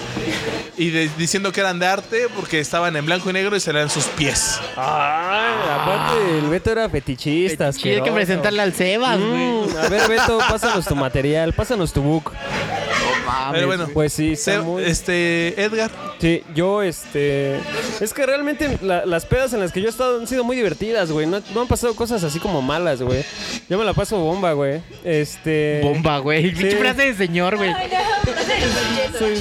[SPEAKER 4] Y de- diciendo que eran de arte porque estaban en blanco y negro y se eran sus pies.
[SPEAKER 3] Ah, Aparte, el Beto era fetichista.
[SPEAKER 2] Sí, hay que
[SPEAKER 3] asqueroso.
[SPEAKER 2] presentarle al Sebas, güey.
[SPEAKER 3] Mm, a ver, Beto, pásanos tu material, pásanos tu book.
[SPEAKER 2] Ah,
[SPEAKER 4] Pero bueno,
[SPEAKER 3] pues sí, está muy-
[SPEAKER 4] este Edgar.
[SPEAKER 3] Sí, yo este es que realmente la- las pedas en las que yo he estado han sido muy divertidas, güey. No, no han pasado cosas así como malas, güey. Yo me la paso bomba, güey. Este
[SPEAKER 2] Bomba, güey. Pinche frase de señor,
[SPEAKER 3] pues.
[SPEAKER 2] güey.
[SPEAKER 3] Soy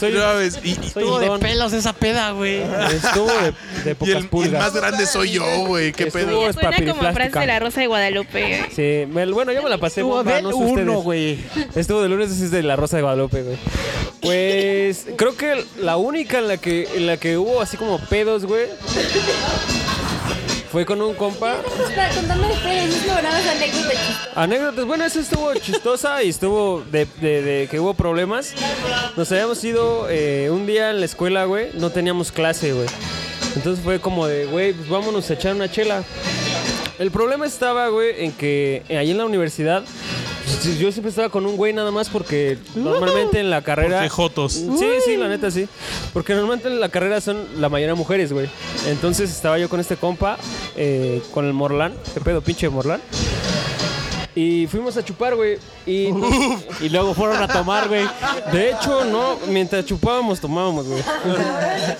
[SPEAKER 3] soy
[SPEAKER 4] No mames, y- y-
[SPEAKER 3] soy
[SPEAKER 2] Estuvo
[SPEAKER 3] un
[SPEAKER 2] de
[SPEAKER 3] don.
[SPEAKER 2] pelos esa peda, güey.
[SPEAKER 3] Ah, Estuvo de, de
[SPEAKER 4] *laughs* Y
[SPEAKER 3] pocas
[SPEAKER 4] el, y el
[SPEAKER 3] pulgas.
[SPEAKER 4] más grande soy yo, güey. ¿Qué pedo?
[SPEAKER 3] Estuvo
[SPEAKER 5] Suena como frase
[SPEAKER 3] espapiriplástica.
[SPEAKER 5] de la Rosa de Guadalupe. eh.
[SPEAKER 3] Sí, me- bueno, yo me la pasé
[SPEAKER 2] Estuvo
[SPEAKER 3] bomba,
[SPEAKER 2] del
[SPEAKER 3] no sé
[SPEAKER 2] uno,
[SPEAKER 3] ustedes.
[SPEAKER 2] güey.
[SPEAKER 3] Estuvo de lunes desde la Rosa de Guadalupe, güey. Pues creo que la única en la que en la que hubo así como pedos, güey, fue con un compa.
[SPEAKER 7] Espera, contando después, no logramos anécdota chistosa.
[SPEAKER 3] Anécdotas, bueno, eso estuvo chistosa y estuvo de, de- de que hubo problemas. Nos habíamos ido eh, un día en la escuela, güey, no teníamos clase, güey. Entonces fue como de, güey, pues vámonos a echar una chela. El problema estaba, güey, en que eh, ahí en la universidad pues, yo siempre estaba con un güey nada más *laughs* porque normalmente en la carrera...
[SPEAKER 4] Porque jotos.
[SPEAKER 3] Sí, sí, la neta sí. Porque normalmente en la carrera son la mayoría mujeres, güey. Entonces estaba yo con este compa, eh, con el Morlán. ¿Qué pedo, pinche Morlán? Y fuimos a chupar, güey. Y, y luego fueron a tomar, güey. De hecho, no, mientras chupábamos, tomábamos, *laughs* güey.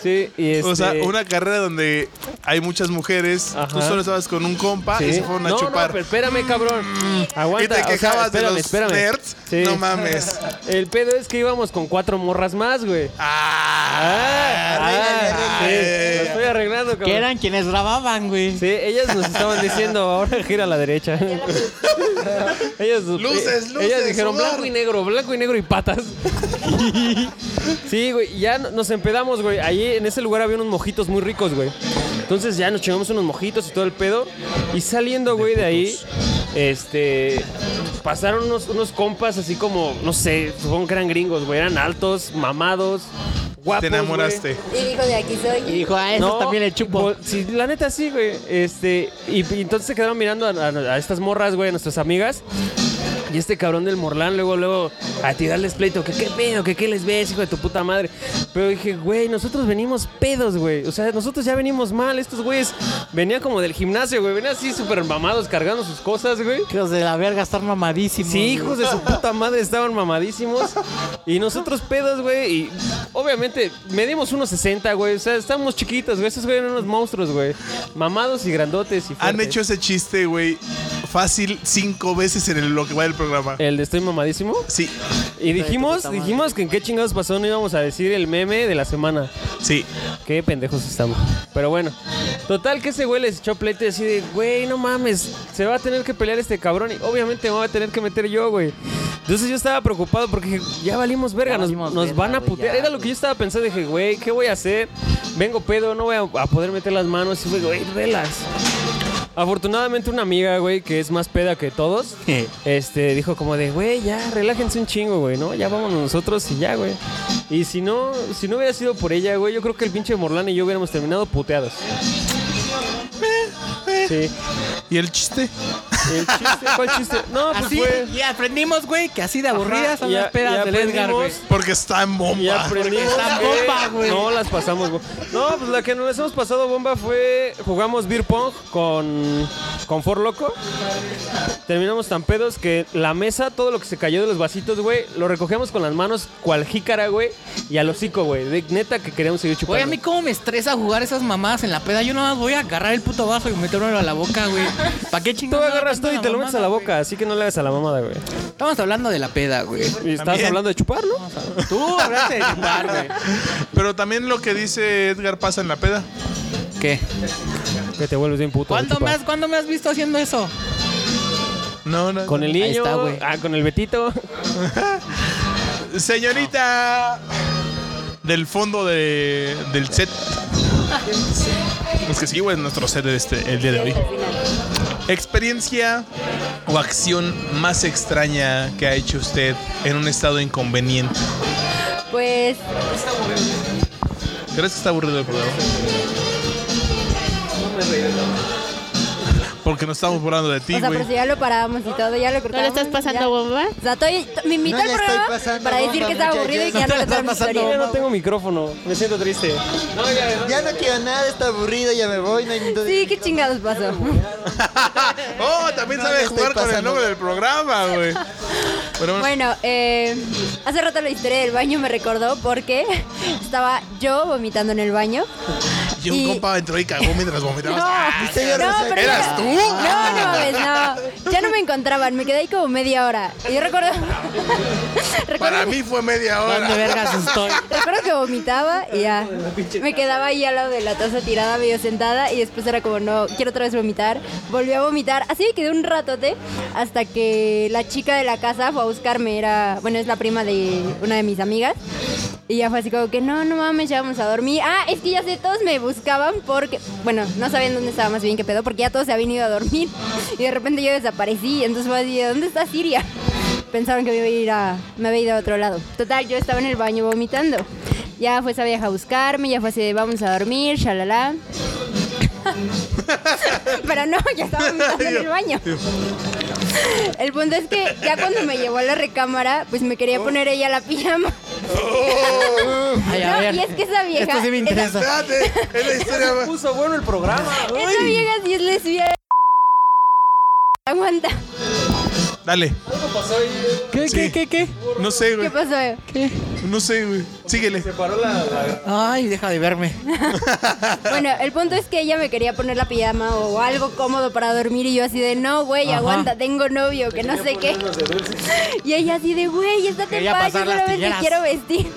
[SPEAKER 3] Sí, y este...
[SPEAKER 4] O sea, una carrera donde hay muchas mujeres, tú
[SPEAKER 3] Ajá.
[SPEAKER 4] solo estabas con un compa
[SPEAKER 3] Sí.
[SPEAKER 4] y se fueron a
[SPEAKER 3] No,
[SPEAKER 4] chupar. Mm.
[SPEAKER 3] No, pero espérame, cabrón. Aguanta.
[SPEAKER 4] Y te
[SPEAKER 3] o sea,
[SPEAKER 4] quejabas de
[SPEAKER 3] espérame,
[SPEAKER 4] los
[SPEAKER 3] espérame.
[SPEAKER 4] nerds.
[SPEAKER 3] Sí.
[SPEAKER 4] No mames.
[SPEAKER 3] *laughs* El pedo es que íbamos con cuatro morras más, güey. Ah, ah, sí. Lo estoy arreglando, cabrón.
[SPEAKER 2] Que eran quienes grababan, güey.
[SPEAKER 3] Sí, ellas nos estaban diciendo, ahora gira a la derecha. *laughs* ellas,
[SPEAKER 4] Luces, luces,
[SPEAKER 3] ellas dijeron
[SPEAKER 4] sudor.
[SPEAKER 3] blanco y negro, blanco y negro y patas. *laughs* sí, güey, ya no- nos empedamos, güey. Allí en ese lugar había unos mojitos muy ricos, güey. Entonces ya nos chingamos unos mojitos y todo el pedo. Y saliendo, güey, de ahí, este, pasaron unos, unos compas así como, no sé, supongo que eran gringos, güey. Eran altos, mamados, guapos.
[SPEAKER 4] Te
[SPEAKER 3] güey.
[SPEAKER 4] enamoraste.
[SPEAKER 7] Y dijo, de aquí soy.
[SPEAKER 2] Y dijo, a eso
[SPEAKER 3] No,
[SPEAKER 2] también le chupo.
[SPEAKER 3] bo- Sí, la neta sí, güey. Este, y, y entonces se quedaron mirando a, a- a estas morras, güey, a nuestras amigas. Y este cabrón del Morlán, luego, luego, a tirarles pleito, que qué pedo, que qué les ves, hijo de tu puta madre. Pero dije, güey, nosotros venimos pedos, güey. O sea, nosotros ya venimos mal. Estos güeyes venían como del gimnasio, güey. Venían así súper mamados, cargando sus cosas, güey.
[SPEAKER 2] Hijos de la verga, estar mamadísimos.
[SPEAKER 3] Sí,
[SPEAKER 2] güey.
[SPEAKER 3] hijos de su puta madre estaban mamadísimos. Y nosotros pedos, güey. Y obviamente medimos unos 60, güey. O sea, estamos chiquitos, güey. Esos güey eran unos monstruos, güey. Mamados y grandotes y
[SPEAKER 4] Han
[SPEAKER 3] fuertes.
[SPEAKER 4] hecho ese chiste, güey, fácil cinco veces en el- lo que va del programa.
[SPEAKER 3] el de estoy mamadísimo.
[SPEAKER 4] Sí,
[SPEAKER 3] Y dijimos, dijimos que en qué chingados pasó no íbamos a decir el meme de la semana.
[SPEAKER 4] sí.
[SPEAKER 3] Qué pendejos estamos. Pero bueno, total que ese güey les echó pleito y así de, güey, no mames, se va a tener que pelear este cabrón y obviamente me va a tener que meter yo, güey. Entonces yo estaba preocupado porque dije, ya valimos verga,
[SPEAKER 2] Ya
[SPEAKER 3] nos,
[SPEAKER 2] valimos
[SPEAKER 3] nos
[SPEAKER 2] verga,
[SPEAKER 3] van a
[SPEAKER 2] güey,
[SPEAKER 3] putear.
[SPEAKER 2] ya,
[SPEAKER 3] Era lo que
[SPEAKER 2] güey.
[SPEAKER 3] yo estaba pensando, dije, güey, ¿qué voy a hacer? Vengo pedo, no voy a, a poder meter las manos. Y fue, güey, relax. Afortunadamente una amiga, güey, que es más peda que todos, este, dijo como de, güey, ya, relájense un chingo, güey, ¿no? Ya vámonos nosotros y ya, güey. Y si no, si no hubiera sido por ella, güey, yo creo que el pinche Morlán y yo hubiéramos terminado puteados. Sí.
[SPEAKER 4] ¿Y el chiste?
[SPEAKER 3] El chiste, ¿cuál chiste? No, pues
[SPEAKER 2] Así,
[SPEAKER 3] fue...
[SPEAKER 2] y aprendimos, güey, que así de aburridas
[SPEAKER 3] Ajá,
[SPEAKER 2] son
[SPEAKER 3] y a-
[SPEAKER 2] las pedas
[SPEAKER 3] y
[SPEAKER 2] del Edgar, güey.
[SPEAKER 3] aprendimos-
[SPEAKER 4] Porque está en
[SPEAKER 3] Y
[SPEAKER 4] bomba.
[SPEAKER 3] aprendimos
[SPEAKER 2] Está
[SPEAKER 3] que
[SPEAKER 2] bomba, güey.
[SPEAKER 3] No las pasamos bomba. No, pues la que nos hemos pasado bomba fue jugamos beer pong con con For Loco. Terminamos tan pedos que la mesa, todo lo que se cayó de los vasitos, güey, lo recogemos con las manos cual jícara, güey, y al hocico, güey. De neta que queríamos seguir chupando.
[SPEAKER 2] Güey, a mí cómo me estresa jugar esas mamadas en la peda. Yo nada más voy a agarrar el puto vaso y metérmelo a la boca, güey. ¿Para qué
[SPEAKER 3] Tú
[SPEAKER 2] chingados?
[SPEAKER 3] agarras todo y te lo metes a la boca, así que no le hagas a la mamada, güey.
[SPEAKER 2] Estamos hablando de la peda, güey.
[SPEAKER 3] Y estás
[SPEAKER 4] También.
[SPEAKER 3] hablando de chupar, ¿no?
[SPEAKER 2] Tú hablaste de chupar, güey.
[SPEAKER 4] Pero también lo que dice Edgar pasa en la peda.
[SPEAKER 2] ¿Qué?
[SPEAKER 3] Que te vuelves bien puto. de
[SPEAKER 2] ¿Cuándo me,
[SPEAKER 3] chupar.
[SPEAKER 2] has, cuándo me has visto haciendo eso?
[SPEAKER 4] No, no.
[SPEAKER 3] Con el niño.
[SPEAKER 2] Ahí está, güey.
[SPEAKER 3] Ah, con el Betito.
[SPEAKER 4] Señorita del fondo de- del set. Es que sí, güey, es nuestro set de este, el día de hoy. Experiencia o acción más extraña que ha hecho usted en un estado inconveniente.
[SPEAKER 7] Pues
[SPEAKER 4] ¿Crees que está aburrido el programa? Porque nos estamos burlando de ti,
[SPEAKER 7] o sea,
[SPEAKER 4] güey.
[SPEAKER 7] pero si ya lo parábamos y todo, ya lo cortamos. ¿No estás pasando
[SPEAKER 5] bomba?
[SPEAKER 7] O sea, estoy, t- me invitó
[SPEAKER 6] No
[SPEAKER 7] al
[SPEAKER 6] le estoy
[SPEAKER 7] programa
[SPEAKER 6] pasando
[SPEAKER 7] para decir
[SPEAKER 6] bomba,
[SPEAKER 7] que estaba aburrido y que ya no le
[SPEAKER 6] muchachos. No te
[SPEAKER 7] pasando
[SPEAKER 3] Yo
[SPEAKER 6] la
[SPEAKER 3] ya
[SPEAKER 7] historia.
[SPEAKER 3] no tengo micrófono, me siento triste.
[SPEAKER 6] Ya no quiero nada, está aburrido, ya me voy. No hay...
[SPEAKER 7] Sí, qué chingados pasó.
[SPEAKER 4] Oh, también
[SPEAKER 6] No,
[SPEAKER 4] sabe
[SPEAKER 6] ya estoy
[SPEAKER 4] jugar con el
[SPEAKER 6] pasando.
[SPEAKER 4] nombre del programa, güey. Pero bueno,
[SPEAKER 7] Bueno, eh, hace rato la historia del baño me recordó porque *laughs* estaba yo vomitando en el baño.
[SPEAKER 4] y un
[SPEAKER 7] y-
[SPEAKER 4] compa entró y cagó mientras vomitabas.
[SPEAKER 7] No,
[SPEAKER 4] Ah,
[SPEAKER 6] Misterio
[SPEAKER 7] No,
[SPEAKER 6] Rosa,
[SPEAKER 7] pero
[SPEAKER 4] ¿Eras
[SPEAKER 7] no.
[SPEAKER 4] tú?
[SPEAKER 7] No, no, mames, no. Ya no me encontraban, me quedé ahí como media hora. Y yo recuerdo,
[SPEAKER 4] Para mí fue media
[SPEAKER 2] ¿Dónde
[SPEAKER 4] hora.
[SPEAKER 2] vergas estoy?
[SPEAKER 7] recuerdo que vomitaba y ya. Me quedaba ahí al lado de la taza tirada, medio sentada. Y después era como, no, quiero otra vez vomitar. Volví a vomitar. Así me quedé un ratote hasta que la chica de la casa fue a buscarme. Era, bueno, es la prima de una de mis amigas. Y ya fue así como que, no, no mames, ya vamos a dormir. Ah, es que ya sé, todos me buscaban porque, bueno, no sabían dónde estaba más bien qué pedo, porque ya todos se habían ido a dormir. Y de repente yo desaparecí. Entonces fue así, ¿dónde está Siria? Pensaron que me iba a ir a, me había ido a otro lado. Total, yo estaba en el baño vomitando. Ya fue esa vieja a buscarme, ya fue así, de, vamos a dormir, shalala. *laughs* Pero no, ya estaba vomitando en el baño. El punto es que ya cuando me llevó a la recámara, pues me quería poner ella la pijama.
[SPEAKER 2] *laughs* Ay, a
[SPEAKER 7] No,
[SPEAKER 2] ver.
[SPEAKER 7] y es que esa vieja-
[SPEAKER 2] Esto sí me interesa.
[SPEAKER 4] Espérate, es la historia más-
[SPEAKER 3] Puso bueno el programa.
[SPEAKER 7] Esa vieja sí es lesbiana. Aguanta.
[SPEAKER 4] Dale.
[SPEAKER 2] ¿Qué,
[SPEAKER 4] Sí.
[SPEAKER 2] qué, qué, qué?
[SPEAKER 4] No sé,
[SPEAKER 7] ¿Qué
[SPEAKER 4] güey.
[SPEAKER 7] pasó?
[SPEAKER 4] No sé, güey. Síguele.
[SPEAKER 2] Ay, deja de verme.
[SPEAKER 7] Bueno, el punto es que ella me quería poner la pijama o algo cómodo para dormir y yo así de, no, güey,
[SPEAKER 2] Ajá.
[SPEAKER 7] aguanta, tengo novio, que no sé qué. Y ella así de, güey, estate en
[SPEAKER 2] Quería
[SPEAKER 7] paz, yo
[SPEAKER 2] pasar las
[SPEAKER 7] solamente
[SPEAKER 2] tijeras.
[SPEAKER 7] quiero vestir.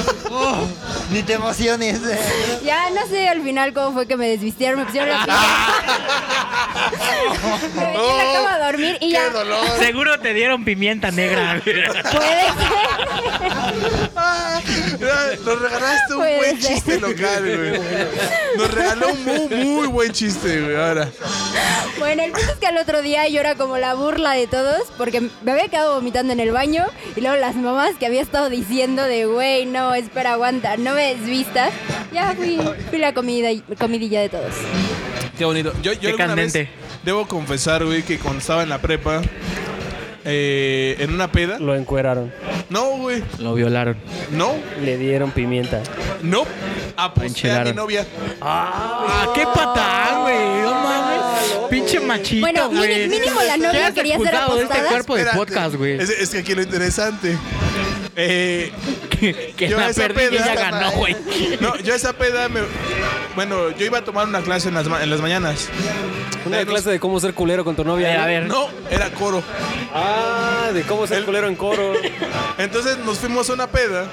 [SPEAKER 7] *laughs*
[SPEAKER 6] Ni te emociones. eh.
[SPEAKER 7] Ya no sé al final cómo fue que me desvistieron, me pusieron
[SPEAKER 2] *laughs*
[SPEAKER 7] la pijama. *laughs* me metí en la cama a dormir y ya.
[SPEAKER 4] ¡Qué dolor!
[SPEAKER 2] Seguro te dieron pimienta negra.
[SPEAKER 7] Puede ser.
[SPEAKER 4] Ah, Nos regalaste un
[SPEAKER 7] Puede
[SPEAKER 4] buen
[SPEAKER 7] ser.
[SPEAKER 4] chiste local, güey. Nos regaló un muy, muy buen chiste, güey. Ahora.
[SPEAKER 7] Bueno, el punto es que al otro día yo era como la burla de todos porque me había quedado vomitando en el baño y luego las mamás que había estado diciendo de, güey, no, espera, aguanta, no me desvistas. Ya fui, fui la comida, comidilla de todos.
[SPEAKER 4] Qué bonito. Yo, yo
[SPEAKER 2] Qué
[SPEAKER 4] alguna vez
[SPEAKER 2] candente.
[SPEAKER 4] debo confesar, güey, que cuando estaba en la prepa, eh, en una
[SPEAKER 3] *laughs*
[SPEAKER 4] peda.
[SPEAKER 3] Lo encueraron,
[SPEAKER 4] No, güey.
[SPEAKER 2] Lo violaron.
[SPEAKER 4] No,
[SPEAKER 3] le dieron pimienta.
[SPEAKER 4] no. Aposté a mi
[SPEAKER 2] enchilaron.
[SPEAKER 4] novia.
[SPEAKER 2] Ah, qué patán, güey. No
[SPEAKER 4] Ah,
[SPEAKER 2] mames. Pinche machito,
[SPEAKER 7] Bueno, mini-
[SPEAKER 2] güey.
[SPEAKER 7] mínimo la novia
[SPEAKER 2] Quedas
[SPEAKER 7] quería ser
[SPEAKER 2] expulsado de este
[SPEAKER 7] apostada.
[SPEAKER 2] cuerpo de
[SPEAKER 4] Espérate.
[SPEAKER 2] podcast, güey.
[SPEAKER 4] Es, es que aquí lo interesante. Eh,
[SPEAKER 2] Que, que
[SPEAKER 4] Yo
[SPEAKER 2] la
[SPEAKER 4] esa
[SPEAKER 2] perdí y
[SPEAKER 4] peda-
[SPEAKER 2] ella ganó, güey.
[SPEAKER 4] no, yo esa peda me. Bueno, yo iba a tomar una clase en las, ma- en las mañanas.
[SPEAKER 3] Una clase de cómo ser culero con tu novia.
[SPEAKER 2] Eh, A ver.
[SPEAKER 4] No, era coro.
[SPEAKER 3] Ah, de cómo ser culero en coro.
[SPEAKER 4] Entonces nos fuimos a una peda.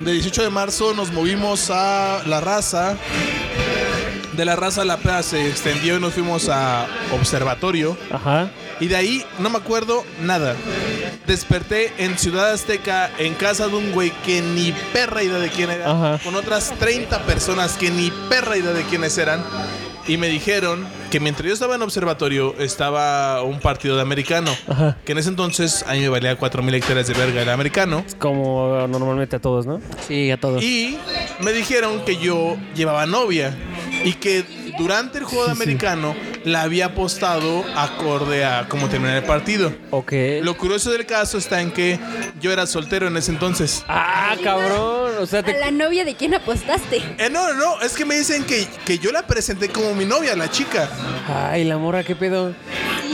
[SPEAKER 4] De 18 de marzo nos movimos a La Raza. De La Raza la peda se extendió y nos fuimos a Observatorio.
[SPEAKER 3] Ajá.
[SPEAKER 4] Y de ahí no me acuerdo nada. Desperté en Ciudad Azteca, en casa de un güey que ni perra idea de quién era,
[SPEAKER 3] Ajá.
[SPEAKER 4] con otras 30 personas que ni perra idea de quiénes eran. Y me dijeron que mientras yo estaba en observatorio estaba un partido de americano.
[SPEAKER 3] Ajá.
[SPEAKER 4] Que en ese entonces a mí me valía 4.000 hectáreas de verga el americano.
[SPEAKER 3] Como normalmente a todos, ¿no?
[SPEAKER 2] Sí, a todos.
[SPEAKER 4] Y me dijeron que yo llevaba novia y que durante el juego de americano la había apostado acorde a cómo terminar el partido.
[SPEAKER 3] Ok.
[SPEAKER 4] Lo curioso del caso está en que yo era soltero en ese entonces.
[SPEAKER 3] Ah, cabrón. O sea,
[SPEAKER 7] ¿A
[SPEAKER 3] te...
[SPEAKER 7] la novia de quién apostaste?
[SPEAKER 4] Eh, no, no, no, es que me dicen que, que yo la presenté como mi novia, la chica.
[SPEAKER 3] Ay, la morra, qué pedo.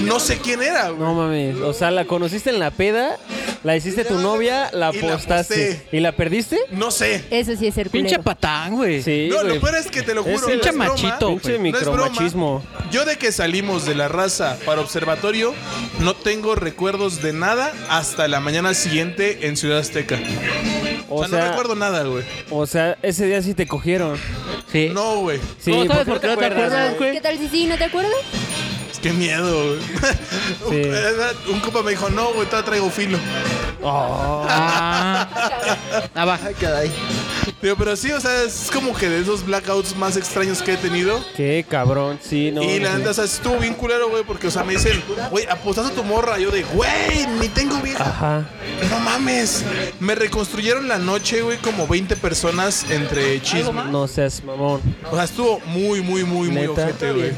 [SPEAKER 4] No sé quién era, güey.
[SPEAKER 3] No mames. O sea, la conociste en la peda, la hiciste tu novia, la
[SPEAKER 4] Y la
[SPEAKER 3] apostaste.
[SPEAKER 4] aposté.
[SPEAKER 3] ¿Y la perdiste?
[SPEAKER 4] No sé.
[SPEAKER 7] Eso sí es ser
[SPEAKER 2] Pinche
[SPEAKER 7] culero.
[SPEAKER 2] patán, güey.
[SPEAKER 3] Sí.
[SPEAKER 4] No, lo
[SPEAKER 3] güey.
[SPEAKER 4] peor es que te lo juro.
[SPEAKER 3] Es
[SPEAKER 4] no
[SPEAKER 3] pinche
[SPEAKER 4] es broma.
[SPEAKER 2] machito,
[SPEAKER 3] Pinche
[SPEAKER 4] No es broma.
[SPEAKER 3] micromachismo.
[SPEAKER 4] Yo de que salimos de la raza para observatorio, no tengo recuerdos de nada hasta la mañana siguiente en Ciudad Azteca. O,
[SPEAKER 3] O
[SPEAKER 4] sea, no
[SPEAKER 3] sea,
[SPEAKER 4] recuerdo nada, güey.
[SPEAKER 3] o sea, ese día sí te cogieron.
[SPEAKER 2] Sí.
[SPEAKER 4] No, güey.
[SPEAKER 3] Sí,
[SPEAKER 2] ¿Cómo sabes por qué no te acuerdas, güey?
[SPEAKER 7] ¿Qué tal si sí? ¿No te
[SPEAKER 2] *laughs*
[SPEAKER 7] acuerdas?
[SPEAKER 4] Qué miedo,
[SPEAKER 3] Sí.
[SPEAKER 4] *laughs* güey. Un compa me dijo, no, güey, todavía traigo filo.
[SPEAKER 3] Oh.
[SPEAKER 2] Ah, Abajo.
[SPEAKER 4] Digo, pero sí, o sea, es como que de esos blackouts más extraños que he tenido.
[SPEAKER 3] Qué cabrón, sí, no.
[SPEAKER 4] y la
[SPEAKER 3] sí.
[SPEAKER 4] neta, o sea, estuvo bien culero, güey, porque, o sea, me dicen, güey, apostaste a tu morra. Yo de, güey, ni tengo vieja.
[SPEAKER 3] Ajá.
[SPEAKER 4] No mames. Me reconstruyeron la noche, güey, como 20 personas entre chismes.
[SPEAKER 3] No seas mamón.
[SPEAKER 4] O sea, estuvo muy, muy, muy, muy
[SPEAKER 3] Neta.
[SPEAKER 4] ojete, güey.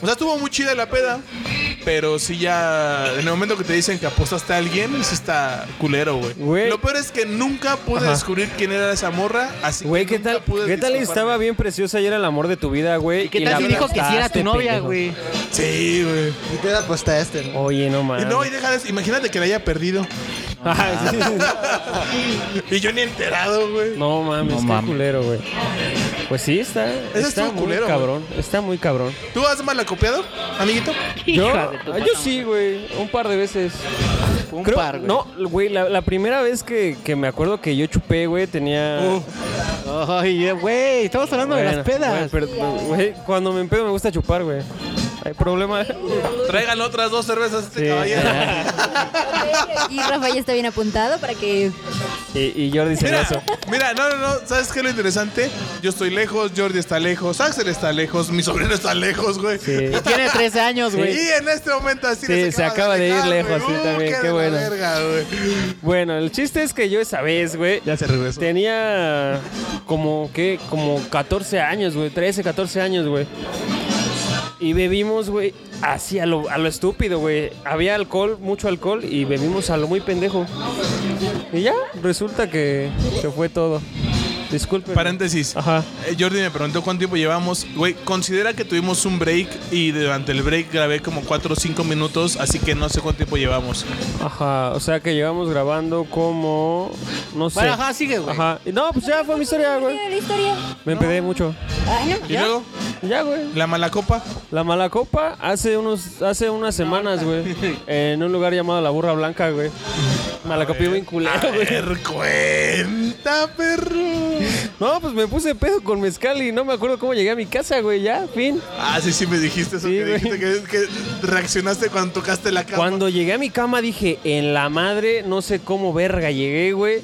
[SPEAKER 4] O sea, estuvo muy chida la peda. Pero sí ya, en el momento que te dicen que apostaste a alguien, sí está culero, güey. Lo peor es que nunca pude
[SPEAKER 3] Ajá.
[SPEAKER 4] descubrir quién era esa morra, así
[SPEAKER 3] Güey,
[SPEAKER 4] que
[SPEAKER 3] ¿qué tal,
[SPEAKER 4] pude
[SPEAKER 3] ¿qué tal
[SPEAKER 4] disculparme.
[SPEAKER 3] estaba bien preciosa y era el amor de tu vida, güey?
[SPEAKER 4] qué tal
[SPEAKER 3] la
[SPEAKER 4] si dijo que sí era tu
[SPEAKER 2] este
[SPEAKER 3] aplastaste,
[SPEAKER 4] novia,
[SPEAKER 3] pendejo?
[SPEAKER 4] güey? Sí, güey.
[SPEAKER 6] Y te la apostaste, este, ¿no?
[SPEAKER 3] Oye, no
[SPEAKER 4] Y
[SPEAKER 3] mames. *laughs* Ah,
[SPEAKER 4] no, y deja de eso. Imagínate que la haya perdido. y yo ni enterado, güey.
[SPEAKER 3] No mames, qué culero, güey. Pues sí, está.
[SPEAKER 4] Ese
[SPEAKER 3] está
[SPEAKER 4] estuvo
[SPEAKER 3] muy
[SPEAKER 4] culero, güey.
[SPEAKER 3] cabrón. Está muy cabrón.
[SPEAKER 4] ¿Tú has mal acopiado, amiguito?
[SPEAKER 3] Yo, ah, yo sí, güey. Un par de veces. Un
[SPEAKER 2] par, güey.
[SPEAKER 3] No, güey, la, la primera vez que, que me acuerdo que yo chupé, güey, tenía.
[SPEAKER 2] Ay, güey, estamos hablando de las
[SPEAKER 3] Bueno,
[SPEAKER 2] pedas.
[SPEAKER 3] güey, pero, pues, güey, cuando me empedo me gusta chupar, güey. Hay problema.
[SPEAKER 4] Traigan otras dos cervezas a este
[SPEAKER 3] *laughs*
[SPEAKER 4] caballero.
[SPEAKER 7] Y Rafa ya está bien apuntado para que.
[SPEAKER 3] Y, y Jordi
[SPEAKER 4] Mira,
[SPEAKER 3] Cerezo.
[SPEAKER 4] mira, no, no, no. ¿Sabes qué es lo interesante? Yo estoy lejos, Jordi está lejos, Axel está lejos, mi sobrino está lejos, güey.
[SPEAKER 3] Sí.
[SPEAKER 2] Tiene 13 años, güey.
[SPEAKER 4] Y en este momento así
[SPEAKER 3] Sí,
[SPEAKER 4] les
[SPEAKER 3] se acaba de ir
[SPEAKER 4] dejar,
[SPEAKER 3] lejos,
[SPEAKER 4] güey. Uh,
[SPEAKER 3] sí, también, qué
[SPEAKER 4] de la
[SPEAKER 3] bueno.
[SPEAKER 4] verga, güey.
[SPEAKER 3] Bueno, el chiste es que yo esa vez, güey.
[SPEAKER 4] Ya se regresó.
[SPEAKER 3] Tenía como, ¿qué? Como 14 años, güey. 13, 14 años, güey. Y bebimos, güey, así a lo, a lo estúpido, güey. Había alcohol, mucho alcohol, y bebimos a lo muy pendejo. Y ya, resulta que se fue todo. Disculpen.
[SPEAKER 4] Paréntesis.
[SPEAKER 3] Ajá.
[SPEAKER 4] Eh, Jordi me preguntó cuánto tiempo llevamos. Güey, considera que tuvimos un break y durante el break grabé como 4 o 5 minutos, así que no sé cuánto tiempo llevamos.
[SPEAKER 3] Ajá, o sea que llevamos grabando como. No sé.
[SPEAKER 2] Bueno, ajá, sigue, güey.
[SPEAKER 3] Ajá. Y No, pues ya fue mi historia, güey.
[SPEAKER 7] La historia.
[SPEAKER 3] Me empedé mucho.
[SPEAKER 7] Ay, no.
[SPEAKER 4] Y luego,
[SPEAKER 3] Ya, güey.
[SPEAKER 4] la mala copa.
[SPEAKER 3] La mala copa hace unos hace unas semanas, güey, en un lugar llamado La Burra Blanca, güey. Malacopio bien
[SPEAKER 4] A
[SPEAKER 3] culero, güey.
[SPEAKER 4] ver, Eh, cuenta, perro.
[SPEAKER 3] No, pues me puse pedo con mezcal y no me acuerdo cómo llegué a mi casa, güey, ya, fin.
[SPEAKER 4] Ah, sí, sí, me dijiste eso.
[SPEAKER 3] Sí,
[SPEAKER 4] que,
[SPEAKER 3] güey.
[SPEAKER 4] dijiste que, que reaccionaste cuando tocaste la cama.
[SPEAKER 3] Cuando llegué a mi cama dije, en la madre, no sé cómo verga llegué, güey.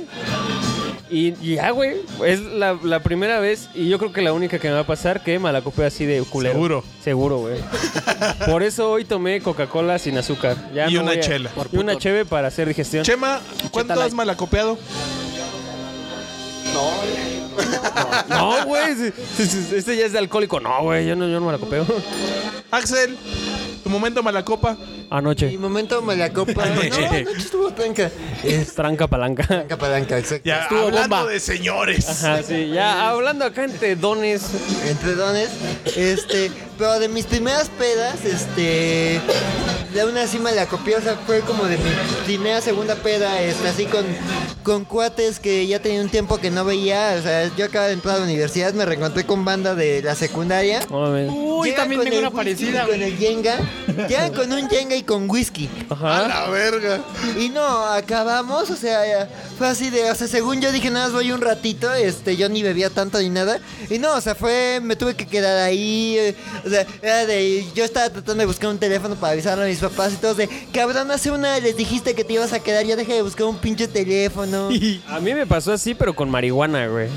[SPEAKER 3] Y y ya, güey, es la, la primera vez y yo creo que la única que me va a pasar que malacopeo así de culero.
[SPEAKER 4] Seguro.
[SPEAKER 3] Seguro,
[SPEAKER 4] *laughs*
[SPEAKER 3] güey. Por eso hoy tomé Coca-Cola sin azúcar. Ya
[SPEAKER 4] Y
[SPEAKER 3] no
[SPEAKER 4] una
[SPEAKER 3] voy a-
[SPEAKER 4] chela.
[SPEAKER 3] Y una cheve para hacer digestión.
[SPEAKER 4] Chema, ¿cuánto
[SPEAKER 2] Chétala.
[SPEAKER 4] has malacopeado?
[SPEAKER 3] *laughs* No, güey. si- si- si- Este ya es de alcohólico. No, güey. Yo no, yo no me la copeo.
[SPEAKER 4] Axel, tu momento malacopa.
[SPEAKER 6] Y
[SPEAKER 3] *laughs* Anoche.
[SPEAKER 6] momento me la copa. No, no estuvo tranca. Es
[SPEAKER 3] Tranca palanca. *laughs*
[SPEAKER 6] tranca palanca, exacto.
[SPEAKER 4] Ya,
[SPEAKER 2] Estuvo
[SPEAKER 4] hablando
[SPEAKER 2] bomba.
[SPEAKER 4] de señores.
[SPEAKER 3] Ajá, sí. Ya hablando acá entre dones.
[SPEAKER 6] entre dones. Este, pero de mis primeras pedas, este, de una cima la copiosa fue como de mi primera, segunda peda, este, así con, con cuates que ya tenía un tiempo que no veía. O sea, yo acababa de entrar a la universidad, me reencontré con banda de la secundaria.
[SPEAKER 3] No mames.
[SPEAKER 2] Uy,
[SPEAKER 6] Llegan
[SPEAKER 2] también
[SPEAKER 6] con
[SPEAKER 2] tengo
[SPEAKER 6] el
[SPEAKER 2] una
[SPEAKER 6] whisky
[SPEAKER 2] parecida,
[SPEAKER 6] y Con
[SPEAKER 2] güey.
[SPEAKER 6] el yenga. Llegan con un yenga y con whisky.
[SPEAKER 4] A
[SPEAKER 3] Ajá.
[SPEAKER 4] la verga.
[SPEAKER 6] Y no, acabamos, o sea, ya, fue así de, o sea, según yo dije, nada más voy un ratito, este, yo ni bebía tanto ni nada. Y no, o sea, fue, me tuve que quedar ahí, eh, o sea, era de, yo estaba tratando de buscar un teléfono para avisarle a mis papás y todos de, cabrón, hace una les dijiste que te ibas a quedar, ya deja de buscar un
[SPEAKER 3] *laughs*
[SPEAKER 6] pinche teléfono.
[SPEAKER 3] A mí me pasó así, pero con marihuana, güey.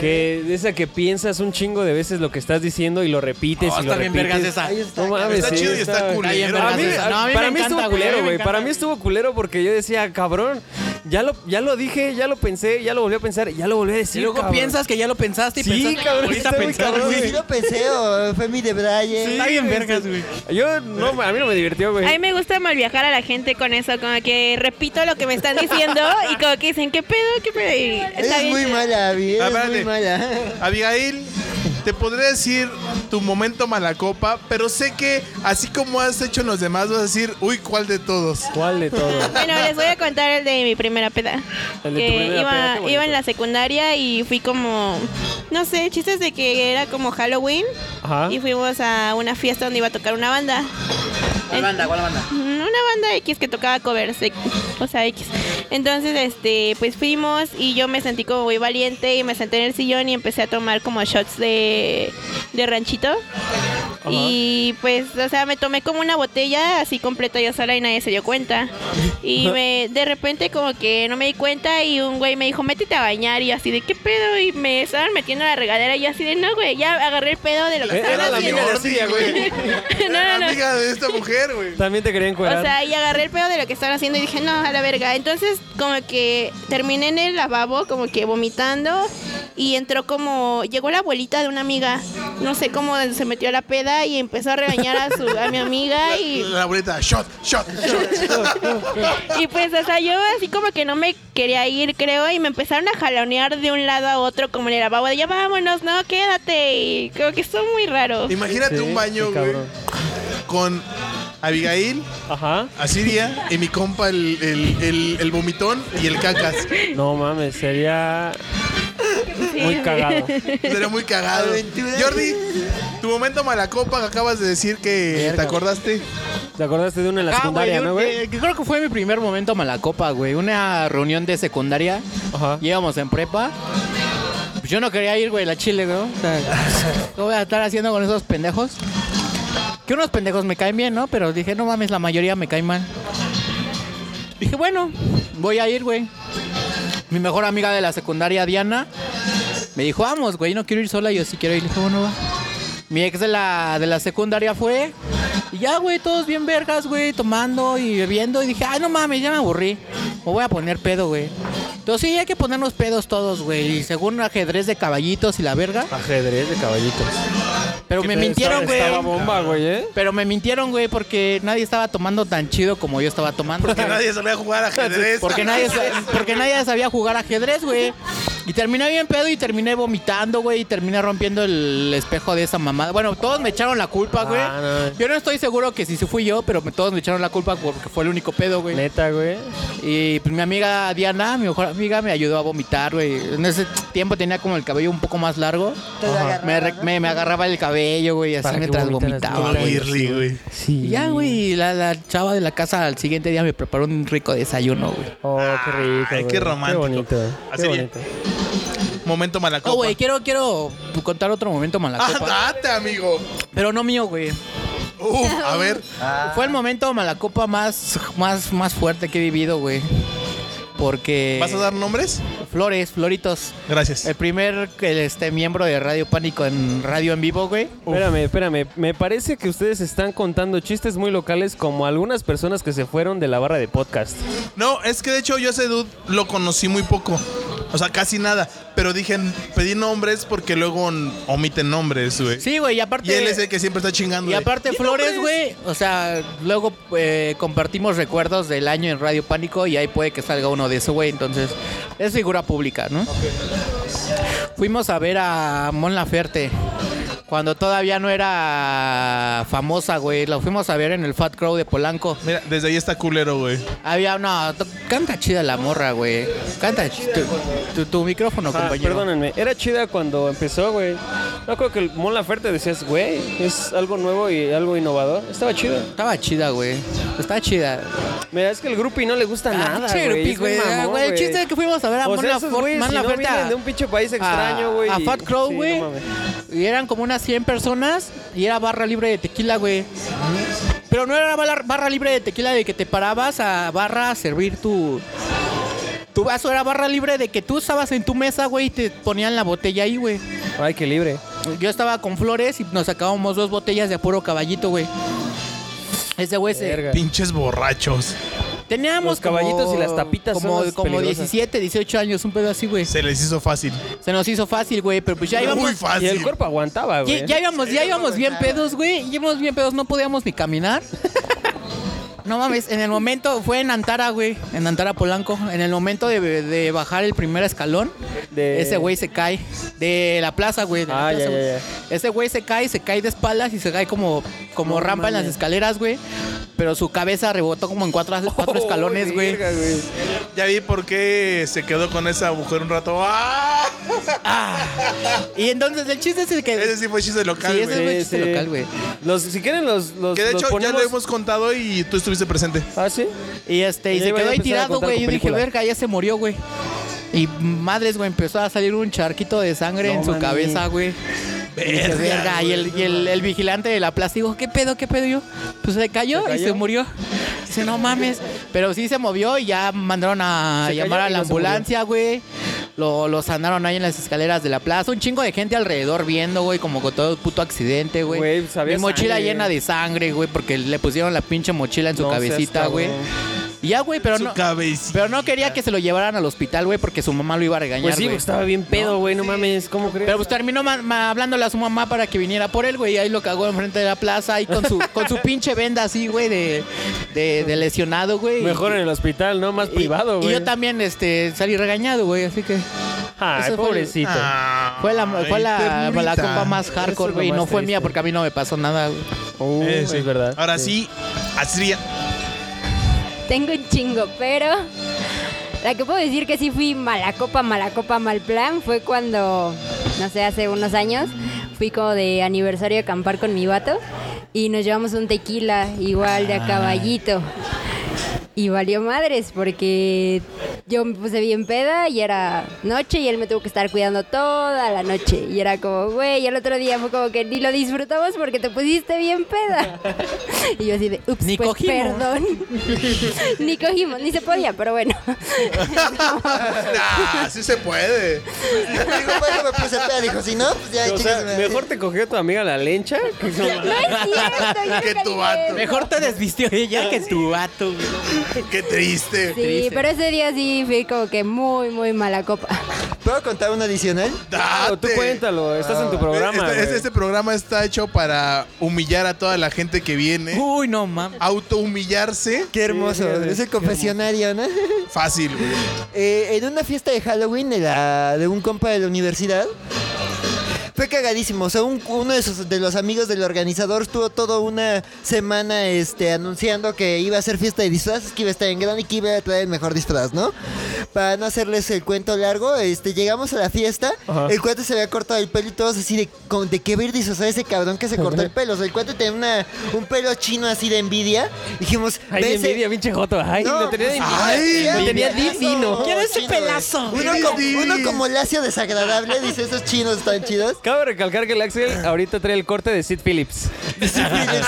[SPEAKER 3] Que de esa que piensas un chingo de veces lo que estás diciendo y lo repites
[SPEAKER 2] Oh,
[SPEAKER 3] y lo
[SPEAKER 2] está bien
[SPEAKER 3] repites.
[SPEAKER 2] vergas esa.
[SPEAKER 6] Ahí está.
[SPEAKER 3] No mames,
[SPEAKER 4] Está
[SPEAKER 3] sí,
[SPEAKER 4] chido y está culero.
[SPEAKER 2] Está bien vergas
[SPEAKER 3] A mí-
[SPEAKER 2] esa. No, a mí
[SPEAKER 3] para
[SPEAKER 2] me
[SPEAKER 3] mí
[SPEAKER 2] encanta, güey, a
[SPEAKER 3] estuvo
[SPEAKER 2] mí
[SPEAKER 3] culero,
[SPEAKER 2] me
[SPEAKER 3] güey.
[SPEAKER 2] encanta.
[SPEAKER 3] Para mí estuvo culero porque yo decía, cabrón, ya lo, ya lo dije, ya lo pensé, ya lo volví a pensar, ya lo volví a
[SPEAKER 2] Y
[SPEAKER 3] decir.
[SPEAKER 2] luego
[SPEAKER 3] cabrón.
[SPEAKER 2] piensas que ya lo pensaste y
[SPEAKER 3] Sí,
[SPEAKER 2] pensaste
[SPEAKER 3] cabrón,
[SPEAKER 2] ahorita
[SPEAKER 3] está muy
[SPEAKER 2] pensar,
[SPEAKER 3] cabrón,
[SPEAKER 2] güey.
[SPEAKER 6] Sí, lo pensé, o fue mi de Brian.
[SPEAKER 2] Está bien vergas, güey.
[SPEAKER 3] Yo, no, a mí no me divirtió, güey.
[SPEAKER 5] A mí me gusta mal viajar a la gente con eso, como que repito lo que me están diciendo y como que dicen, ¿qué pedo? ¿Qué pedo? Y está
[SPEAKER 6] Eres
[SPEAKER 5] bien
[SPEAKER 6] muy
[SPEAKER 5] chido.
[SPEAKER 6] mala, Abby, eres
[SPEAKER 4] Espérate.
[SPEAKER 6] muy mala. *laughs*
[SPEAKER 4] Abigail, te podré decir tu momento malacopa, pero sé que así como has hecho en los demás, vas a decir, uy, ¿cuál de todos?
[SPEAKER 3] ¿Cuál de todo?
[SPEAKER 5] Bueno, les voy a contar el de mi primera peda.
[SPEAKER 3] El de tu
[SPEAKER 5] Que
[SPEAKER 3] primera
[SPEAKER 5] iba,
[SPEAKER 3] peda, qué bonito.
[SPEAKER 5] iba en la secundaria y fui como, no sé, chistes de que era como Halloween
[SPEAKER 3] Ajá.
[SPEAKER 5] y fuimos a una fiesta donde iba a tocar una banda.
[SPEAKER 2] ¿Cuál banda? ¿Cuál banda?
[SPEAKER 5] una banda X que tocaba covers, eh, o sea, X. Entonces, este, pues fuimos y yo me sentí como muy valiente y me senté en el sillón y empecé a tomar como shots de, de ranchito. Y pues, o sea, me tomé como una botella así completa yo sola y nadie se dio cuenta. Y me, de repente como que no me di cuenta y un güey me dijo, métete a bañar y yo así de qué pedo y me estaban metiendo a la regadera y yo así de no, güey, ya agarré el pedo de lo
[SPEAKER 3] Eh,
[SPEAKER 4] Eh,
[SPEAKER 5] que estaban haciendo.
[SPEAKER 2] *laughs*
[SPEAKER 5] *laughs* No, no, no.
[SPEAKER 4] amiga de esta mujer, güey.
[SPEAKER 3] También te querían
[SPEAKER 5] O sea, y agarré el pedo de lo que estaban haciendo y dije, no, a la verga. Entonces, como que terminé en el lavabo, como que vomitando. Y entró como. Llegó la abuelita de una amiga. No sé cómo se metió a la peda y empezó a regañar a, su, a mi amiga. Y,
[SPEAKER 4] La abuelita, shot, shot, shot.
[SPEAKER 5] y pues, o sea, yo así como que no me quería ir, creo. Y me empezaron a jalonear de un lado a otro, como en el lavabo. De ya vámonos, no, quédate. Y como que estuvo muy raro.
[SPEAKER 4] Imagínate un baño, güey, con Abigail, Asiria y mi compa el, el, el, el vomitón y el cacas.
[SPEAKER 3] No mames, sería muy cagado.
[SPEAKER 4] Sería muy cagado. Jordi, tu momento malacopa que acabas de decir que te acordaste.
[SPEAKER 3] ¿Te acordaste de una en la
[SPEAKER 2] Ah,
[SPEAKER 3] secundaria,
[SPEAKER 2] güey,
[SPEAKER 3] no,
[SPEAKER 2] un-
[SPEAKER 3] güey?
[SPEAKER 2] eh, creo que fue mi primer momento malacopa, güey. Una reunión de secundaria. Íbamos en prepa. Pues yo no quería ir, güey, a la Chile, güey. O sea, ¿qué voy a estar haciendo con esos pendejos? Que unos pendejos me caen bien, ¿no? Pero dije, no mames, la mayoría me caen mal. Dije, bueno, voy a ir, güey. Mi mejor amiga de la secundaria, Diana, me dijo, vamos, güey, no quiero ir sola. Yo sí quiero ir. Le dije, bueno, va. Mi ex de la, de la secundaria fue. Y ya, güey, todos bien vergas, güey, tomando y bebiendo. Y dije, ay, no mames, ya me aburrí. Me voy a poner pedo, güey. Entonces sí, hay que ponernos pedos todos, güey. Y según ajedrez de caballitos y la verga.
[SPEAKER 3] Ajedrez de caballitos.
[SPEAKER 2] Pero me mintieron, güey.
[SPEAKER 3] Estaba bomba, güey, ¿eh?
[SPEAKER 2] Pero me mintieron, güey, porque nadie estaba tomando tan chido como yo estaba tomando.
[SPEAKER 4] Porque nadie sabía jugar ajedrez.
[SPEAKER 2] Porque nadie, sa- porque nadie sabía jugar ajedrez, güey. Y terminé bien pedo y terminé vomitando, güey. Y terminé rompiendo el espejo de esa mamada. Bueno, todos me echaron la culpa, Ah, güey.
[SPEAKER 3] Ah,
[SPEAKER 2] Yo no estoy seguro que si sí fui yo, pero me- todos me echaron la culpa porque fue el único pedo, güey.
[SPEAKER 3] Neta, güey.
[SPEAKER 2] Y pues mi amiga Diana, mi mejor amiga, me ayudó a vomitar, güey. En ese tiempo tenía como el cabello un poco más largo. Me, re- me- me agarraba el cabello, güey, así
[SPEAKER 3] Para que
[SPEAKER 2] mientras
[SPEAKER 3] vomitaras,
[SPEAKER 2] vomitaba,
[SPEAKER 3] ¿no?
[SPEAKER 2] güey.
[SPEAKER 3] Girly,
[SPEAKER 4] Ah, güey.
[SPEAKER 2] Y
[SPEAKER 3] Sí.
[SPEAKER 2] ya, güey, la, la chava de la casa al siguiente día me preparó un rico desayuno, güey.
[SPEAKER 3] Oh, qué rico.
[SPEAKER 4] Ay,
[SPEAKER 3] güey.
[SPEAKER 4] qué romántico.
[SPEAKER 3] Qué bonito.
[SPEAKER 4] Así
[SPEAKER 3] Qué
[SPEAKER 4] bien.
[SPEAKER 3] bonito.
[SPEAKER 4] Momento malacopa.
[SPEAKER 2] No, güey, quiero, quiero contar otro momento malacopa.
[SPEAKER 4] Ah, date, amigo.
[SPEAKER 2] Pero no mío, güey.
[SPEAKER 4] Uf, a ver.
[SPEAKER 2] Fue el momento malacopa más, más, más fuerte que he vivido, güey. Porque.
[SPEAKER 4] ¿Vas a dar nombres?
[SPEAKER 2] Flores, floritos.
[SPEAKER 4] Gracias.
[SPEAKER 2] El primer este, miembro de Radio Pánico en radio en vivo, güey.
[SPEAKER 4] Oh.
[SPEAKER 3] Espérame, espérame. Me parece que ustedes están contando chistes muy locales como algunas personas que se fueron de la barra de podcast.
[SPEAKER 4] No, es que de hecho yo a ese dude lo conocí muy poco. O sea, casi nada. Pero dije, pedí nombres porque luego n- omiten nombres, güey.
[SPEAKER 2] Sí, güey, y aparte.
[SPEAKER 4] Y él es el que siempre está chingando.
[SPEAKER 2] Y
[SPEAKER 4] de,
[SPEAKER 2] aparte
[SPEAKER 4] "¿Qué
[SPEAKER 2] Flores,
[SPEAKER 4] nombres?".
[SPEAKER 2] güey, o sea, luego eh, compartimos recuerdos del año en Radio Pánico y ahí puede que salga uno de esos, güey, entonces es figura pública, ¿no? Fuimos a ver a Mon Laferte cuando todavía no era famosa, güey, la fuimos a ver en el Fat Crow de Polanco.
[SPEAKER 4] Mira, desde ahí está culero, güey.
[SPEAKER 2] Había, no, to- canta chida la morra, güey. Canta chi- tu, tu- tu micrófono,
[SPEAKER 3] Ah,
[SPEAKER 2] compañero.
[SPEAKER 3] perdónenme, era chida cuando empezó, güey. No creo que el Mon Laferte decías, güey, es algo nuevo y algo innovador. Estaba chido.
[SPEAKER 2] Estaba chida, güey. Estaba chida.
[SPEAKER 3] Mira, es que el grupi no le gusta nada,
[SPEAKER 2] Ah, pinche
[SPEAKER 3] güey.
[SPEAKER 2] grupi,
[SPEAKER 3] Es bien
[SPEAKER 2] güey. Ah,
[SPEAKER 3] mamón,
[SPEAKER 2] güey, el
[SPEAKER 3] güey.
[SPEAKER 2] chiste es que fuimos a ver a
[SPEAKER 3] o
[SPEAKER 2] Mon
[SPEAKER 3] sea, esos
[SPEAKER 2] Laferte-
[SPEAKER 3] güeyes,
[SPEAKER 2] Mon
[SPEAKER 3] si no
[SPEAKER 2] Laferte
[SPEAKER 3] vienen
[SPEAKER 2] a-
[SPEAKER 3] de un pinche país extraño, güey.
[SPEAKER 2] A
[SPEAKER 3] y-
[SPEAKER 2] Fat Crow,
[SPEAKER 3] sí,
[SPEAKER 2] güey.
[SPEAKER 3] no mames.
[SPEAKER 2] y eran como unas 100 personas y era barra libre de tequila, güey. Pero no era barra, barra libre de tequila de que te parabas a barra a servir tu. Tu vaso era barra libre de que tú estabas en tu mesa, güey, y te ponían la botella ahí, güey.
[SPEAKER 3] Ay, qué libre.
[SPEAKER 2] Yo estaba con flores y nos sacábamos dos botellas de puro caballito, güey. Ese güey se,
[SPEAKER 3] Verga.
[SPEAKER 4] Pinches borrachos.
[SPEAKER 2] Teníamos
[SPEAKER 3] Los caballitos
[SPEAKER 2] como-
[SPEAKER 3] y las tapitas son
[SPEAKER 2] como,
[SPEAKER 3] las
[SPEAKER 2] como
[SPEAKER 3] peligrosas.
[SPEAKER 2] 17, 18 años, un pedo así, güey.
[SPEAKER 4] Se les hizo fácil.
[SPEAKER 2] Se nos hizo fácil, güey, pero pues ya íbamos
[SPEAKER 4] Muy
[SPEAKER 3] Y
[SPEAKER 4] fácil.
[SPEAKER 3] el cuerpo aguantaba, güey.
[SPEAKER 2] ya, ya íbamos, ya íbamos bien pedos, güey. Íbamos bien pedos, no podíamos ni caminar. *laughs* No mames, en el momento fue en Antara, güey, en Antara Polanco, en el momento de, de bajar el primer escalón,
[SPEAKER 4] Eh.
[SPEAKER 3] De-
[SPEAKER 2] ese güey se cae de la plaza, güey. de la
[SPEAKER 3] Ah,
[SPEAKER 2] plaza,
[SPEAKER 3] ya, ya,
[SPEAKER 2] güey. Ese güey se cae, se cae de espaldas y se cae como, como
[SPEAKER 3] No
[SPEAKER 2] rampa en las
[SPEAKER 3] mames.
[SPEAKER 2] escaleras, güey. pero su cabeza rebotó como en
[SPEAKER 4] *laughs*
[SPEAKER 2] cuatro,
[SPEAKER 4] Oh,
[SPEAKER 2] cuatro
[SPEAKER 3] Oh,
[SPEAKER 2] escalones, güey.
[SPEAKER 4] Ya vi por qué se quedó con esa mujer un rato. ¡Ah!
[SPEAKER 2] Y entonces el chiste es que.
[SPEAKER 4] Ese sí fue chiste local,
[SPEAKER 2] Sí,
[SPEAKER 4] güey.
[SPEAKER 2] ese fue chiste
[SPEAKER 4] Sí, sí.
[SPEAKER 2] local, güey.
[SPEAKER 3] Los, si quieren, los. los
[SPEAKER 4] Que de
[SPEAKER 3] los
[SPEAKER 4] hecho ya
[SPEAKER 3] ponemos-
[SPEAKER 4] lo hemos contado y tú estuviste presente.
[SPEAKER 3] Ah, sí.
[SPEAKER 2] Y este, y
[SPEAKER 3] Ya
[SPEAKER 2] se
[SPEAKER 3] iba a
[SPEAKER 2] quedó ahí
[SPEAKER 3] empezar a
[SPEAKER 2] tirado,
[SPEAKER 3] contar
[SPEAKER 2] güey.
[SPEAKER 3] tu
[SPEAKER 2] Yo dije,
[SPEAKER 3] película.
[SPEAKER 2] verga, ya se murió, güey. Y madres, güey, empezó a salir un charquito de sangre
[SPEAKER 3] No
[SPEAKER 2] en su
[SPEAKER 3] mames.
[SPEAKER 2] cabeza, güey. Y dije,
[SPEAKER 3] Verga,
[SPEAKER 2] verga. Y, el,
[SPEAKER 3] güey,
[SPEAKER 2] y el, el vigilante de la plaza dijo, ¿qué pedo, qué pedo? Y yo, pues se cayó,
[SPEAKER 3] ¿Se
[SPEAKER 2] y se
[SPEAKER 3] cayó?
[SPEAKER 2] murió. Dice, no mames. Pero sí se movió y ya mandaron a
[SPEAKER 3] Se cayó
[SPEAKER 2] llamar a
[SPEAKER 3] y
[SPEAKER 2] la
[SPEAKER 3] no se murió.
[SPEAKER 2] ambulancia, güey. Lo, lo sanaron ahí en las escaleras de la plaza. Un chingo de gente alrededor viendo, güey, como con todo el puto accidente, güey.
[SPEAKER 3] Güey, pues había
[SPEAKER 2] Mi mochila
[SPEAKER 3] sangre.
[SPEAKER 2] llena de sangre, güey, porque le pusieron la pinche mochila en su
[SPEAKER 3] No seas
[SPEAKER 2] cabecita, güey.
[SPEAKER 3] cabrón.
[SPEAKER 2] Y Ya, güey, pero no. Pero no quería que se lo llevaran al hospital, güey, porque su mamá lo iba a regañar.
[SPEAKER 3] Pues sí,
[SPEAKER 2] güey.
[SPEAKER 3] pues, estaba bien pedo, güey. No, mames, ¿cómo crees?
[SPEAKER 2] Pero pues terminó ma- ma- hablándole a su mamá para que viniera por él, güey. Y ahí lo cagó enfrente de la plaza, ahí con su, con su pinche venda así, güey, de, de, de lesionado, güey.
[SPEAKER 3] Mejor en el hospital, ¿no? Más privado,
[SPEAKER 2] Y
[SPEAKER 3] güey.
[SPEAKER 2] yo también este, salí regañado, güey, así que.
[SPEAKER 3] Ay,
[SPEAKER 2] Eso fue-
[SPEAKER 3] pobrecito.
[SPEAKER 6] Ah.
[SPEAKER 4] Ah,
[SPEAKER 2] Fue la, fue la,
[SPEAKER 4] ternurita.
[SPEAKER 2] la copa más
[SPEAKER 3] Eso es
[SPEAKER 2] hardcore,
[SPEAKER 3] lo
[SPEAKER 2] güey. y No
[SPEAKER 3] más
[SPEAKER 2] fue
[SPEAKER 3] triste.
[SPEAKER 2] mía porque a mí no me pasó nada, güey.
[SPEAKER 3] Uh,
[SPEAKER 4] Eh, sí.
[SPEAKER 3] Es verdad.
[SPEAKER 4] Ahora sí, así
[SPEAKER 7] Tengo un chingo, pero la que puedo decir que sí fui mala copa, mala copa, mal plan fue cuando, no sé, hace unos años fui como de aniversario a acampar con mi vato y nos llevamos un tequila igual
[SPEAKER 2] Ah.
[SPEAKER 7] de a caballito. Y valió madres porque yo me puse bien peda y era noche y él me tuvo que estar cuidando toda la noche. Y era como, güey, y el otro día fue como que ni lo disfrutamos porque te pusiste
[SPEAKER 2] *laughs*
[SPEAKER 7] bien peda. Y yo así de, ups,
[SPEAKER 2] Ni
[SPEAKER 7] pues
[SPEAKER 2] cogimos". *laughs*
[SPEAKER 7] perdón. ni cogimos, ni se podía, pero bueno. *laughs*
[SPEAKER 4] nah, sí
[SPEAKER 2] *laughs*
[SPEAKER 4] se puede.
[SPEAKER 6] Digo, bueno, "Pues, me puse peda. Dijo, si no, pues ya,
[SPEAKER 3] O sea,
[SPEAKER 6] chicas.
[SPEAKER 3] mejor te cogió tu amiga la
[SPEAKER 4] *laughs*
[SPEAKER 3] lencha. que no
[SPEAKER 7] No
[SPEAKER 3] mames.
[SPEAKER 7] es cierto, yo
[SPEAKER 4] Que
[SPEAKER 7] nunca
[SPEAKER 4] tu
[SPEAKER 7] dije
[SPEAKER 4] vato.
[SPEAKER 7] eso.
[SPEAKER 2] Mejor te desvistió ella que tu vato, güey.
[SPEAKER 4] Qué triste.
[SPEAKER 7] Sí, pero ese día sí fui como que muy, muy mala copa.
[SPEAKER 6] ¿Puedo contar un adicional?
[SPEAKER 4] Date.
[SPEAKER 3] Tú cuéntalo, estás en tu programa.
[SPEAKER 4] Este, este-
[SPEAKER 3] güey.
[SPEAKER 4] este programa está hecho para humillar a toda la gente que viene.
[SPEAKER 2] Uy, no mames.
[SPEAKER 4] Autohumillarse.
[SPEAKER 6] Qué hermoso.
[SPEAKER 3] sí, sí,
[SPEAKER 6] es el confesionario, ¿no? *laughs*
[SPEAKER 4] Fácil, güey.
[SPEAKER 6] Eh, en una fiesta de Halloween de, la- de un compa de la universidad. Fue cagadísimo. O sea, un- uno de, sus- de los amigos del organizador estuvo toda una semana este, anunciando que iba a ser fiesta de disfraces, que iba a estar en gran y que iba a traer el mejor disfraz, ¿no? Para no hacerles el cuento largo, este, llegamos a la fiesta,
[SPEAKER 3] Ajá.
[SPEAKER 6] el cuate se había cortado el pelo y todos así de, con, ¿de qué ver disfrazar ese cabrón que se cortó *laughs* el pelo? O sea, el cuate tenía una- un pelo chino así de envidia. Dijimos,
[SPEAKER 3] Ay,
[SPEAKER 6] "Ve
[SPEAKER 3] de
[SPEAKER 6] ese-
[SPEAKER 3] envidia, pinche Joto. Ay, no, tenía de envidia.
[SPEAKER 4] pues, ay,
[SPEAKER 3] lo tenía
[SPEAKER 6] pelazo.
[SPEAKER 3] Disney, ¿no?
[SPEAKER 2] ¿Quién es ese pelazo?
[SPEAKER 6] Uno,
[SPEAKER 4] Disney.
[SPEAKER 6] como- uno como lacio desagradable, dice esos chinos tan
[SPEAKER 3] *laughs*
[SPEAKER 6] chidos.
[SPEAKER 3] Cabe recalcar que el Axel ahorita trae el corte de Sid Phillips.
[SPEAKER 6] Sí, fíjense. *laughs*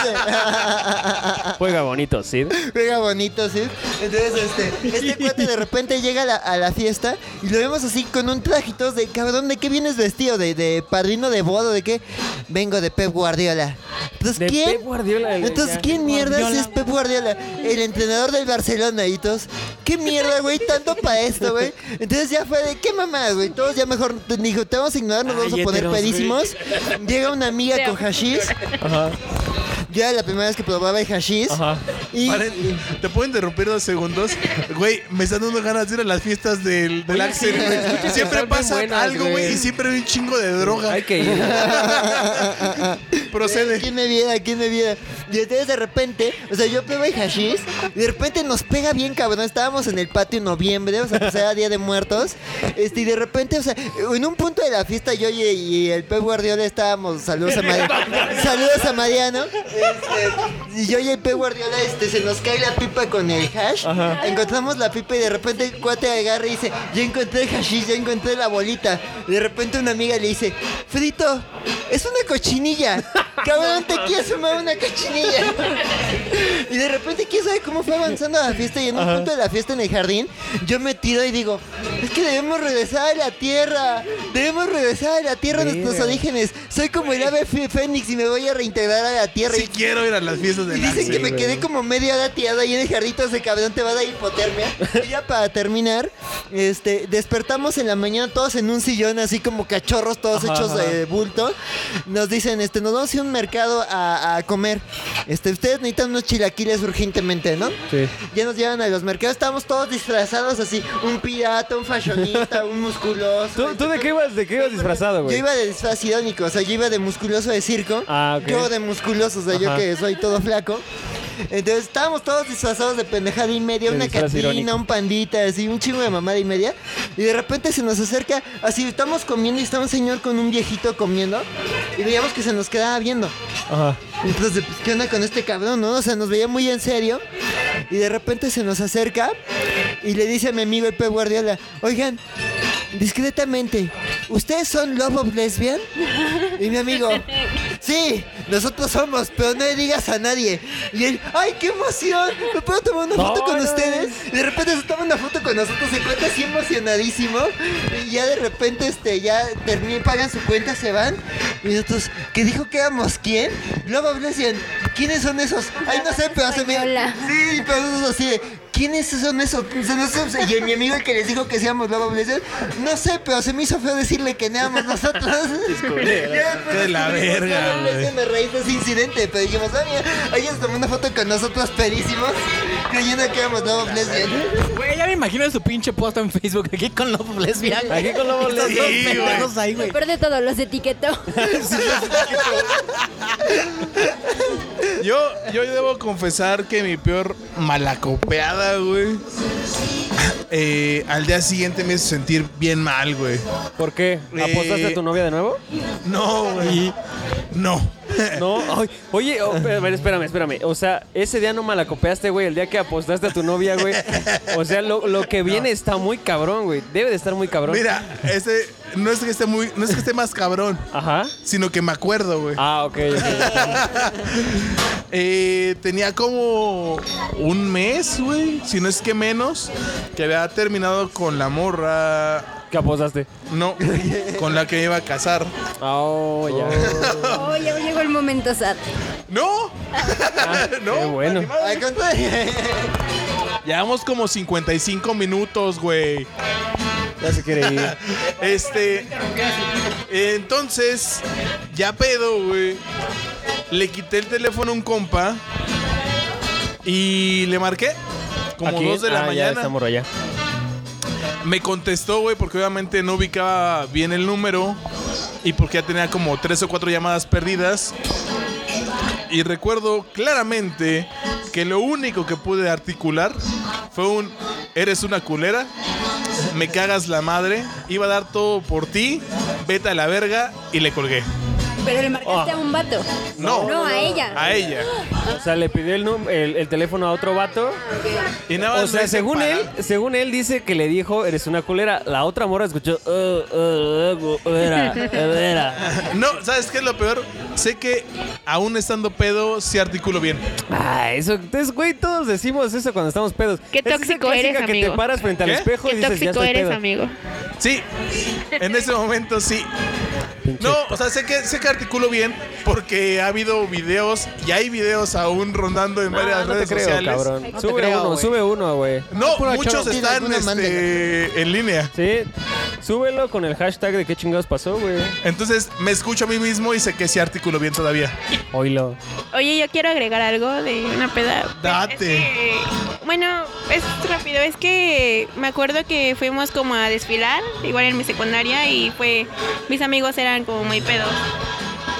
[SPEAKER 6] Ah.
[SPEAKER 3] Juega bonito, Sid.
[SPEAKER 6] Pega bonito, ¿sí? Entonces, este, este cuate de repente llega a la, a la fiesta y lo vemos así con un trajito de cabrón, ¿de qué vienes vestido? ¿De, de padrino de boda? ¿De qué? Vengo de Pep Guardiola. "Pues, Entonces,
[SPEAKER 3] De
[SPEAKER 6] ¿quién?
[SPEAKER 3] Pep Guardiola. güey,
[SPEAKER 6] Entonces,
[SPEAKER 3] ya.
[SPEAKER 6] ¿quién mierda
[SPEAKER 2] Guardiola.
[SPEAKER 6] es este? Pep Guardiola? El entrenador del Barcelona y todos. ¿Qué mierda, güey? Tanto para esto, güey. Entonces ya fue de, ¿qué mamá, güey? Todos ya mejor, te- dijo, te vamos a ignorar, nos vamos a
[SPEAKER 2] Ay,
[SPEAKER 6] poner
[SPEAKER 2] héteros, güey.
[SPEAKER 6] pedísimos. Llega una amiga con hashish.
[SPEAKER 3] Ajá,
[SPEAKER 6] Yo era la primera vez que probaba el hashish.
[SPEAKER 3] ajá.
[SPEAKER 6] Y
[SPEAKER 4] Paren, ¿Te puedo interrumpir dos segundos? Güey, me están dando ganas de ir a las fiestas del, del Axel, güey.
[SPEAKER 3] escucha que
[SPEAKER 4] Siempre
[SPEAKER 3] están bien
[SPEAKER 4] pasa
[SPEAKER 3] buenas,
[SPEAKER 4] algo, güey,
[SPEAKER 3] güey.
[SPEAKER 4] y siempre hay un chingo de droga.
[SPEAKER 3] Hay que ir.
[SPEAKER 4] Procede.
[SPEAKER 6] ¿Quién me viera? ¿Quién me viera? Y entonces de repente, o sea, yo probé hashish y de repente nos pega bien, cabrón. Estábamos en el patio en noviembre, o sea, pues era Día de Muertos. Este, y de repente, o sea, en un punto de la fiesta yo y, y el Pep Guardiola estábamos, saludos a Mariano. saludos a Mariano. Este, y yo y el Pep Guardiola, este, se nos cae la pipa con el hash. Encontramos la pipa y de repente el cuate agarra y dice, ya encontré el hashish, ya encontré la bolita. Y de repente una amiga le dice, Frito, es una cochinilla. Cabrón, te quieres fumar una cochinilla. Y de repente, ¿quién sabe cómo fue avanzando la fiesta? Y en un punto de la fiesta en el jardín, yo me tiro y digo, es que debemos regresar a la tierra. Debemos regresar a la tierra, a nuestros orígenes. Soy como el ave fe- fénix y me voy a reintegrar a la tierra.
[SPEAKER 4] Sí
[SPEAKER 6] Y-
[SPEAKER 4] quiero ir a las fiestas
[SPEAKER 6] y
[SPEAKER 4] del
[SPEAKER 6] dicen que
[SPEAKER 4] Axel.
[SPEAKER 6] me quedé como media hora tirada ahí en el jarrito ese cabrón te va a
[SPEAKER 3] *laughs*
[SPEAKER 6] dar hipotermia. Y ya para terminar, este, despertamos en la mañana todos en un sillón así como cachorros todos hechos de bulto. Nos dicen, este, nos vamos a ir a un mercado a, a comer. Este, ustedes necesitan unos chilaquiles urgentemente, ¿no?
[SPEAKER 3] Sí.
[SPEAKER 6] Ya nos llevan a los mercados, estábamos todos disfrazados así, un pirata, un fashionista, un musculoso.
[SPEAKER 3] ¿Tú, tú de qué ibas, de qué ibas disfrazado,
[SPEAKER 6] Yo
[SPEAKER 3] güey?
[SPEAKER 6] iba de disfraz irónico, o sea, yo iba de musculoso de circo.
[SPEAKER 3] Ah, ok.
[SPEAKER 6] Yo de musculoso, o sea, yo
[SPEAKER 3] Ajá.
[SPEAKER 6] que soy todo flaco. Entonces estábamos todos disfrazados de pendejada y media,
[SPEAKER 3] De
[SPEAKER 6] una
[SPEAKER 3] disfraz
[SPEAKER 6] catina,
[SPEAKER 3] irónico.
[SPEAKER 6] un pandita, así, un chingo de mamada y media. Y de repente se nos acerca, así estamos comiendo y está un señor con un viejito comiendo. Y veíamos que se nos quedaba viendo.
[SPEAKER 3] Ajá.
[SPEAKER 6] Entonces, pues, ¿qué onda con este cabrón, no? O sea, nos veía muy en serio. Y de repente se nos acerca y le dice a mi amigo el Pep Guardiola, oigan, discretamente, ¿ustedes son Love of Lesbian? Y mi amigo, sí, nosotros somos, pero no le digas a nadie. Y él, ¡ay, qué emoción! ¿Me puedo tomar una
[SPEAKER 12] No,
[SPEAKER 6] foto con
[SPEAKER 12] no,
[SPEAKER 6] ustedes? Y de repente se toma una foto con nosotros, se cuenta así emocionadísimo. Y ya de repente, este, ya terminan, pagan su cuenta, se van. Y nosotros, ¿qué dijo que éramos quién? Luego decían, ¿quiénes son esos? Ay, no sé, pero se me. Sí, pero eso así de, ¿Quiénes son esos? Se nos- se- Y mi amigo el que les dijo que seamos Lobo Blessed, no sé, pero se me hizo feo decirle que éramos nosotros. Ya, pues,
[SPEAKER 4] de la
[SPEAKER 6] descubrimos
[SPEAKER 4] verga,
[SPEAKER 6] Lobo
[SPEAKER 4] güey.
[SPEAKER 6] Blessed, Me reí de ese incidente, pero dijimos, ah, mira, ahí se tomó una foto con nosotros perísimos, creyendo que éramos Lobo Blessed.
[SPEAKER 2] Güey, ya me imagino su pinche post en Facebook aquí con Love Lesbian.
[SPEAKER 6] Aquí con Love
[SPEAKER 2] Estos dos
[SPEAKER 6] Lesbian. Sí, güey.
[SPEAKER 2] pendejos ahí, güey.
[SPEAKER 7] Lo peor de todo, los etiquetó.
[SPEAKER 4] Yo, yo debo confesar que mi peor malacopeada, güey. eh, al día siguiente me hizo sentir bien mal, güey.
[SPEAKER 3] ¿Por qué?
[SPEAKER 4] Eh,
[SPEAKER 3] ¿Apostaste a tu novia de nuevo?
[SPEAKER 4] No, güey. No.
[SPEAKER 3] No, ay, oye, oh, pero, a ver, espérame, espérame. O sea, ese día no malacopeaste, güey, el día que apostaste a tu novia, güey. O sea, lo, lo que viene está muy cabrón, güey. Debe de estar muy cabrón.
[SPEAKER 4] Mira, este no es que esté muy, no es que esté más cabrón. Sino que me acuerdo, güey.
[SPEAKER 3] Ah, ok.
[SPEAKER 4] Eh, tenía como un mes, güey, si no es que menos, que había terminado con la morra.
[SPEAKER 3] ¿Qué apostaste?
[SPEAKER 4] No, con la que me iba a casar.
[SPEAKER 3] Oh, ya.
[SPEAKER 7] Oh, ya llegó el momento sad.
[SPEAKER 4] ¡No! *laughs*
[SPEAKER 3] no, bueno.
[SPEAKER 6] Ay, conté.
[SPEAKER 4] Llevamos como 55 minutos, güey.
[SPEAKER 3] Ya se quiere ir.
[SPEAKER 4] Este. Entonces, ya pedo, güey. Le quité el teléfono a un compa. Y le marqué. Como
[SPEAKER 3] Aquí.
[SPEAKER 4] dos de la
[SPEAKER 3] Ah, Ya,
[SPEAKER 4] mañana.
[SPEAKER 3] está morro, ya.
[SPEAKER 4] Me contestó, güey, porque obviamente no ubicaba bien el número. Y porque ya tenía como tres o cuatro llamadas perdidas. Y recuerdo claramente que lo único que pude articular fue un eres una culera, me cagas la madre, iba a dar todo por ti, vete a la verga y le colgué.
[SPEAKER 7] Pero le marcaste a un vato.
[SPEAKER 4] No.
[SPEAKER 7] No, a ella.
[SPEAKER 4] A ella.
[SPEAKER 3] O sea, le pidió el, num- el, el teléfono a otro vato.
[SPEAKER 4] Y nada más
[SPEAKER 3] o
[SPEAKER 4] lo
[SPEAKER 3] sea,
[SPEAKER 4] hice
[SPEAKER 3] según
[SPEAKER 4] para-
[SPEAKER 3] él, según él dice que le dijo, eres una culera. La otra morra escuchó, "Eh, eh, eh, culera, culera".
[SPEAKER 4] No, ¿sabes qué es lo peor? Sé que aún estando pedo, sí articulo bien.
[SPEAKER 3] Ah, eso, entonces, güey, todos decimos eso cuando estamos pedos. Esa
[SPEAKER 5] Qué
[SPEAKER 3] es la
[SPEAKER 5] tóxico
[SPEAKER 3] clásica
[SPEAKER 5] eres,
[SPEAKER 3] que
[SPEAKER 5] amigo.
[SPEAKER 3] te paras frente al
[SPEAKER 4] ¿Qué?
[SPEAKER 3] espejo
[SPEAKER 5] Qué
[SPEAKER 3] y dices, ya
[SPEAKER 5] tóxico
[SPEAKER 3] estoy
[SPEAKER 5] eres,
[SPEAKER 3] pedo.
[SPEAKER 5] amigo.
[SPEAKER 4] Sí, en ese momento sí. No, o sea, sé que, sé que articulo bien porque ha habido videos y hay videos aún rondando en
[SPEAKER 3] No,
[SPEAKER 4] varias
[SPEAKER 3] Ah, no te
[SPEAKER 4] redes
[SPEAKER 3] creo,
[SPEAKER 4] sociales.
[SPEAKER 3] cabrón. sube uno, sube uno, güey.
[SPEAKER 4] No, muchos están
[SPEAKER 3] Alguna
[SPEAKER 4] este, en línea.
[SPEAKER 3] Sí, súbelo con el hashtag de qué chingados pasó, güey.
[SPEAKER 4] Entonces me escucho a mí mismo y sé que sí articulo bien todavía.
[SPEAKER 3] Oilo.
[SPEAKER 5] Oye, yo quiero agregar algo de una peda.
[SPEAKER 4] Date.
[SPEAKER 5] Eh, Bueno, es rápido. Es que me acuerdo que fuimos como a desfilar, igual en mi secundaria, y fue. Mis amigos eran como muy pedos.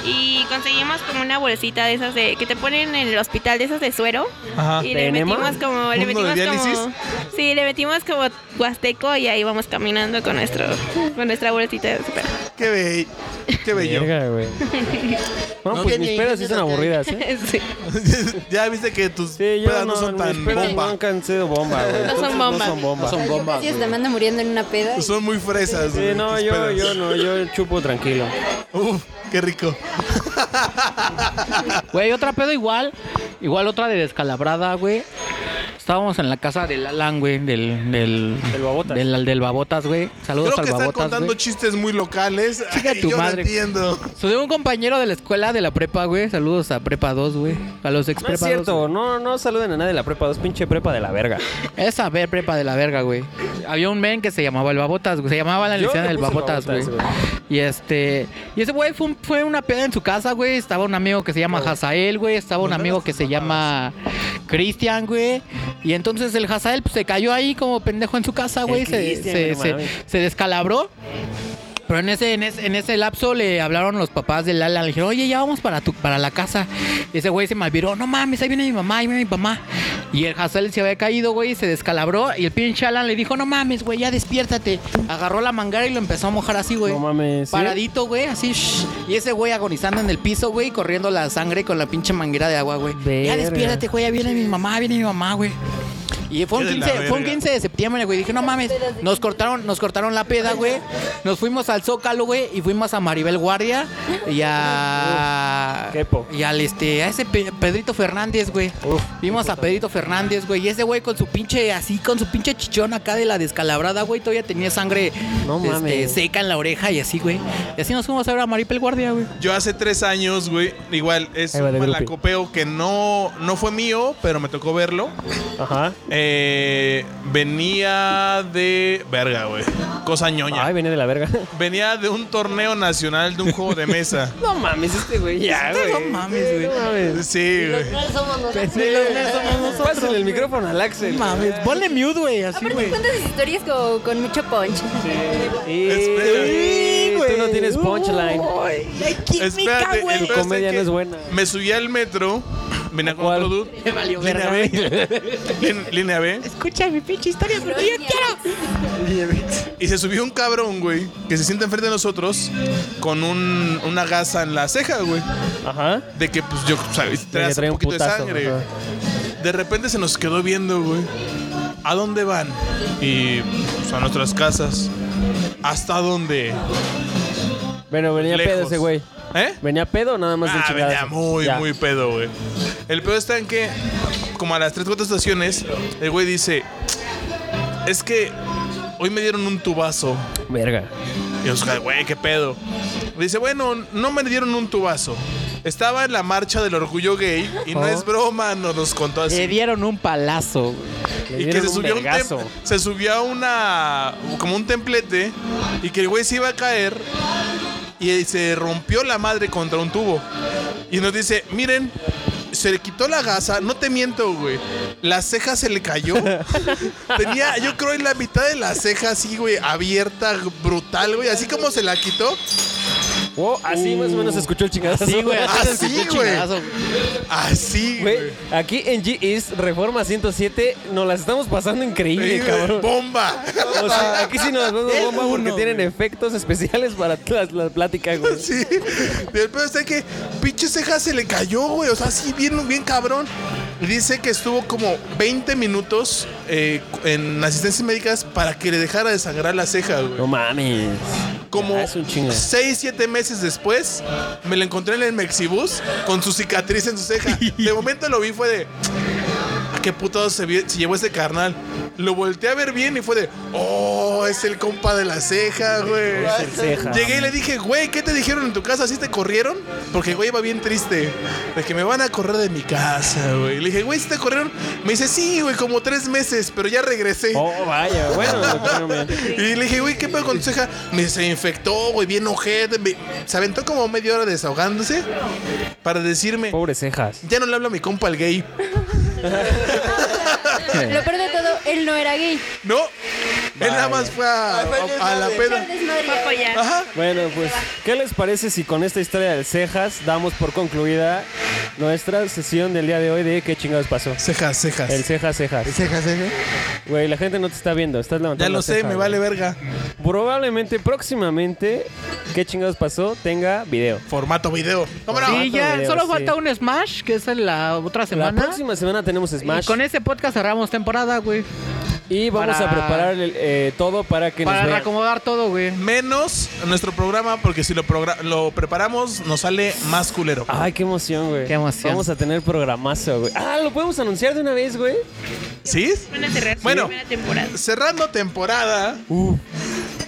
[SPEAKER 5] Y conseguimos como una bolsita de esas de, que te ponen en el hospital, de esas de suero.
[SPEAKER 4] Ajá.
[SPEAKER 5] Y le
[SPEAKER 4] ¿De enema?
[SPEAKER 5] metimos como. Le
[SPEAKER 4] ¿Uno de
[SPEAKER 5] metimos como
[SPEAKER 4] diálisis?
[SPEAKER 5] sí, le metimos como huasteco y ahí vamos caminando con, nuestro, con nuestra bolsita de suero.
[SPEAKER 4] Qué bello. *laughs* Qué bello.
[SPEAKER 3] Verga, güey. *laughs* No,
[SPEAKER 4] No,
[SPEAKER 3] pues
[SPEAKER 4] que
[SPEAKER 3] mis
[SPEAKER 4] ni-
[SPEAKER 3] pedas sí son aburridas, ¿eh?
[SPEAKER 5] Sí.
[SPEAKER 4] ya viste que tus
[SPEAKER 3] Yo
[SPEAKER 4] pedas no, son
[SPEAKER 3] mis
[SPEAKER 4] tan
[SPEAKER 3] pedas
[SPEAKER 4] bomba.
[SPEAKER 3] nunca han sido bomba, güey.
[SPEAKER 7] No son bomba.
[SPEAKER 3] No son bomba.
[SPEAKER 7] O sea, yo casi hasta me ando muriendo en una peda. y-
[SPEAKER 4] Son muy fresas.
[SPEAKER 3] Sí,
[SPEAKER 4] güey,
[SPEAKER 3] no,
[SPEAKER 4] tus
[SPEAKER 3] yo,
[SPEAKER 4] pedas.
[SPEAKER 3] yo no, yo chupo tranquilo.
[SPEAKER 4] Uf, qué rico.
[SPEAKER 2] Güey, otra pedo igual. Igual otra de descalabrada, güey. Estábamos en la casa del Alan, güey. Del, del, del Babotas. Del, Babotas, güey. Saludos
[SPEAKER 4] Creo
[SPEAKER 2] al
[SPEAKER 4] que están
[SPEAKER 2] Babotas.
[SPEAKER 4] contando
[SPEAKER 2] güey.
[SPEAKER 4] chistes muy locales. *laughs*
[SPEAKER 2] Chica
[SPEAKER 4] Ay,
[SPEAKER 2] tu
[SPEAKER 4] yo
[SPEAKER 2] madre.
[SPEAKER 4] no entiendo.
[SPEAKER 2] Soy un compañero de la escuela de la prepa, güey. Saludos a Prepa 2, güey. A los ex
[SPEAKER 3] No es
[SPEAKER 2] Prepa 2.
[SPEAKER 3] cierto, no, no saluden a nadie de la prepa, dos pinche prepa de la verga.
[SPEAKER 2] Esa ver prepa de la verga, güey. Había un men que se llamaba el Babotas, güey. Se llamaba la
[SPEAKER 3] Yo
[SPEAKER 2] licenciada
[SPEAKER 3] le
[SPEAKER 2] del
[SPEAKER 3] puse el
[SPEAKER 2] Babotas, güey.
[SPEAKER 3] Babotas,
[SPEAKER 2] Y este. Y ese güey fue, un- fue una peda en su casa, güey. Estaba un amigo que se llama Hazael, güey. Estaba un amigo que se llama Cristian, güey. Y entonces el Hazael pues, se cayó ahí como pendejo en su casa, güey. Se,
[SPEAKER 3] Cristian,
[SPEAKER 2] se-
[SPEAKER 3] no
[SPEAKER 2] se-
[SPEAKER 3] mames.
[SPEAKER 2] se descalabró. Pero en ese, en ese, en ese lapso le hablaron los papás de Lala. Le dijeron, oye, ya vamos para tu, para la casa. Y ese güey se malviró, no mames, ahí viene mi mamá, ahí viene mi mamá. Y el Hassel se había caído, güey, y se descalabró. Y el pinche Alan le dijo, no mames, güey, ya despiértate. Agarró la mangara y lo empezó a mojar así, güey. No
[SPEAKER 3] mames.
[SPEAKER 2] Paradito, güey, así. shh. Y ese güey agonizando en el piso, güey, corriendo la sangre con la pinche manguera de agua, güey. Ya despiértate, güey, ya viene mi mamá, viene mi mamá, güey. Y fue un,
[SPEAKER 12] Qué de la
[SPEAKER 2] 15, fue un
[SPEAKER 12] verga.
[SPEAKER 2] 15 de septiembre, güey. Dije, no mames, nos cortaron, nos cortaron la peda, güey. Nos fuimos al Zócalo, güey, y fuimos a Maribel Guardia y a. Y al este, a ese Pe- Pedrito Fernández, güey. Vimos a Pedrito Fernández, güey. Y ese güey con su pinche, así, con su pinche chichón acá de la descalabrada, güey, todavía tenía sangre este,
[SPEAKER 3] mames.
[SPEAKER 2] seca en la oreja y así, güey. Y así nos fuimos a ver a Maribel Guardia, güey.
[SPEAKER 4] Yo hace tres años, güey, igual es
[SPEAKER 2] Ahí va de
[SPEAKER 4] un
[SPEAKER 2] grupi.
[SPEAKER 4] malacopeo que no, no fue mío, pero me tocó verlo. Eh,
[SPEAKER 3] Ajá.
[SPEAKER 4] venía de. Verga, güey. Cosa ñoña. Ay,
[SPEAKER 3] venía de la verga.
[SPEAKER 4] Venía de un torneo nacional de un juego de mesa.
[SPEAKER 3] No mames, este güey ya,
[SPEAKER 4] Este
[SPEAKER 3] güey.
[SPEAKER 4] no
[SPEAKER 2] mames, güey.
[SPEAKER 4] Sí, güey.
[SPEAKER 7] somos nosotros.
[SPEAKER 3] Pásenle el micrófono al Axel.
[SPEAKER 2] Mames, ponle mute, güey, así,
[SPEAKER 7] Aparte, cuentas historias con, con mucho punch.
[SPEAKER 3] Sí,
[SPEAKER 7] güey.
[SPEAKER 3] Tú no
[SPEAKER 2] Uh. *laughs*
[SPEAKER 3] tienes punchline.
[SPEAKER 4] Espérate,
[SPEAKER 3] güey.
[SPEAKER 4] el
[SPEAKER 3] Tu comedia no es buena.
[SPEAKER 4] Me subí al metro. Venía con otro dude.
[SPEAKER 2] Me valió
[SPEAKER 4] Línea B. Lin- Línea B.
[SPEAKER 2] Escucha mi pinche historia porque yo quiero.
[SPEAKER 4] Y se subió un cabrón, güey, que se sienta enfrente de nosotros con un- una gasa en la ceja, güey.
[SPEAKER 3] Ajá.
[SPEAKER 4] De que, pues, yo, ¿sabes?
[SPEAKER 3] le
[SPEAKER 4] Trae
[SPEAKER 3] trae
[SPEAKER 4] un
[SPEAKER 3] un
[SPEAKER 4] poquito
[SPEAKER 3] putazo,
[SPEAKER 4] de sangre.
[SPEAKER 3] ajá.
[SPEAKER 4] De repente se nos quedó viendo, güey. ¿A dónde van? Y pues, a nuestras casas. ¿Hasta dónde?
[SPEAKER 3] Bueno, venía
[SPEAKER 4] Lejos.
[SPEAKER 3] pedo ese güey.
[SPEAKER 4] ¿eh?
[SPEAKER 3] ¿Venía pedo o nada más pues, de
[SPEAKER 4] Ah,
[SPEAKER 3] chingada?
[SPEAKER 4] venía muy, muy pedo, güey. El pedo está en que, como a las 3, 4 estaciones, el güey dice: Es que hoy me dieron un tubazo.
[SPEAKER 3] Verga.
[SPEAKER 4] Y nos cae, güey, qué pedo. Dice, bueno, no me dieron un tubazo. Estaba en la marcha del orgullo gay y no
[SPEAKER 2] Oh.
[SPEAKER 4] es broma, nos, nos contó así.
[SPEAKER 2] Le dieron un palazo, güey.
[SPEAKER 4] y que se subió, a un tem- se subió a una. como un templete y que el güey se iba a caer y se rompió la madre contra un tubo. Y nos dice, miren. Se le quitó la gasa, no te miento, güey. La ceja se le cayó. Tenía, yo creo, en la mitad de la ceja así, güey, abierta, brutal, güey. Así como se la quitó,
[SPEAKER 3] Wow, Oh, así más o menos se escuchó el chingadazo.
[SPEAKER 4] Así,
[SPEAKER 3] *laughs*
[SPEAKER 4] Uh. güey, así se
[SPEAKER 3] Así,
[SPEAKER 4] escuchó el
[SPEAKER 3] Ah, güey.
[SPEAKER 4] chingadazo, Así,
[SPEAKER 3] güey. Aquí en G East, Reforma 107, nos las estamos pasando increíble,
[SPEAKER 4] Sí, güey.
[SPEAKER 3] cabrón.
[SPEAKER 4] ¡Bomba!
[SPEAKER 3] O sea, aquí sí nos las vamos
[SPEAKER 4] El
[SPEAKER 3] bomba porque
[SPEAKER 4] uno,
[SPEAKER 3] tienen efectos especiales para la, la plática, güey.
[SPEAKER 4] *laughs* Sí. Y el pedo está que pinche ceja se le cayó, güey. O sea, sí, bien, bien cabrón. Y Dice que estuvo como 20 minutos eh, en asistencias médicas para que le dejara de sangrar la ceja, güey.
[SPEAKER 3] No mames.
[SPEAKER 4] Como
[SPEAKER 3] Ah, es un chingo.
[SPEAKER 4] 6, 7 meses después, me lo encontré en el Mexibus con su cicatriz en su
[SPEAKER 3] *laughs*
[SPEAKER 4] ceja. De momento lo vi, fue de. "¿A ¿Qué puto se, vi- se llevó ese carnal? Lo volteé a ver bien y fue de. ¡Oh! Es el compa de la ceja, güey.
[SPEAKER 3] Es el ceja.
[SPEAKER 4] Llegué y le dije, güey, ¿qué te dijeron en tu casa? ¿Así te corrieron? Porque el güey iba bien triste. De que me van a correr de mi casa, güey. Le dije, güey, ¿sí te corrieron? Me dice, sí, güey, como tres meses, pero ya regresé.
[SPEAKER 3] Oh, vaya, bueno,
[SPEAKER 4] *laughs*
[SPEAKER 3] bueno, me-
[SPEAKER 4] Y le dije, güey, ¿qué pedo con tu ceja? Me se infectó, güey, bien ojete. me- Se aventó como media hora desahogándose para decirme.
[SPEAKER 3] Pobres cejas.
[SPEAKER 4] Ya no le hablo a mi compa el gay.
[SPEAKER 7] Lo peor de todo, él no era gay.
[SPEAKER 4] No, él nada más fue a, a- a la peda. Ajá.
[SPEAKER 3] Bueno, pues, ¿qué les parece si con esta historia del cejas damos por concluida nuestra sesión del día de hoy de qué chingados pasó?
[SPEAKER 4] Cejas, cejas.
[SPEAKER 3] El cejas, cejas.
[SPEAKER 6] Cejas, cejas.
[SPEAKER 3] Güey, la gente no te está viendo, estás levantando.
[SPEAKER 4] Ya lo
[SPEAKER 3] la
[SPEAKER 4] sé,
[SPEAKER 3] ceja,
[SPEAKER 4] me
[SPEAKER 3] güey.
[SPEAKER 4] vale verga.
[SPEAKER 3] Probablemente próximamente, ¿qué chingados pasó? Tenga video.
[SPEAKER 4] Formato video. ¿Cómo
[SPEAKER 3] no?
[SPEAKER 2] Sí, ya, solo falta un Smash, que es en la otra semana.
[SPEAKER 3] La próxima semana tenemos Smash.
[SPEAKER 2] Y con ese podcast cerramos temporada, güey.
[SPEAKER 3] Y vamos
[SPEAKER 2] Para-
[SPEAKER 3] a preparar el, eh, todo para que
[SPEAKER 2] Para
[SPEAKER 3] nos vean.
[SPEAKER 2] reacomodar todo, güey.
[SPEAKER 4] Menos nuestro programa, porque si lo, progra- lo preparamos, nos sale más culero.
[SPEAKER 3] Ay, qué emoción, güey. Qué
[SPEAKER 2] emoción.
[SPEAKER 3] Vamos a tener programazo, güey. Ah, lo podemos anunciar de una vez, güey.
[SPEAKER 4] ¿Sí? Bueno, cerrando temporada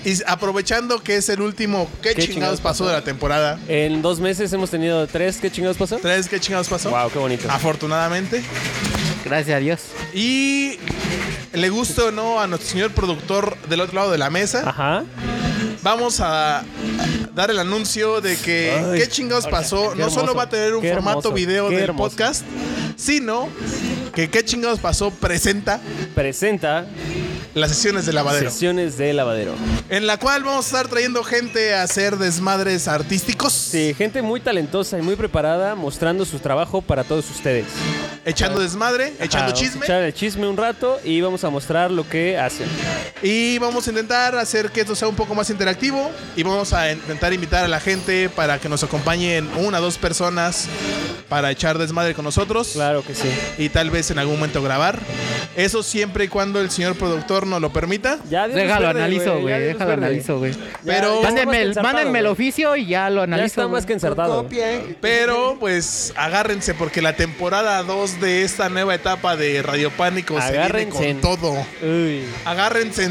[SPEAKER 4] y aprovechando que es el último Uh. ¿Qué, chingados, pasó de la temporada?
[SPEAKER 3] En dos meses hemos tenido tres ¿Qué chingados pasó?
[SPEAKER 4] Tres ¿Qué chingados pasó?
[SPEAKER 3] Wow, qué bonito.
[SPEAKER 2] Ah.
[SPEAKER 4] Afortunadamente.
[SPEAKER 2] Gracias a Dios.
[SPEAKER 4] Y le gusta o no a nuestro señor productor del otro lado de la mesa.
[SPEAKER 3] Ajá.
[SPEAKER 4] Vamos a dar el anuncio de que
[SPEAKER 3] Ay.
[SPEAKER 4] qué chingados pasó.
[SPEAKER 3] Qué
[SPEAKER 4] no solo
[SPEAKER 3] hermoso,
[SPEAKER 4] va a tener un
[SPEAKER 3] qué
[SPEAKER 4] formato
[SPEAKER 3] hermoso,
[SPEAKER 4] video
[SPEAKER 3] qué
[SPEAKER 4] del
[SPEAKER 3] hermoso.
[SPEAKER 4] podcast, sino que qué chingados pasó presenta
[SPEAKER 3] Presenta
[SPEAKER 4] Las sesiones de lavadero.
[SPEAKER 3] Sesiones de lavadero.
[SPEAKER 4] En la cual vamos a estar trayendo gente a hacer desmadres artísticos.
[SPEAKER 3] Sí, gente muy talentosa y muy preparada mostrando su trabajo para todos ustedes.
[SPEAKER 4] Echando desmadre, echando
[SPEAKER 3] vamos a
[SPEAKER 4] chisme.
[SPEAKER 3] Echar el chisme un rato y vamos a mostrar lo que hacen.
[SPEAKER 4] Y vamos a intentar hacer que esto sea un poco más interactivo y vamos a intentar invitar a la gente para que nos acompañen una o dos personas para echar desmadre con nosotros.
[SPEAKER 3] Claro que sí.
[SPEAKER 4] Y tal vez en algún momento grabar. Eso siempre y cuando el señor productor nos lo permita.
[SPEAKER 3] Ya,
[SPEAKER 2] Dios Déjalo, nos verde, analizo, güey, güey, ya Dios déjalo, verde. analizo, güey. Pero- Mándenme el- mándenme el oficio y ya lo analizo,
[SPEAKER 3] está
[SPEAKER 2] güey.
[SPEAKER 3] más que ensartado.
[SPEAKER 4] Pero pues agárrense porque la temporada 2 de esta nueva etapa de Radio Pánico se viene
[SPEAKER 3] Agárrense.
[SPEAKER 4] con todo.
[SPEAKER 3] Uy.
[SPEAKER 4] Agárrense.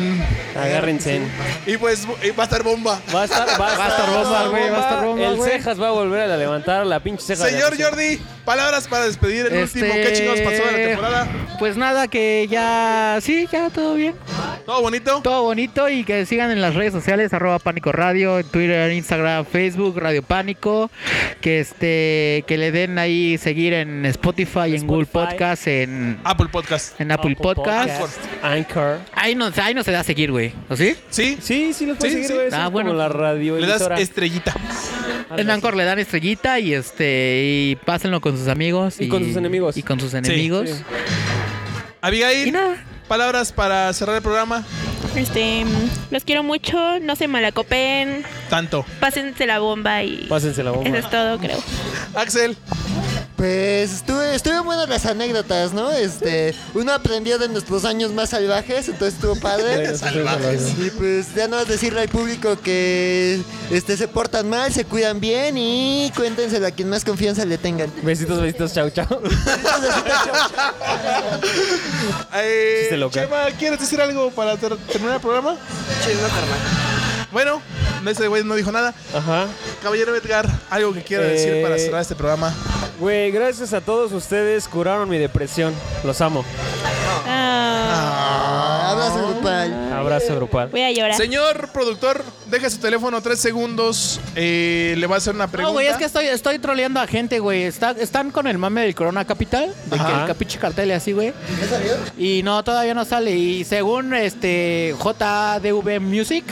[SPEAKER 3] Agárrense.
[SPEAKER 4] Y pues y va a estar bomba.
[SPEAKER 3] Va a estar, va a estar bomba, güey. Va a estar bomba, El
[SPEAKER 4] güey.
[SPEAKER 3] cejas va a volver a levantar la pinche ceja. de
[SPEAKER 4] Señor
[SPEAKER 3] José.
[SPEAKER 4] Jordi, palabras para despedir el último. ¿Qué chingados pasó de la temporada?
[SPEAKER 2] Pues nada, que ya. Sí, ya todo bien.
[SPEAKER 4] ¿Todo bonito?
[SPEAKER 2] Todo bonito y que sigan en las redes sociales, arroba Pánico Radio, en Twitter, Instagram, Facebook, Radio Pánico. Que este, que le den ahí seguir en Spotify, en Google Podcast, en
[SPEAKER 4] Apple Podcast.
[SPEAKER 3] Ah,
[SPEAKER 2] En Apple, Podcast.
[SPEAKER 3] Anchor.
[SPEAKER 2] Ahí no, ahí no se da a seguir, güey. ¿O sí?
[SPEAKER 4] Sí.
[SPEAKER 3] Sí, sí, los puedes
[SPEAKER 2] Sí,
[SPEAKER 3] seguir,
[SPEAKER 2] sí.
[SPEAKER 3] güey.
[SPEAKER 2] Ah,
[SPEAKER 3] Ah,
[SPEAKER 2] bueno.
[SPEAKER 3] bueno. Como la radio
[SPEAKER 2] Le das
[SPEAKER 4] estrellita.
[SPEAKER 2] En Anchor le dan estrellita y este y pásenlo con sus amigos
[SPEAKER 3] Y con sus enemigos.
[SPEAKER 2] y con sus enemigos.
[SPEAKER 3] Sí.
[SPEAKER 4] Abigail, palabras para cerrar el programa.
[SPEAKER 5] Este, los quiero mucho, no se malacopen,
[SPEAKER 4] Tanto.
[SPEAKER 5] pásense la bomba y
[SPEAKER 3] Pásense la
[SPEAKER 5] eso es todo, creo.
[SPEAKER 4] Axel.
[SPEAKER 6] Pues estuve, estuve buenas las anécdotas, ¿no? Este, uno aprendió de nuestros años más salvajes, entonces estuvo padre.
[SPEAKER 4] Salvajes.
[SPEAKER 6] Y pues ya no vas a decirle al público que este se portan mal, se cuidan bien y cuéntenselo a quien más confianza
[SPEAKER 2] *laughs*
[SPEAKER 6] le tengan.
[SPEAKER 3] Besitos, besitos, chau, chau.
[SPEAKER 4] Eh,
[SPEAKER 3] Chiste loca.
[SPEAKER 4] Chema, ¿quieres decir algo para ter- terminar el programa? Bueno, ese güey no dijo nada.
[SPEAKER 3] *laughs* Ajá.
[SPEAKER 4] Caballero Edgar, algo que quiera decir
[SPEAKER 3] Eh,
[SPEAKER 4] para cerrar este programa.
[SPEAKER 3] Güey, gracias a todos ustedes curaron mi depresión. Los amo.
[SPEAKER 4] Ah.
[SPEAKER 6] Ah. Abrazo grupal.
[SPEAKER 3] Abrazo grupal.
[SPEAKER 5] Ah, Voy a llorar.
[SPEAKER 4] Señor productor, deja su teléfono tres segundos. eh, le va a hacer una pregunta.
[SPEAKER 2] No, güey, es que estoy, estoy troleando a gente, güey. Está- están con el mame del Corona Capital, de que
[SPEAKER 4] Ajá.
[SPEAKER 2] el capiche cartel y así, güey. Y no, todavía no sale. Y según este JDV Music,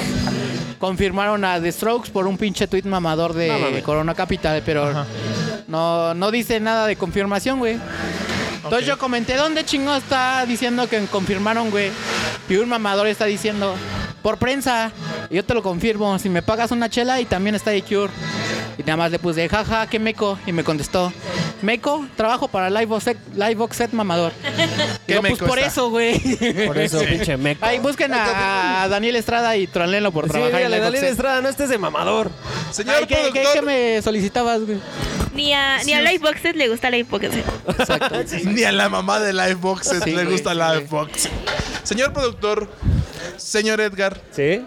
[SPEAKER 2] confirmaron a The Strokes por un pinche tweet mamador de
[SPEAKER 3] No mames.
[SPEAKER 2] Corona Capital, pero no, no dice nada de confirmación, güey. Entonces yo comenté, ¿dónde chingo está diciendo que confirmaron, güey? Y un mamador está diciendo, por prensa, y yo te lo confirmo, si me pagas una chela y también está de Cure. Y nada más le puse, jaja, qué meco, y me contestó, meco, trabajo para Livebox Set, Livebox Set
[SPEAKER 4] *laughs*
[SPEAKER 2] mamador.
[SPEAKER 4] Qué
[SPEAKER 2] Digo, pues
[SPEAKER 4] meco
[SPEAKER 2] por
[SPEAKER 4] está.
[SPEAKER 2] eso, güey. *laughs*
[SPEAKER 3] Por eso, pinche meco.
[SPEAKER 2] Ahí busquen a a Daniel Estrada y trolenlo por
[SPEAKER 3] Sí,
[SPEAKER 2] trabajar en
[SPEAKER 3] dígale,
[SPEAKER 2] Livebox
[SPEAKER 3] Daniel
[SPEAKER 2] Set.
[SPEAKER 3] Estrada, no estés de mamador.
[SPEAKER 4] Señor
[SPEAKER 2] Ay, ¿qué- qué-
[SPEAKER 4] productor.
[SPEAKER 2] qué me solicitabas, güey?
[SPEAKER 5] Ni a, ni a Lightboxes le gusta Lightboxes.
[SPEAKER 4] Ni a la mamá de Livebox
[SPEAKER 2] Sí,
[SPEAKER 4] le
[SPEAKER 2] güey,
[SPEAKER 4] gusta
[SPEAKER 2] sí,
[SPEAKER 4] Livebox. Señor productor, señor Edgar,
[SPEAKER 3] Sí.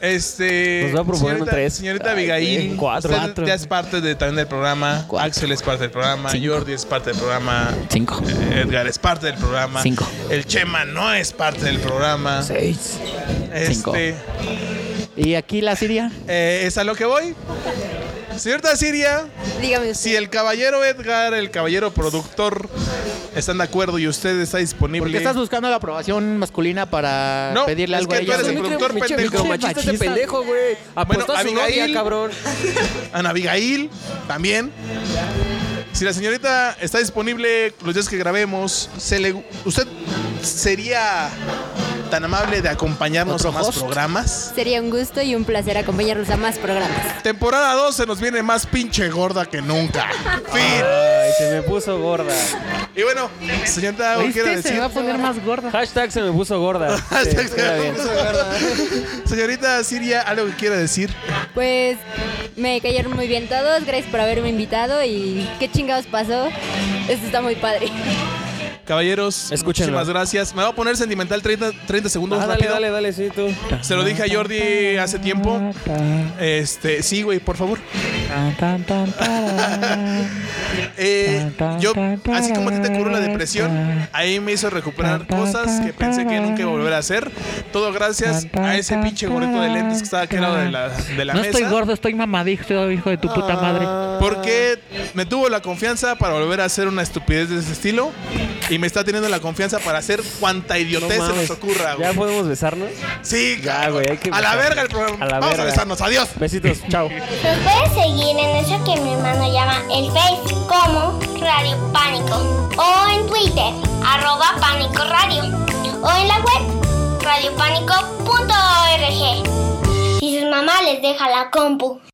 [SPEAKER 4] este.
[SPEAKER 3] Nos va a proponer un
[SPEAKER 4] señorita,
[SPEAKER 3] tres.
[SPEAKER 4] Señorita
[SPEAKER 3] Ay,
[SPEAKER 4] Abigail,
[SPEAKER 3] güey, cuatro.
[SPEAKER 4] usted
[SPEAKER 3] Cuatro.
[SPEAKER 4] ya es parte de, también del programa. Axel es parte del programa. Jordi es parte del programa. eh,
[SPEAKER 2] Cinco.
[SPEAKER 4] Edgar es parte del programa.
[SPEAKER 2] Cinco.
[SPEAKER 4] El Chema no es parte del programa.
[SPEAKER 2] Seis. Cinco.
[SPEAKER 4] Este,
[SPEAKER 2] ¿Y aquí la Siria?
[SPEAKER 4] eh, es a lo que voy. Señorita Siria,
[SPEAKER 7] Dígame
[SPEAKER 4] si el caballero Edgar, el caballero productor, están de acuerdo y usted está disponible.
[SPEAKER 2] Porque estás buscando la aprobación masculina para
[SPEAKER 4] No,
[SPEAKER 2] pedirle
[SPEAKER 4] es
[SPEAKER 2] algo
[SPEAKER 4] que
[SPEAKER 2] a
[SPEAKER 4] tú
[SPEAKER 2] ella.
[SPEAKER 4] eres el
[SPEAKER 2] güey.
[SPEAKER 4] productor,
[SPEAKER 3] Pinche
[SPEAKER 4] pendejo.
[SPEAKER 3] micromachista ese pendejo, güey.
[SPEAKER 4] Bueno,
[SPEAKER 3] Apostó a su
[SPEAKER 4] Abigail.
[SPEAKER 3] novia, cabrón.
[SPEAKER 4] Ana Abigail también. Si la señorita está disponible los días que grabemos, se le, ¿usted sería tan amable de acompañarnos a más programas?
[SPEAKER 7] Sería un gusto y un placer acompañarlos a más programas.
[SPEAKER 4] Temporada 2 se nos viene más pinche gorda que nunca. fin.
[SPEAKER 3] Ay, se me puso gorda.
[SPEAKER 4] Y bueno, señorita, ¿algo quiere
[SPEAKER 2] ¿Viste? Se
[SPEAKER 4] decir?
[SPEAKER 2] va a poner más gorda.
[SPEAKER 3] Hashtag se me puso gorda. Sí,
[SPEAKER 4] *laughs* Hashtag se me
[SPEAKER 3] está bien.
[SPEAKER 4] Señorita Siria, ¿algo que quiera decir?
[SPEAKER 7] Pues me cayeron muy bien todos, gracias por haberme invitado y qué chingados pasó. Esto está muy padre.
[SPEAKER 4] Caballeros,
[SPEAKER 3] Escúchenlo.
[SPEAKER 4] muchísimas gracias. Me voy a poner sentimental 30, 30 segundos
[SPEAKER 3] Ah, dale,
[SPEAKER 4] rápido.
[SPEAKER 3] dale, dale, sí, tú.
[SPEAKER 4] Se lo dije a Jordi hace tiempo. Este, sí, güey, por favor. Eh, yo, así como a ti te curó la depresión, ahí me hizo recuperar cosas que pensé que nunca iba a volver a hacer. Todo gracias a ese pinche gorrito de lentes que estaba aquí al lado de la, de la
[SPEAKER 2] no
[SPEAKER 4] mesa. Ah,
[SPEAKER 2] estoy gordo, estoy mamadito, hijo de tu puta madre.
[SPEAKER 4] Porque me tuvo la confianza para volver a hacer una estupidez de ese estilo y me está teniendo la confianza para hacer cuanta idiotez
[SPEAKER 3] No
[SPEAKER 4] se
[SPEAKER 3] mames.
[SPEAKER 4] nos ocurra, güey.
[SPEAKER 3] ¿Ya podemos besarnos?
[SPEAKER 4] Sí,
[SPEAKER 3] ya, güey. hay que
[SPEAKER 4] A la
[SPEAKER 3] besarnos.
[SPEAKER 4] verga el programa.
[SPEAKER 3] A la
[SPEAKER 4] Vamos
[SPEAKER 3] verga.
[SPEAKER 4] a besarnos. Adiós.
[SPEAKER 3] Besitos. Chao.
[SPEAKER 7] Nos puedes seguir en eso que mi hermano llama el Face como Radio Pánico o en Twitter arroba Pánico Radio o en la web radiopánico.org. Si sus mamá les deja la compu.